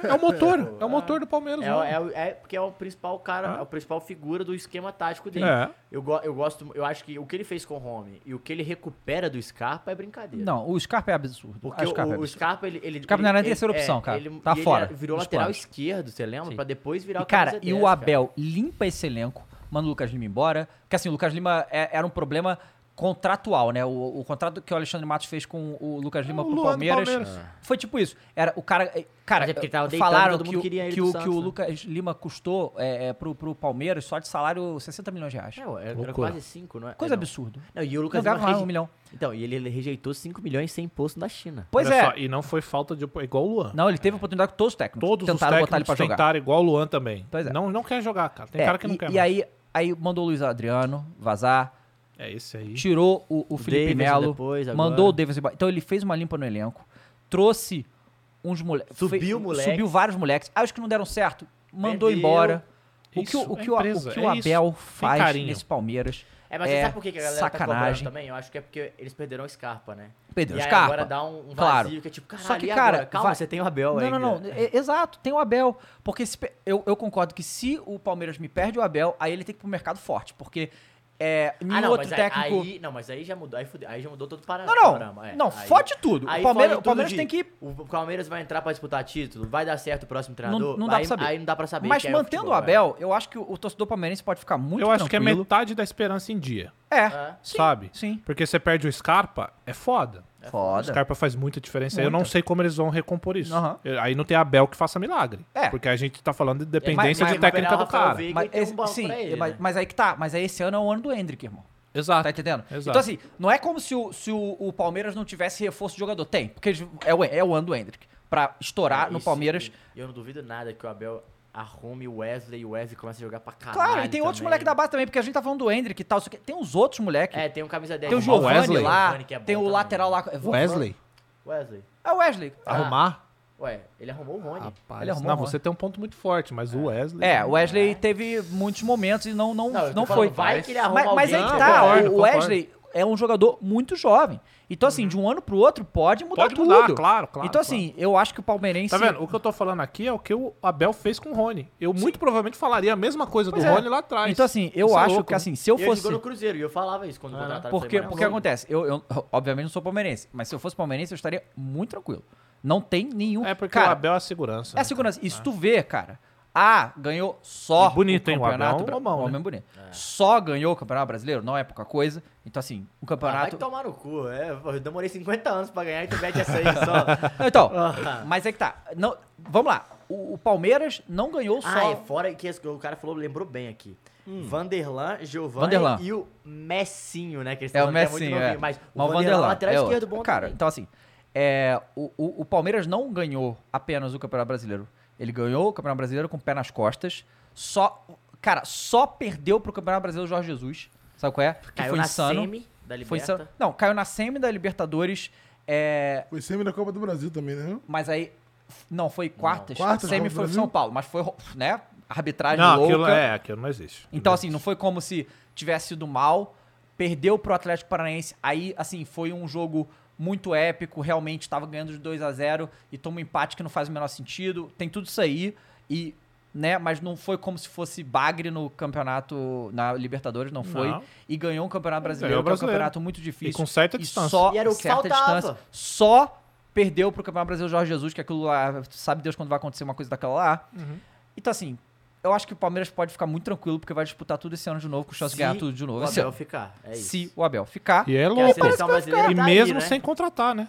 É, é o motor, é o motor do Palmeiras, É, o- né? é, o- é porque é o principal cara, é a principal figura do esquema tático dele. Ah. É. Eu, go- eu gosto, eu acho que o que ele fez com o Rony e o que ele recupera do Scarpa é brincadeira. Não, o Scarpa é absurdo. Porque Ah, o Scarpa é o, o absurdo. Scarpa, ele. ele Scarpa ele- não era nem ele- terceira é, opção, cara. ele- Tá ele fora Virou dos lateral planos. esquerdo, você lembra? Pra depois virar E, o cara, camisa e 10, o cara. Abel limpa esse elenco, manda o Lucas Lima embora. Porque assim, o Lucas Lima é- era um problema contratual, né? O, o contrato que o Alexandre Matos fez com o Lucas Lima pro É Luan do Palmeiras, Palmeiras. foi tipo isso. Era o cara, cara, Mas é porque tava deitando, falaram todo que mundo o, queria ele que, do o, Santos, que o né? Lucas Lima custou é, é, pro, pro Palmeiras só de salário 60 milhões de reais. É, era quase 5, não é? Coisa É, não. absurda. Não, e o Lucas Não ganhava mais um reje- milhão. Então, e ele, ele rejeitou 5 milhões sem imposto da China. Pois é. e não foi falta de. igual o Luan. Não, ele teve oportunidade com todos os técnicos. Todos tentaram os botar ele técnicos pra jogar. tentaram, igual o Luan também. Pois é. Não, não quer jogar, cara. Tem É, cara que não e, quer E mais. aí, aí mandou o Luiz Adriano vazar. É esse aí. Tirou o, o O Felipe Davidson Melo. depois, agora. Mandou o Davis. Então ele fez uma limpa no elenco. Trouxe uns moleques. Subiu moleques. Subiu vários moleques. Ah, os que não deram certo, mandou Perdeu. embora. O que, o, Isso, o é que o- o empresa, que o é isso. Abel Tem faz carinho. nesse Palmeiras. É, mas você sabe por que que a galera tá cobrando sacanagem. também? Eu acho que é porque eles perderam o Scarpa, né? Pedro, e aí Scarpa. agora dá um, um vazio claro. que é tipo, caralho, Só que, e cara, agora? calma, vai- você tem o Abel não, aí. Não, não, E- Exato, tem o Abel. Porque se pe- eu, eu concordo que se o Palmeiras me perde o Abel, aí ele tem que ir pro mercado forte. Porque é, nenhum Ah, não, outro mas aí- técnico. Aí, não, mas aí já mudou, aí, fude- aí já mudou todo o para- Não, não. panorama. é. Não, Aí- fode tudo. O aí Palmeiras- fode o Palmeiras tem que- O Palmeiras vai entrar pra disputar título, vai dar certo o próximo treinador. não, não dá aí, pra saber. Aí não dá pra saber. Mas que é mantendo o futebol, é. Abel, eu acho que o torcedor palmeirense pode ficar muito Eu acho que é tranquilo. metade da esperança em dia. É, sim, Sabe? Sim. Porque você perde o Scarpa, é foda. foda. O Scarpa faz muita diferença. Eu Muita. não sei como eles vão recompor isso. Aham. Eu- Aí não tem Abel que faça milagre. É. Porque a gente tá falando de dependência de técnica do cara. Mas, um esse- sim, mas, né? mas aí que tá. Mas aí esse ano é o ano do Hendrick, irmão. Exato. Tá entendendo? Exato. Então, assim, não é como se o, se o, o Palmeiras não tivesse reforço de jogador. Tem, porque eles- é o, é o ano do Hendrick. Pra estourar É, no isso, Palmeiras. E eu não duvido nada que o Abel arrume o Wesley e o Wesley começa a jogar pra caralho. Claro, e tem outros também. moleques da base também, porque a gente tá falando do Hendrick e tal. só que Tem uns outros moleques. É, tem um camisa 10. Tem o que é Giovanni bom. lá, Giovanni, que é bom tem o também. lateral lá. Wesley? Wesley. Ah, É o Wesley. Arrumar? Ué, ele arrumou o Rony. Rapaz, Ele arrumou não, um você tem um ponto muito forte, mas o Wesley. É, o né? Wesley teve muitos momentos e não, não, não, eu tô falando, foi. vai que ele arruma mas, mas aí alguém. que Não, tá, concordo, Uhum. o concordo. Wesley é um jogador muito jovem. Então, assim, de um ano pro outro pode mudar Pode tudo. mudar, claro, claro, Então, assim, eu acho que o palmeirense... Tá vendo? O que eu tô falando aqui é o que o Abel fez com o Rony. Eu muito provavelmente falaria a mesma coisa Pois do é. Rony lá atrás. Então, assim, eu Isso é acho louco, que, né? assim, se eu E ele fosse... jogou no Cruzeiro e eu falava isso Ah. quando contrataram ele, Porque, falei, porque "Mano, acontece, eu, eu, obviamente não sou palmeirense, mas se eu fosse palmeirense eu estaria muito tranquilo. Não tem nenhum... É Porque o Abel é a segurança. É a segurança. E se tu vê, cara, ah, ganhou só E bonito, o hein, o Abel é campeonato. um Bra- homão, um né? homem bonito. Só ganhou o campeonato brasileiro, não é pouca coisa. Então, assim, o Ah, vai campeonato. tomar no cu, é. pô, Eu demorei 50 anos pra ganhar e tu mete *laughs* essa aí só. Então, Ah. mas é que tá. Não, vamos lá. O, o Palmeiras não ganhou só. Ah, é fora que esse- o cara falou, lembrou bem aqui. Hum. Vanderlan, Giovanni Vanderlan. e o Messinho, né? Que eles É o falam que Messi, novinho, é. Mas o Mas Vanderlan, lateral é esquerdo outro. bom Cara, também. então assim, é, o, o, o Palmeiras não ganhou apenas o Campeonato Brasileiro. Ele ganhou o Campeonato Brasileiro com o pé nas costas. Só, cara, só perdeu pro Campeonato Brasileiro o Jorge Jesus. Sabe qual é? Que Caiu na semi da Foi Liberta. insano. Não, caiu na semi da Libertadores. É, Foi semi da Copa do Brasil também, né? mas aí, f- não, foi quartas. Quartas da semi Copa do foi pro Brasil? São Paulo, mas foi, ro- né, arbitragem Não, louca. aquilo é, aquilo não existe. Então, assim, não foi como se tivesse sido mal, perdeu pro Atlético Paranaense, aí, assim, foi um jogo muito épico, realmente tava ganhando de 2 a 0 e toma um empate que não faz o menor sentido, tem tudo isso aí, e, né, mas não foi como se fosse bagre no campeonato, na Libertadores, não foi, Não. e ganhou um campeonato brasileiro, Ganhou o que é um brasileiro. campeonato muito difícil. E com certa distância. Só, E era o que certa faltava. distância, só perdeu pro Campeonato Brasileiro Jorge Jesus, que é aquilo lá, sabe Deus quando vai acontecer uma coisa daquela lá. Então, assim, eu acho que o Palmeiras pode ficar muito tranquilo, porque vai disputar tudo esse ano de novo, com chance de Se ganhar tudo de novo. o esse Abel ano. ficar, é isso. Se o Abel ficar. E é Porque a louco. seleção brasileira E tá aí, mesmo né? sem contratar, né?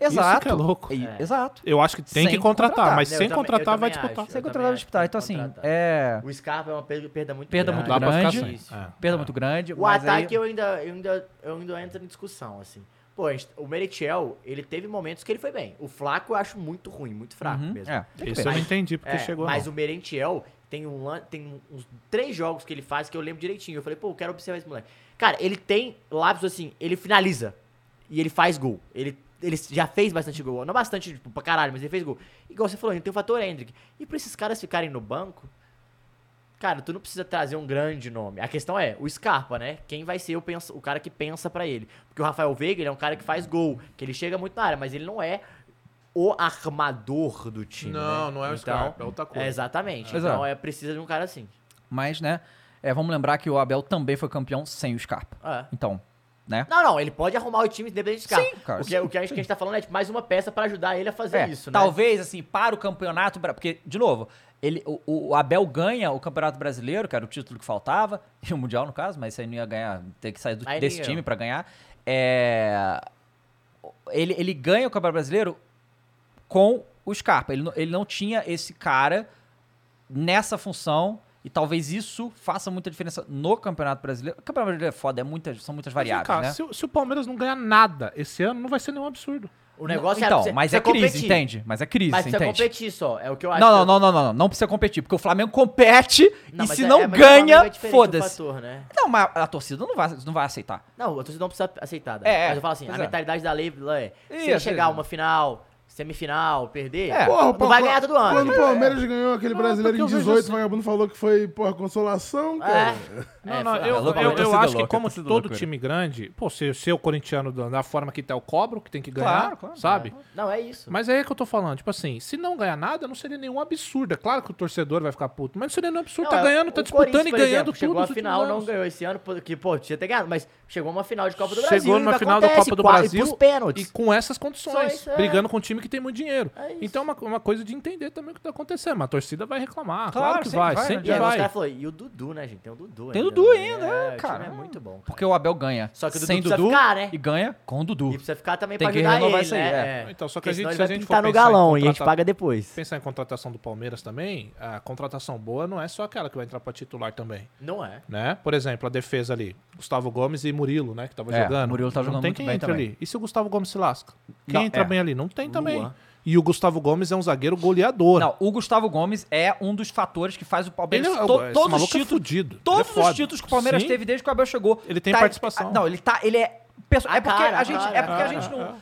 Exato. Isso que é louco. E- Exato. Eu acho que tem que contratar, ah, mas Tá, Eu sem também- eu contratar vai também disputar. acho, Sem eu contratar, também vai acho disputar. que Então, assim, contratar. é. O Scarpa é uma per- perda muito Perda grande. muito Dá pra ficar grande. sem. É, Perda muito grande. O mas aí- ataque eu, ainda, eu, ainda, eu ainda entro em discussão, assim. Pô, a gente- o Meritiel, ele teve momentos que ele foi bem. O Flaco eu acho muito ruim, muito fraco Uhum, mesmo. é. Esse eu não entendi porque É, chegou. Mas não. o Merentiel tem, um, lan- tem uns três jogos que ele faz que eu lembro direitinho. Eu falei, pô, eu quero observar esse moleque. Cara, ele tem lápis assim, ele finaliza e ele faz gol. Ele, ele já fez bastante gol. Não bastante, tipo, pra caralho, mas ele fez gol. Igual você falou, ele tem o fator Hendrick. E pra esses caras ficarem no banco, cara, tu não precisa trazer um grande nome. A questão é, o Scarpa, né? Quem vai ser o, pensa- o cara que pensa pra ele? Porque o Rafael Veiga, ele é um cara que faz gol, que ele chega muito na área, mas ele não é o armador do time. Não, né? não é o Scarpa, é outra coisa. exatamente. É. Então Exato. é precisa de um cara assim. Mas, né? é, vamos lembrar que o Abel também foi campeão sem o Scarpa. É. Então, né? Não, não, ele pode arrumar o time independente de Scarpa. Sim, cara, o que, sim, o que a gente, é, que a gente tá falando é tipo, mais uma peça pra ajudar ele a fazer É, isso, né? Talvez, assim, para o campeonato. bra- Porque, de novo, Ele, o, o Abel ganha o Campeonato Brasileiro, que era o título que faltava, *laughs* e o Mundial no caso, mas isso aí não ia ganhar, tem que sair do- Aí desse ia. time pra ganhar. É, ele, ele ganha o Campeonato Brasileiro com o Scarpa. Ele, não- ele não tinha esse cara nessa função. E talvez isso faça muita diferença no Campeonato Brasileiro. O Campeonato Brasileiro é foda, é muitas, são muitas variáveis, Cara, né? se, o- se o Palmeiras não ganhar nada esse ano, não vai ser nenhum absurdo. O negócio então, é você- mas você é crise, competir. entende? Mas é crise, Mas precisa entende? competir só. É o que eu Não, acho. não, não, não, não, não. Não precisa competir, porque o Flamengo compete Não, e mas se é- não é, mas o Flamengo ganha, é diferente do foda-se. fator, né? Não, mas a torcida não vai, não vai aceitar. Não, a torcida não precisa aceitar. né? É, é. Mas eu falo assim, Pois a é. mentalidade da lei lá é, se Isso, ele chegar a isso. uma final, semifinal, perder, É. Porra, não pô, vai quando- ganhar todo ano. Quando o Palmeiras ganhou aquele Não, brasileiro em porque eu vejo 18, assim- o vagabundo falou que foi, porra, consolação, É. É, cara. Não, não, Ah, eu, eu- eu acho que como todo time grande, pô, se, se o corintiano da da forma que tá, eu cobro que tem que ganhar, Claro, claro. sabe? Não, é isso. Mas é que eu tô falando, tipo assim, se não ganhar nada, não seria nenhum absurdo. É claro que o torcedor vai ficar puto, mas não seria nenhum absurdo. Não, tá é, ganhando, o tá disputando e Corinthians, por exemplo, ganhando Chegou tudo. a nos últimos final, não anos. ganhou esse ano, pô, que, pô, tinha até ganhado, mas chegou uma final de Copa do Brasil. Chegou e na final da acontece, Copa do quase Brasil pros pênaltis. e com essas condições, Só isso, é. brigando com um time que tem muito dinheiro. É isso. então é uma, uma coisa de entender também o que tá acontecendo, mas a torcida vai reclamar, claro, Claro, que sempre vai, vai, né? sempre E aí os vai. caras falaram, e o Dudu, né, gente? Tem o Dudu Tem ainda. Dudu ainda, né? é, o cara. time é muito bom. Porque o Abel ganha Só que o Dudu sem precisa Dudu ficar, né? e ganha com o Dudu. E precisa ficar também Tem pra que ajudar renovar ele, isso aí, né? é. Então, só que Porque a gente, se senão a ele vai gente for pintar no pensar em galão e a gente contratar- paga depois. Pensar em contratação do Palmeiras também, a contratação boa não é só aquela que vai entrar pra titular também. Não é. Né? Por exemplo, a defesa ali, Gustavo Gomes e Murilo, né? Que tava É, jogando. o Murilo tá não jogando tem muito quem bem entra também. ali. E se o Gustavo Gomes se lasca? Quem Não, entra é. bem ali? Não tem também. Luan. E o Gustavo Gomes é um zagueiro goleador. Não, o Gustavo Gomes é um dos fatores que faz o Palmeiras. Ele é- to- esse todos maluco os é títulos, fudido. Ele é todos foda. os títulos que o Palmeiras Sim. teve desde que o Abel chegou. Ele tem tá- participação. Ah, Não, ele tá. Ele é. perso- Ah, É porque cara, a gente. cara, É porque a cara. gente não.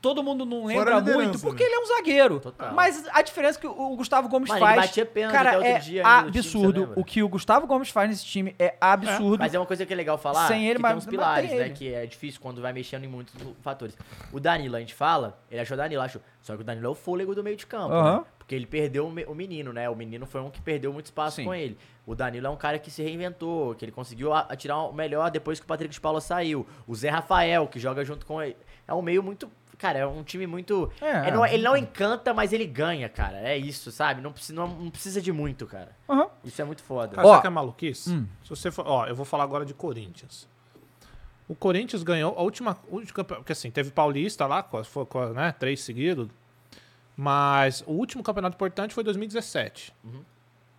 Todo mundo não Fora lembra a liderança, muito, porque né? ele é um zagueiro. Total. Mas a diferença é que o Gustavo Gomes Mano, ele faz. batia pênalti cara, até outro é dia ainda no time, você absurdo. lembra? O que o Gustavo Gomes faz nesse time é absurdo. Mas é uma coisa que é legal falar, Sem ele, que mas- tem uns mas pilares, tem né? ele. Que é difícil quando vai mexendo em muitos fatores. O Danilo, a gente fala, ele achou o Danilo, achou. Só que o Danilo é o fôlego do meio de campo, Aham. né? Porque ele perdeu o me- o menino, né? O menino foi um que perdeu muito espaço Sim. com ele. O Danilo é um cara que se reinventou, que ele conseguiu a- atirar o melhor depois que o Patrick de Paula saiu. O Zé Rafael, que joga junto com ele. É um meio muito... Cara, é um time muito... É. é, não- ele não encanta, mas ele ganha, cara. É isso, sabe? Não precisa, não- não precisa de muito, cara. Aham. Isso é muito foda. Cara, Ó. sabe que é maluquice? Hum. Se você for, ó, eu vou falar agora de Corinthians. O Corinthians ganhou a última, última porque assim, teve Paulista lá, com, as- foi com, né, três seguidos. Mas o último campeonato importante foi 2017.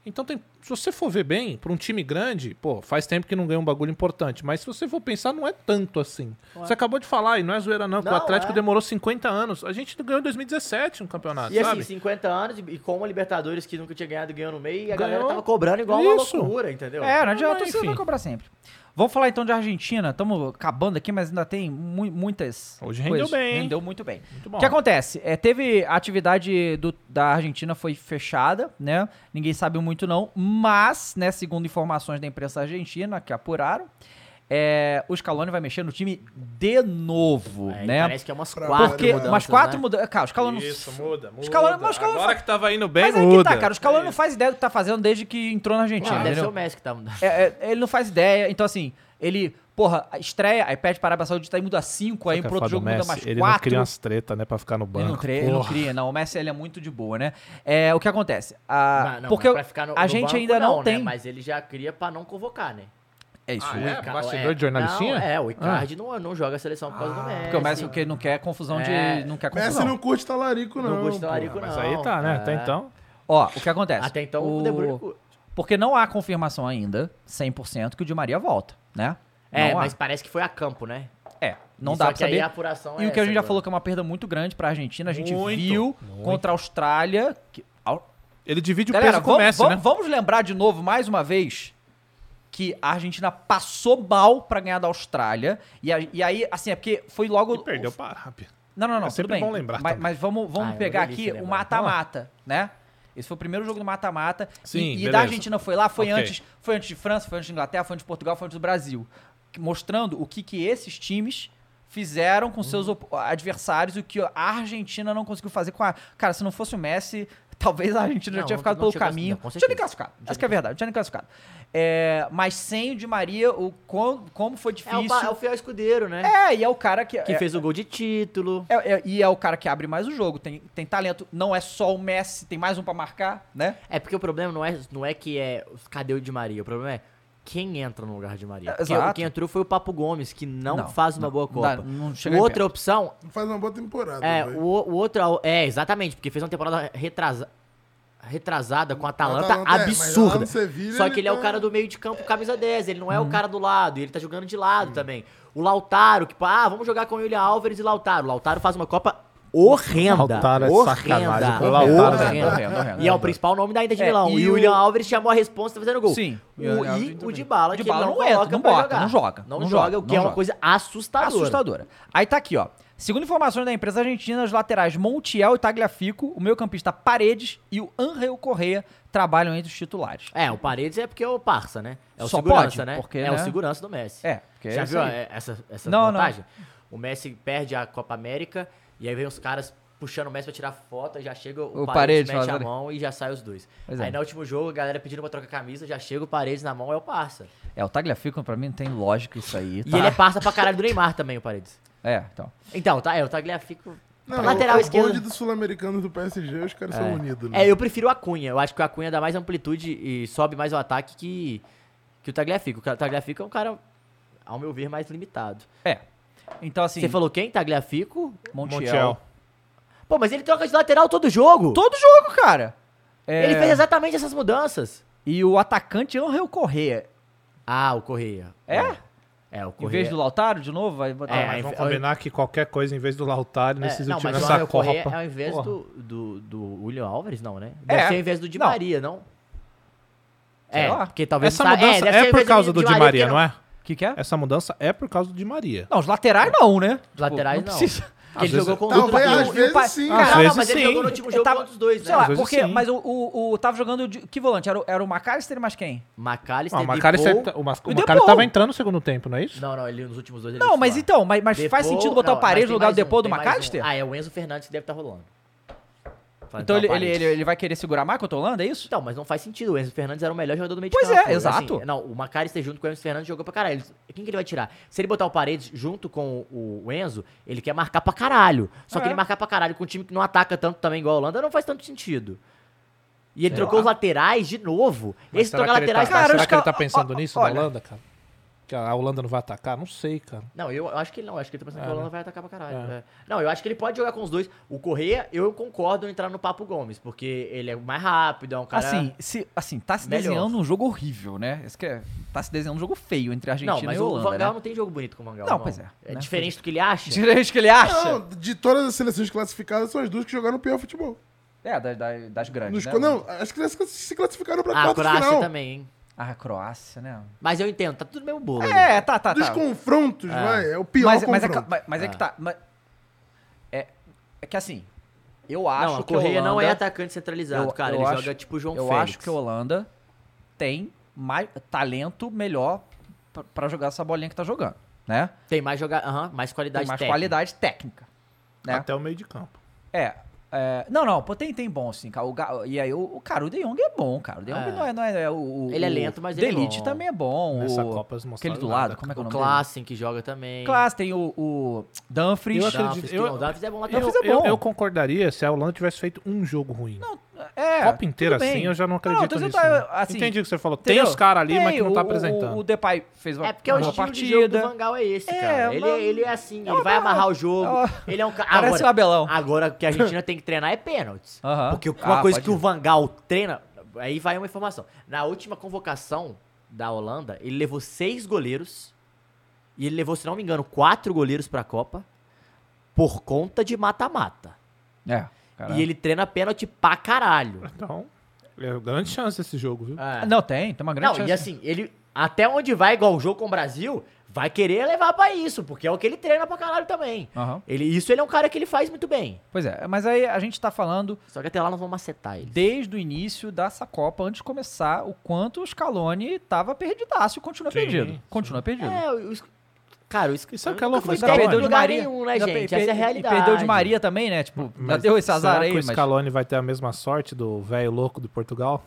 Então tem, se você for ver bem, para um time grande, pô, faz tempo que não ganha um bagulho importante, mas se você for pensar, não é tanto assim. Você acabou de falar, e não é zoeira não, que o Não, Atlético é. demorou 50 anos. A gente ganhou em 2017 um campeonato, E sabe? assim, 50 anos e- e com uma Libertadores que nunca tinha ganhado, ganhou no meio, e a galera Ganhou. tava cobrando igual uma Isso. loucura, entendeu? É, não adianta, Ah, você enfim. vai cobrar sempre. Vamos falar então de Argentina. Estamos acabando aqui, mas ainda tem mu- muitas. Hoje rendeu bem, hein? Rendeu muito bem. Muito bom. O que acontece? É, teve a atividade do- da Argentina foi fechada, né? Ninguém sabe muito não, mas, né, segundo informações da imprensa argentina que apuraram, é, o Scaloni vai mexer no time de novo, É, e né? Parece que é umas Pra- quatro Porque mudanças, umas quatro né? mudanças. Cara, o Scaloni. Isso, muda, muda. Scaloni- mas o Scaloni Agora fa- que tava indo bem, mas aí muda. É que tá, cara. O Scaloni não faz ideia do que tá fazendo desde que entrou na Argentina. Não, deve entendeu? ser o Messi que tá mudando. É, é, ele não faz ideia. Então, assim, ele, porra, estreia, aí pede para a Arábia Saudita e muda 5, aí Sabe o que pro eu falo outro do jogo muda Messi? mais 4. Ele não cria umas treta, né, pra ficar no banco. ele não cria, ele não Porra. cria, não. O Messi ele é muito de boa, né? É, o que acontece? A, Mas Ah, não, Ah, porque mas pra ficar no- a no gente banco ainda não, né? tem. Mas ele já cria pra não convocar, né? É isso. Ah, é? Ica- Bastidor de jornalistinha? Ah. Não, é, o Icardi não, não joga a seleção por causa do Messi. Ah, Porque o Messi é o que não quer confusão É. de. Não quer Messi confusão. não curte talarico, não. Não gosta do Arico, Mas não. aí tá, né? É. Até então. Ó, o que acontece? Até então é. o o De Bruyne... cu- Porque não há confirmação ainda, 100%, que o Di Maria volta, né? É, não há. mas parece que foi a campo, né? É, não E dá só pra que aí saber. a apuração é e o que a essa gente já agora. falou que é uma perda muito grande pra Argentina, a gente Muito, viu muito. contra a Austrália. que- Au- Ele divide o Galera, peso com o vamos, Messi, vamos- né? vamos lembrar de novo, mais uma vez, que a Argentina passou mal pra ganhar da Austrália. E, a- e aí, assim, é porque foi logo. E perdeu pra Arábia. Não, não, É não. tudo sempre bem. bom lembrar Mas, também. mas vamos, vamos Ah, é uma pegar aqui delícia o lembrar. mata-mata, né? Esse foi o primeiro jogo do mata-mata. E- Sim, e, beleza. da Argentina foi lá, foi Ok. antes, foi antes de França, foi antes de Inglaterra, foi antes de Portugal, foi antes do Brasil, Que- mostrando o que que esses times fizeram com seus op- adversários e o que a Argentina não conseguiu fazer com a Cara, se não fosse o Messi, *laughs* Talvez a Argentina já Não, tinha ficado não pelo tinha classificado, caminho. com Tinha nem classificado. Acho que é verdade, tinha nem classificado. É, mas sem o Di Maria, o quão- como foi É difícil. o, ba- é o fiel escudeiro, né? É, e é o cara que. Que é- fez o gol de título. é- é- e é o cara que abre mais o jogo. Tem, tem talento. Não é só o Messi, tem mais um pra marcar, né? É porque o problema não é, não é que é. Cadê o Di Maria? O problema é quem entra no lugar de Maria. É, Porque exato. quem entrou foi o Papo Gomes, que não, Não, faz uma não, boa não dá- Copa. não chega O nem outra perto. opção. Não faz uma boa temporada. né? É, velho. o, o outro. É, exatamente, porque fez uma temporada retrasa, retrasada com a Atalanta, Atalanta, é, mas lá no absurda. Sevilha Só ele que ele é o tá- Uhum. cara do meio de campo, camisa 10. Ele não é o cara do lado, e ele tá jogando de lado também. O Lautaro, que, pá, ah, vamos jogar com o William Álvares e Lautaro. O Lautaro faz uma Copa horrenda. Lautaro é sacanagem horrenda. com o Lautaro, horrenda. né? Horrendo, horrendo. E é o principal nome da Inter de É, Milão. e e, o o- William Álvares chamou a resposta fazendo gol. Sim. O, E o William e o Dybala, que Dybala ele não, não entra, coloca não pra bota, jogar. não joga, Não, não joga, joga, o que não é uma joga. coisa assustadora. Assustadora. Aí tá aqui, ó. Segundo informações da empresa argentina, os laterais Montiel e Tagliafico, o meio-campista Paredes e o Angel Correia trabalham entre os titulares. É, o Paredes é porque é o parça, né? É o Só segurança, pode, né? porque, é né? o segurança do Messi. É, porque Já é viu isso aí. é, essa, essa Não, não. montagem? O Messi perde a Copa América e aí vem os caras puxando o Messi pra tirar foto, aí já chega o, O Paredes Paredes, mete faz, a olha. mão e já sai os dois. Pois aí é. no último jogo, a galera pedindo pra trocar camisa, já chega o Paredes na mão, é o parça. É, o Tagliafico pra mim não tem lógica isso aí. E tá? ele é parça pra caralho do Neymar também, o Paredes. É, então. Então, tá, é, o Tagliafico... Não, é lateral o, esquerdo. O bonde dos sul-americanos do PSG, os caras são unidos. né? É, eu prefiro a Cunha. Eu acho que a Cunha dá mais amplitude e sobe mais o ataque que, que o Tagliafico. O ca- Tagliafico é um cara, ao meu ver, mais limitado. É. Então, assim. Você falou quem? Tagliafico? Montiel. Pô, mas ele troca de lateral todo jogo. Todo jogo, cara. É, Ele É. fez exatamente essas mudanças. E o atacante Angel Correia. Ah, o Correia. É? É, o Em Correia. vez do Lautaro, de novo, vai botar... É, mais mas um. vamos Combinar que qualquer coisa em vez do Lautaro nesses É, não, últimos mas o nessa Angel Copa. Correia é ao invés Porra. do, do, do William Álvares, não, né? Deve É. ser ao invés do Di Não. Maria, não? Sei É, lá. porque talvez Essa não sa- mudança deve ser ao é, por invés causa do Di Maria, porque não é? O que, que é? Essa mudança é por causa do Di Maria. Não, os laterais não, né? Os laterais não não. precisa. Porque ele é- jogou é- com Talvez, o às vezes, sim. Às Cara, não, vezes, mas ele sim. jogou no último jogo Tava- contra os dois, né? Sei lá, porque... Mas o, o, o- Tava jogando... de- que volante? Era, o- era o McAllister e mais quem? McAllister, Ah, o é McAllister, Depou- o Mas- o E McAllister Depou. tava entrando no segundo tempo, não é isso? Não, não, ele nos últimos dois ele Não, foi mas titular. então, mas- mas faz sentido botar o não, Paredes mas no lugar do tem mais Depô do tem mais McAllister? Ah, é o Enzo Fernandes que deve estar rolando. Fala, Então o ele, ele, Paredes. ele, ele vai querer segurar a marca contra a Holanda, é isso? Então, mas não faz sentido. O Enzo Fernandes era o melhor jogador do meio Pois de é, campo. Assim, exato. não, o McAllister junto com o Enzo Fernandes jogou pra caralho. Quem que ele vai tirar? Se ele botar o Paredes junto com o o Enzo, ele quer marcar pra caralho. Só É. que ele marcar pra caralho com um time que não ataca tanto também igual a Holanda não faz tanto sentido. E ele Sei É. trocou lá. os Ah. laterais de novo. Mas Esse será trocar que ele tá- laterais... será os que ele tá caras- pensando ó, ó, nisso olha. na Holanda, cara? Que a Holanda não vai atacar? Não sei, cara. Não, eu acho que ele não. Acho que ele tá É, pensando Ah, que o né? Holanda vai atacar pra caralho. É. é. Não, eu acho que ele pode jogar com os dois. O Correia, eu concordo em entrar no Papo Gomes, porque ele é mais rápido, é um cara. Assim, se, assim, tá se melhor. desenhando um jogo horrível, né? Esse que é, tá se desenhando um jogo feio entre a Argentina não, mas e a o Holanda, Vangal né? não tem jogo bonito com o Vangal. Não, pois é, É né? diferente do que ele acha. Diferente do que ele acha. Não, de todas as seleções classificadas, são as duas que jogaram o pior futebol. É, das, das, das grandes, Nos- né? não, as crianças se classificaram pra Ah, a quarta Croácia final. também, hein? Ah, a Croácia, né? Mas eu entendo, tá tudo no mesmo bolo. É, tá, tá, tá. Dos confrontos, vai, é o pior mas, mas é confronto. que- Mas, mas é Ah. que tá... mas- é, é que assim, eu acho Não, o que a Correia não é Holanda- atacante centralizado, eu- cara. eu Ele acho- joga tipo João Eu Félix. acho que a Holanda tem mais talento melhor pra- pra jogar essa bolinha que tá jogando, né? Tem mais jogar, aham, mais qualidade Tem mais técnica. qualidade técnica. né? Até o meio de campo. É. é, não, não, pô, tem, tem bom, sim. cara. O Ga- e aí, o, o cara, o De Jong é bom, cara. O De Jong É. não é, não é, é o, o- Ele é o lento, mas ele é Delite bom. também é bom. Nessa o, Copa eles não aquele do mostraram lado, nada, como é que é o O nome Klassen que joga também. dele? Klaas, tem o, o Dumfries. Eu acredito- eu- o Dumfries é bom lateral. Eu, Dumfries é eu- bom. eu concordaria se a Holanda tivesse feito um jogo ruim. É, Copa inteira tudo bem. assim, eu já não acredito tô dizendo, nisso, tá, não. Entendi o que você falou. Tem os cara ali, mas que não tá o- apresentando. O, o Depay fez uma, É porque o uma estilo partida. de jogo do Vangal é esse, É, cara. Ele, mas- ele é assim, uma- ele vai amarrar o jogo. Ele é um cara. Parece um Abelão. Agora o que *laughs* a Argentina tem que treinar é pênaltis. Aham. Porque uma Ah, coisa pode que o Vangal treina. Aí vai uma informação. Na última convocação da Holanda, ele levou seis goleiros. E ele levou, se não me engano, quatro goleiros pra Copa. Por conta de mata-mata. É, caralho. Uhum. E ele treina pênalti pra caralho. Então, é grande chance esse jogo, viu? É. Não, tem, tem uma grande Não, chance. né? e assim, ele até onde vai, igual o jogo com o Brasil, vai querer levar pra isso, porque é o que ele treina pra caralho também. Aham. Ele, isso ele é um cara que ele faz muito bem. Pois é, mas aí a gente tá falando Só que até lá nós vamos macetar ele. desde o início dessa Copa, antes de começar, o quanto o Scaloni tava perdidaço e continua Sim, perdido. sim. né? Continua perdido. É, o- o- Cara, isso, isso é nunca aquela loucura. foi Scaloni. bem em lugar nenhum, né, Já gente? pe- Essa é a e realidade. Perdeu de Maria também, né? Tipo, já deu esse azar será aí, que o mas... Scaloni vai ter a mesma sorte do velho louco do Portugal?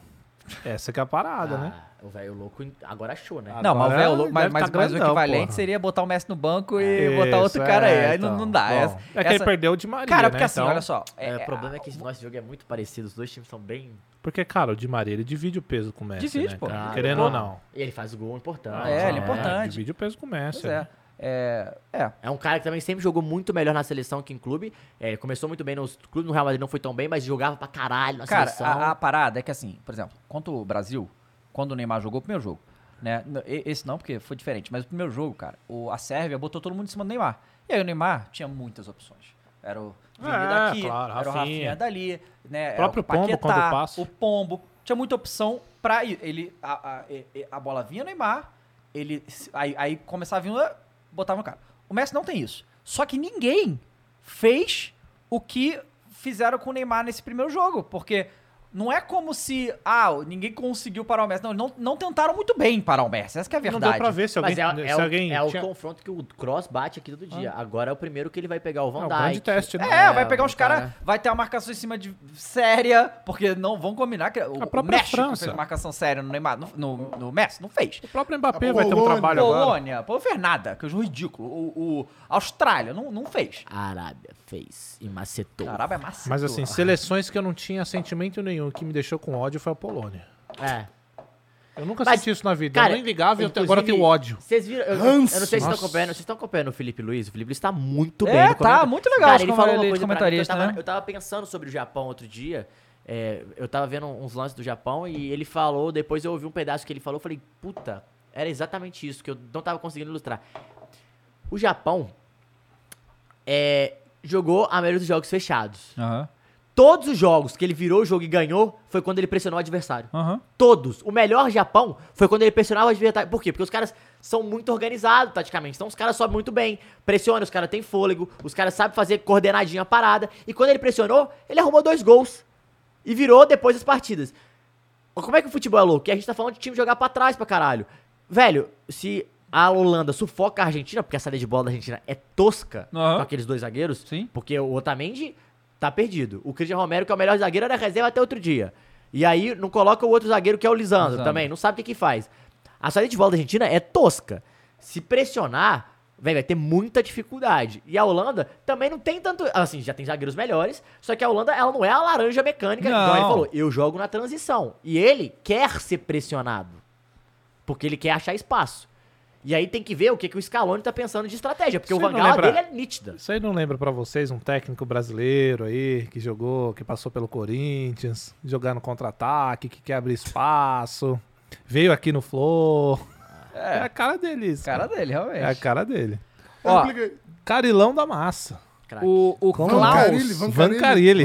Essa que é a parada, né? Ah, O velho louco agora achou, né? Não, mas, o Agora velho louco- mas, deve tá mas- mas o grandão, equivalente porra. É, seria botar o Messi no banco e Isso, botar outro cara aí. Aí não, então. não dá. Bom, essa, é que ele essa- perdeu de Maria, Cara, né, porque assim, então- olha só. É, é- o problema é que esse nosso jogo é muito parecido, os dois times são bem... Porque, cara, o Di Maria ele divide o peso com o Messi. Divide, né, pô. cara? Ah, Querendo pô. ou não. E ele faz o gol importante. É, ele é né? importante. Divide o peso com o Messi. Pois é. né? É, é. É um cara que também sempre jogou muito melhor na seleção que em clube. É, começou muito bem nos clubes, no Real Madrid não foi tão bem, mas jogava pra caralho na Cara, seleção. a, a parada é que assim, por exemplo, contra o Brasil, quando o Neymar jogou o primeiro jogo, né? n- e- Esse não, porque foi diferente, mas o primeiro jogo, cara, o, a Sérvia botou todo mundo em cima do Neymar. E aí o Neymar tinha muitas opções. Era o Vini É, daqui, claro, era o Rafinha. Rafinha dali, né? era próprio o Pombo, Paquetá, quando passa. O Pombo. Tinha muita opção pra ir. Ele, a, a, e- e- a bola vinha no Neymar, ele, se- aí, aí começava a vir, ah, botava no cara. O Messi não tem isso. Só que ninguém fez o que fizeram com o Neymar nesse primeiro jogo, porque não é como se, ah, ninguém conseguiu parar o Messi. Não, não, não tentaram muito bem parar o Messi, essa que é a Não deu verdade. pra ver se alguém- Mas é, é se o- alguém é o, tinha- Ah. confronto que o Cross bate aqui todo dia. Agora é o primeiro que ele vai pegar o Van É um Dijk. grande teste, né? É, vai pegar um uns caras, vai ter uma marcação em cima de séria, porque não vão combinar que o, A o própria México França. fez marcação séria no Neymar, no, no- no Messi, não fez. O próprio Mbappé vai ter um trabalho agora. Polônia, agora. Polônia, fez nada, que é ridículo. O, o Austrália não, não fez. A Arábia fez e macetou. A Arábia é macetou. Mas assim, seleções que eu não tinha sentimento nenhum, o que me deixou com ódio foi a Polônia. É. Eu nunca Mas, senti isso na vida. cara, eu nem ligava e até inclusive, agora eu tenho ódio. Vocês viram? Eu, eu não Ranço. sei se vocês estão Nossa. acompanhando. Vocês estão acompanhando o Felipe Luiz? O Felipe Luiz tá muito É, bem. no tá comentário. muito legal Cara, esse ele falou comentário uma de coisa pra mim que comentarista, eu tava, né? eu tava pensando sobre o Japão outro dia. é, eu tava vendo uns lances do Japão e ele falou, depois eu ouvi um pedaço que ele falou, eu falei, puta, era exatamente isso que eu não tava conseguindo ilustrar. O Japão é, jogou a maioria dos jogos fechados. Todos os jogos que ele virou o jogo e ganhou foi quando ele pressionou o adversário. Ah. Todos. O melhor Japão foi quando ele pressionava o adversário. Por quê? Porque os caras são muito organizados taticamente. Então os caras sobem muito bem, pressionam, os caras têm fôlego, os caras sabem fazer coordenadinha a parada. E quando ele pressionou, ele arrumou dois gols. E virou depois as partidas. Como é que o futebol é louco? Que a gente tá falando de time jogar pra trás pra caralho. Velho, se a Holanda sufoca a Argentina, porque a saída de bola da Argentina é tosca com aqueles dois zagueiros, porque o Otamendi tá perdido. O Cristian Romero, que é o melhor zagueiro, era reserva até outro dia. E aí não coloca o outro zagueiro, que é o Lisandro, Lisandro. também, não sabe o que que faz. A saída de bola da Argentina é tosca. Se pressionar, velho, vai ter muita dificuldade. E a Holanda também não tem tanto. Assim, já tem zagueiros melhores, só que a Holanda, ela não é a laranja mecânica. Então Não. ele falou: eu jogo na transição. E ele quer ser pressionado. Porque ele quer achar espaço. E aí tem que ver o que, que o Scaloni tá pensando de estratégia. Porque Isso o aí não Vangal lembra- dele é nítida. Isso aí não lembra pra vocês um técnico brasileiro aí que jogou, que passou pelo Corinthians, jogando contra-ataque, que quer abrir espaço, veio aqui no Flow. É, a cara dele. isso, Cara dele, realmente. É a cara dele. Ó, Carilão da massa. O, o Como? é? Klaus. Vancarilli. Vancarilli.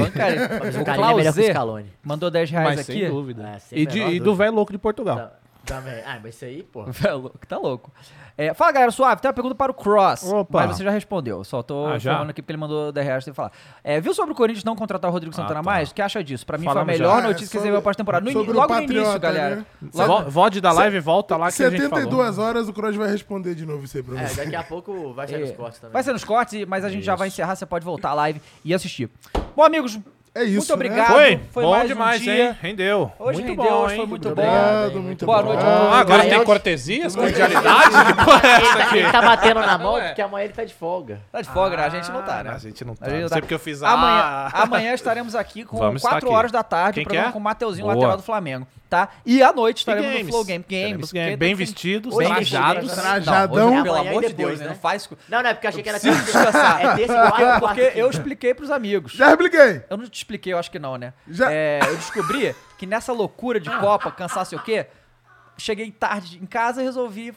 Vancarilli. O Vancarilli é melhor Klaus que o Z Scaloni. mandou 10 reais Mas aqui. sem dúvida. É, sem e, de- menor e do dúvida. velho louco de Portugal. Também. Ah, mas isso aí, pô. *laughs* Tá louco. Tá louco. É, fala, galera, suave. Tem uma pergunta para o Cross. Opa. Mas você já respondeu. Só tô Ah, já? falando aqui porque ele mandou 10 reais sem falar. É, viu sobre o Corinthians não contratar o Rodrigo Santana tá. mais? O que acha disso? Pra mim Falamos foi a melhor já. notícia É, que sobre- recebeu a pós-temporada. No, sobre ini- o logo no Patriota, início, galera. né? Logo- Vo- Vode da Se- live e volta lá que a gente falou. 72 horas o Cross vai responder de novo isso aí pra É, você. daqui a pouco vai sair É. nos cortes também. Vai ser nos cortes, mas a gente já vai encerrar. Você pode voltar à live e assistir. Bom, amigos, É isso, muito né? obrigado. Foi, bom mais um demais, dia. hein? Rendeu. Hoje muito rendeu, bom, hoje hein? foi muito, obrigado, bom. muito Boa bom. noite. Ah, agora tem Gael- cortesias, cordialidade? que porra é essa Ele, aqui? é. tá batendo na mão porque amanhã ele tá de folga. Tá de folga, né? a gente não tá, né? A gente não tá. A gente Não tá. sei porque eu fiz a... Amanhã, amanhã estaremos aqui com Vamos estar 4 aqui. horas da tarde, Quem o programa que é? com o Mateuzinho, Boa. lateral do Flamengo, tá? E à noite estaremos no games. Flow Game Games. Teremos game. porque Bem tem- vestidos, hoje- é né? trajados. Não, hoje, Trajadão. pelo Amanhã e amor de depois, Deus, né? né? Não faz... Não, não, é porque eu achei que era preciso terça e quarta. descansar. É *laughs* terça, igual É quarta, porque quinta. eu expliquei pros amigos. Já expliquei. Eu não te expliquei, eu acho que não, né? Já- É, eu descobri que nessa loucura de Copa, cansar sei o quê, cheguei tarde em casa e resolvi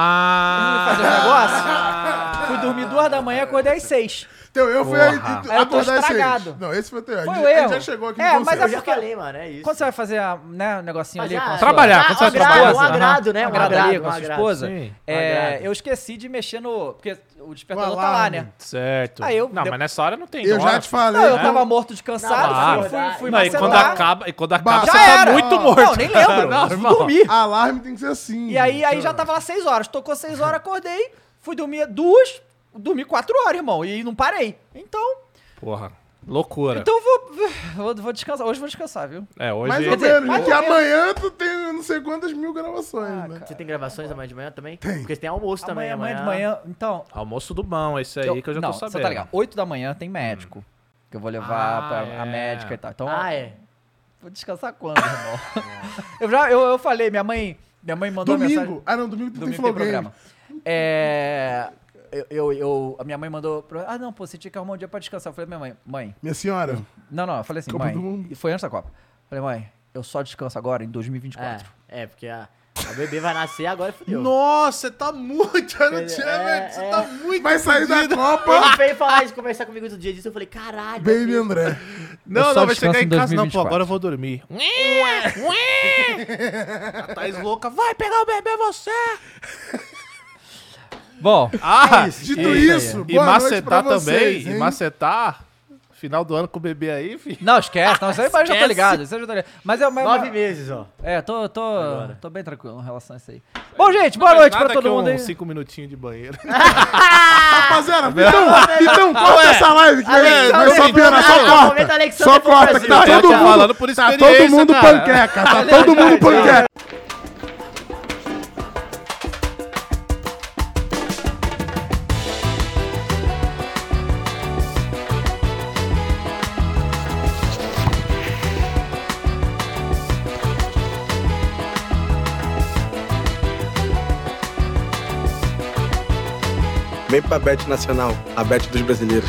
Ah! fazer um negócio. Fui dormir duas da manhã, acordei às seis. Então eu fui Porra. aí, Aí É, eu tô acordar às seis. estragado. Não, esse foi o teu erro. Foi o A gente- a gente erro. já chegou aqui É, no mas Eu consenso. já falei, mano, é isso. Quando você vai fazer a, né, um negocinho Mas ali já- com a sua- Trabalhar, quando você vai um agrado, trabalhar. um agrado, né? um Um agrado ali agrado, com um a sua agrado. esposa. Sim. É, Um agrado. eu esqueci de mexer no. Porque o despertador No tá lá, alarme. né? Certo. Aí eu- não, mas nessa hora não tem Eu hora. já te falei. Não, eu né? tava morto de cansado, Claro. fui, fui, fui Não, e quando macetar. acaba, e quando acaba Bah, você já era. tá muito morto. Não, nem lembro. Não, Eu irmão. dormi. Alarme tem que ser assim. E aí, aí gente. já tava lá seis horas. Tocou seis horas, acordei. Fui dormir duas, dormi quatro horas, irmão, e não parei. Então, Porra, loucura. então vou, vou, vou descansar. Hoje vou descansar, viu? É, hoje Mais ou menos, porque amanhã tu tem não sei quantas mil gravações, Ah, né? Você tem gravações amanhã de manhã também? Tem. Porque tem almoço também Amanhã, amanhã. de manhã, então... Almoço do bom, esse aí que eu já não, tô sabendo. Hum. Ah, Você tá ligado? 8 da manhã tem médico. Que eu vou levar pra a é. médica e tal. Então, Ah, é. Vou descansar quando, irmão? *laughs* eu já eu, eu falei, minha mãe, minha mãe mandou Domingo. mensagem. Ah, não, domingo tu tem Domingo flow tem game. programa. É, eu, eu, eu- a minha mãe mandou. pro- Ah, não, pô, você tinha que arrumar um dia pra descansar. Eu falei, minha mãe, mãe. Minha senhora. Não, não, eu falei assim, Copa do mãe. Mundo. E foi antes da Copa. Eu falei, mãe, eu só descanso agora em 2024. É, é porque a, a bebê vai nascer agora e fudeu. Nossa, você tá muito. Eu não tinha, É, velho, você é. tá muito. Vai sair da Ele Copa, veio falar isso, conversar comigo outro dia disso, eu falei, caralho. Baby André. Não, só não, vai chegar descanso em em casa, não, 2024. pô, agora eu vou dormir. É a Thais louca, vai pegar o bebê *laughs* você! Bom, Ah, Dito isso, e boa noite macetar pra também, vocês, e hein? macetar, final do ano com o bebê aí, filho. não, esquece, não, isso aí mas eu já tô ligado. Isso aí eu já tô ligado. Mas é mas- Nove meses, ó. É, tô, tô, tô bem tranquilo em relação a isso aí. Bom, gente, boa noite pra todo mundo aí. Uns cinco minutinhos de banheiro. Rapaziada, então, *laughs* então corta essa live que vai- tá vai só piorar, só Ah, corta. momento Alexandre Só pro corta, que Brasil. Não, tá eu todo tô falando por mundo, tá todo experiência, mundo cara. panqueca, tá todo *laughs* mundo panqueca. Vem pra Bet Nacional, a Bet dos brasileiros.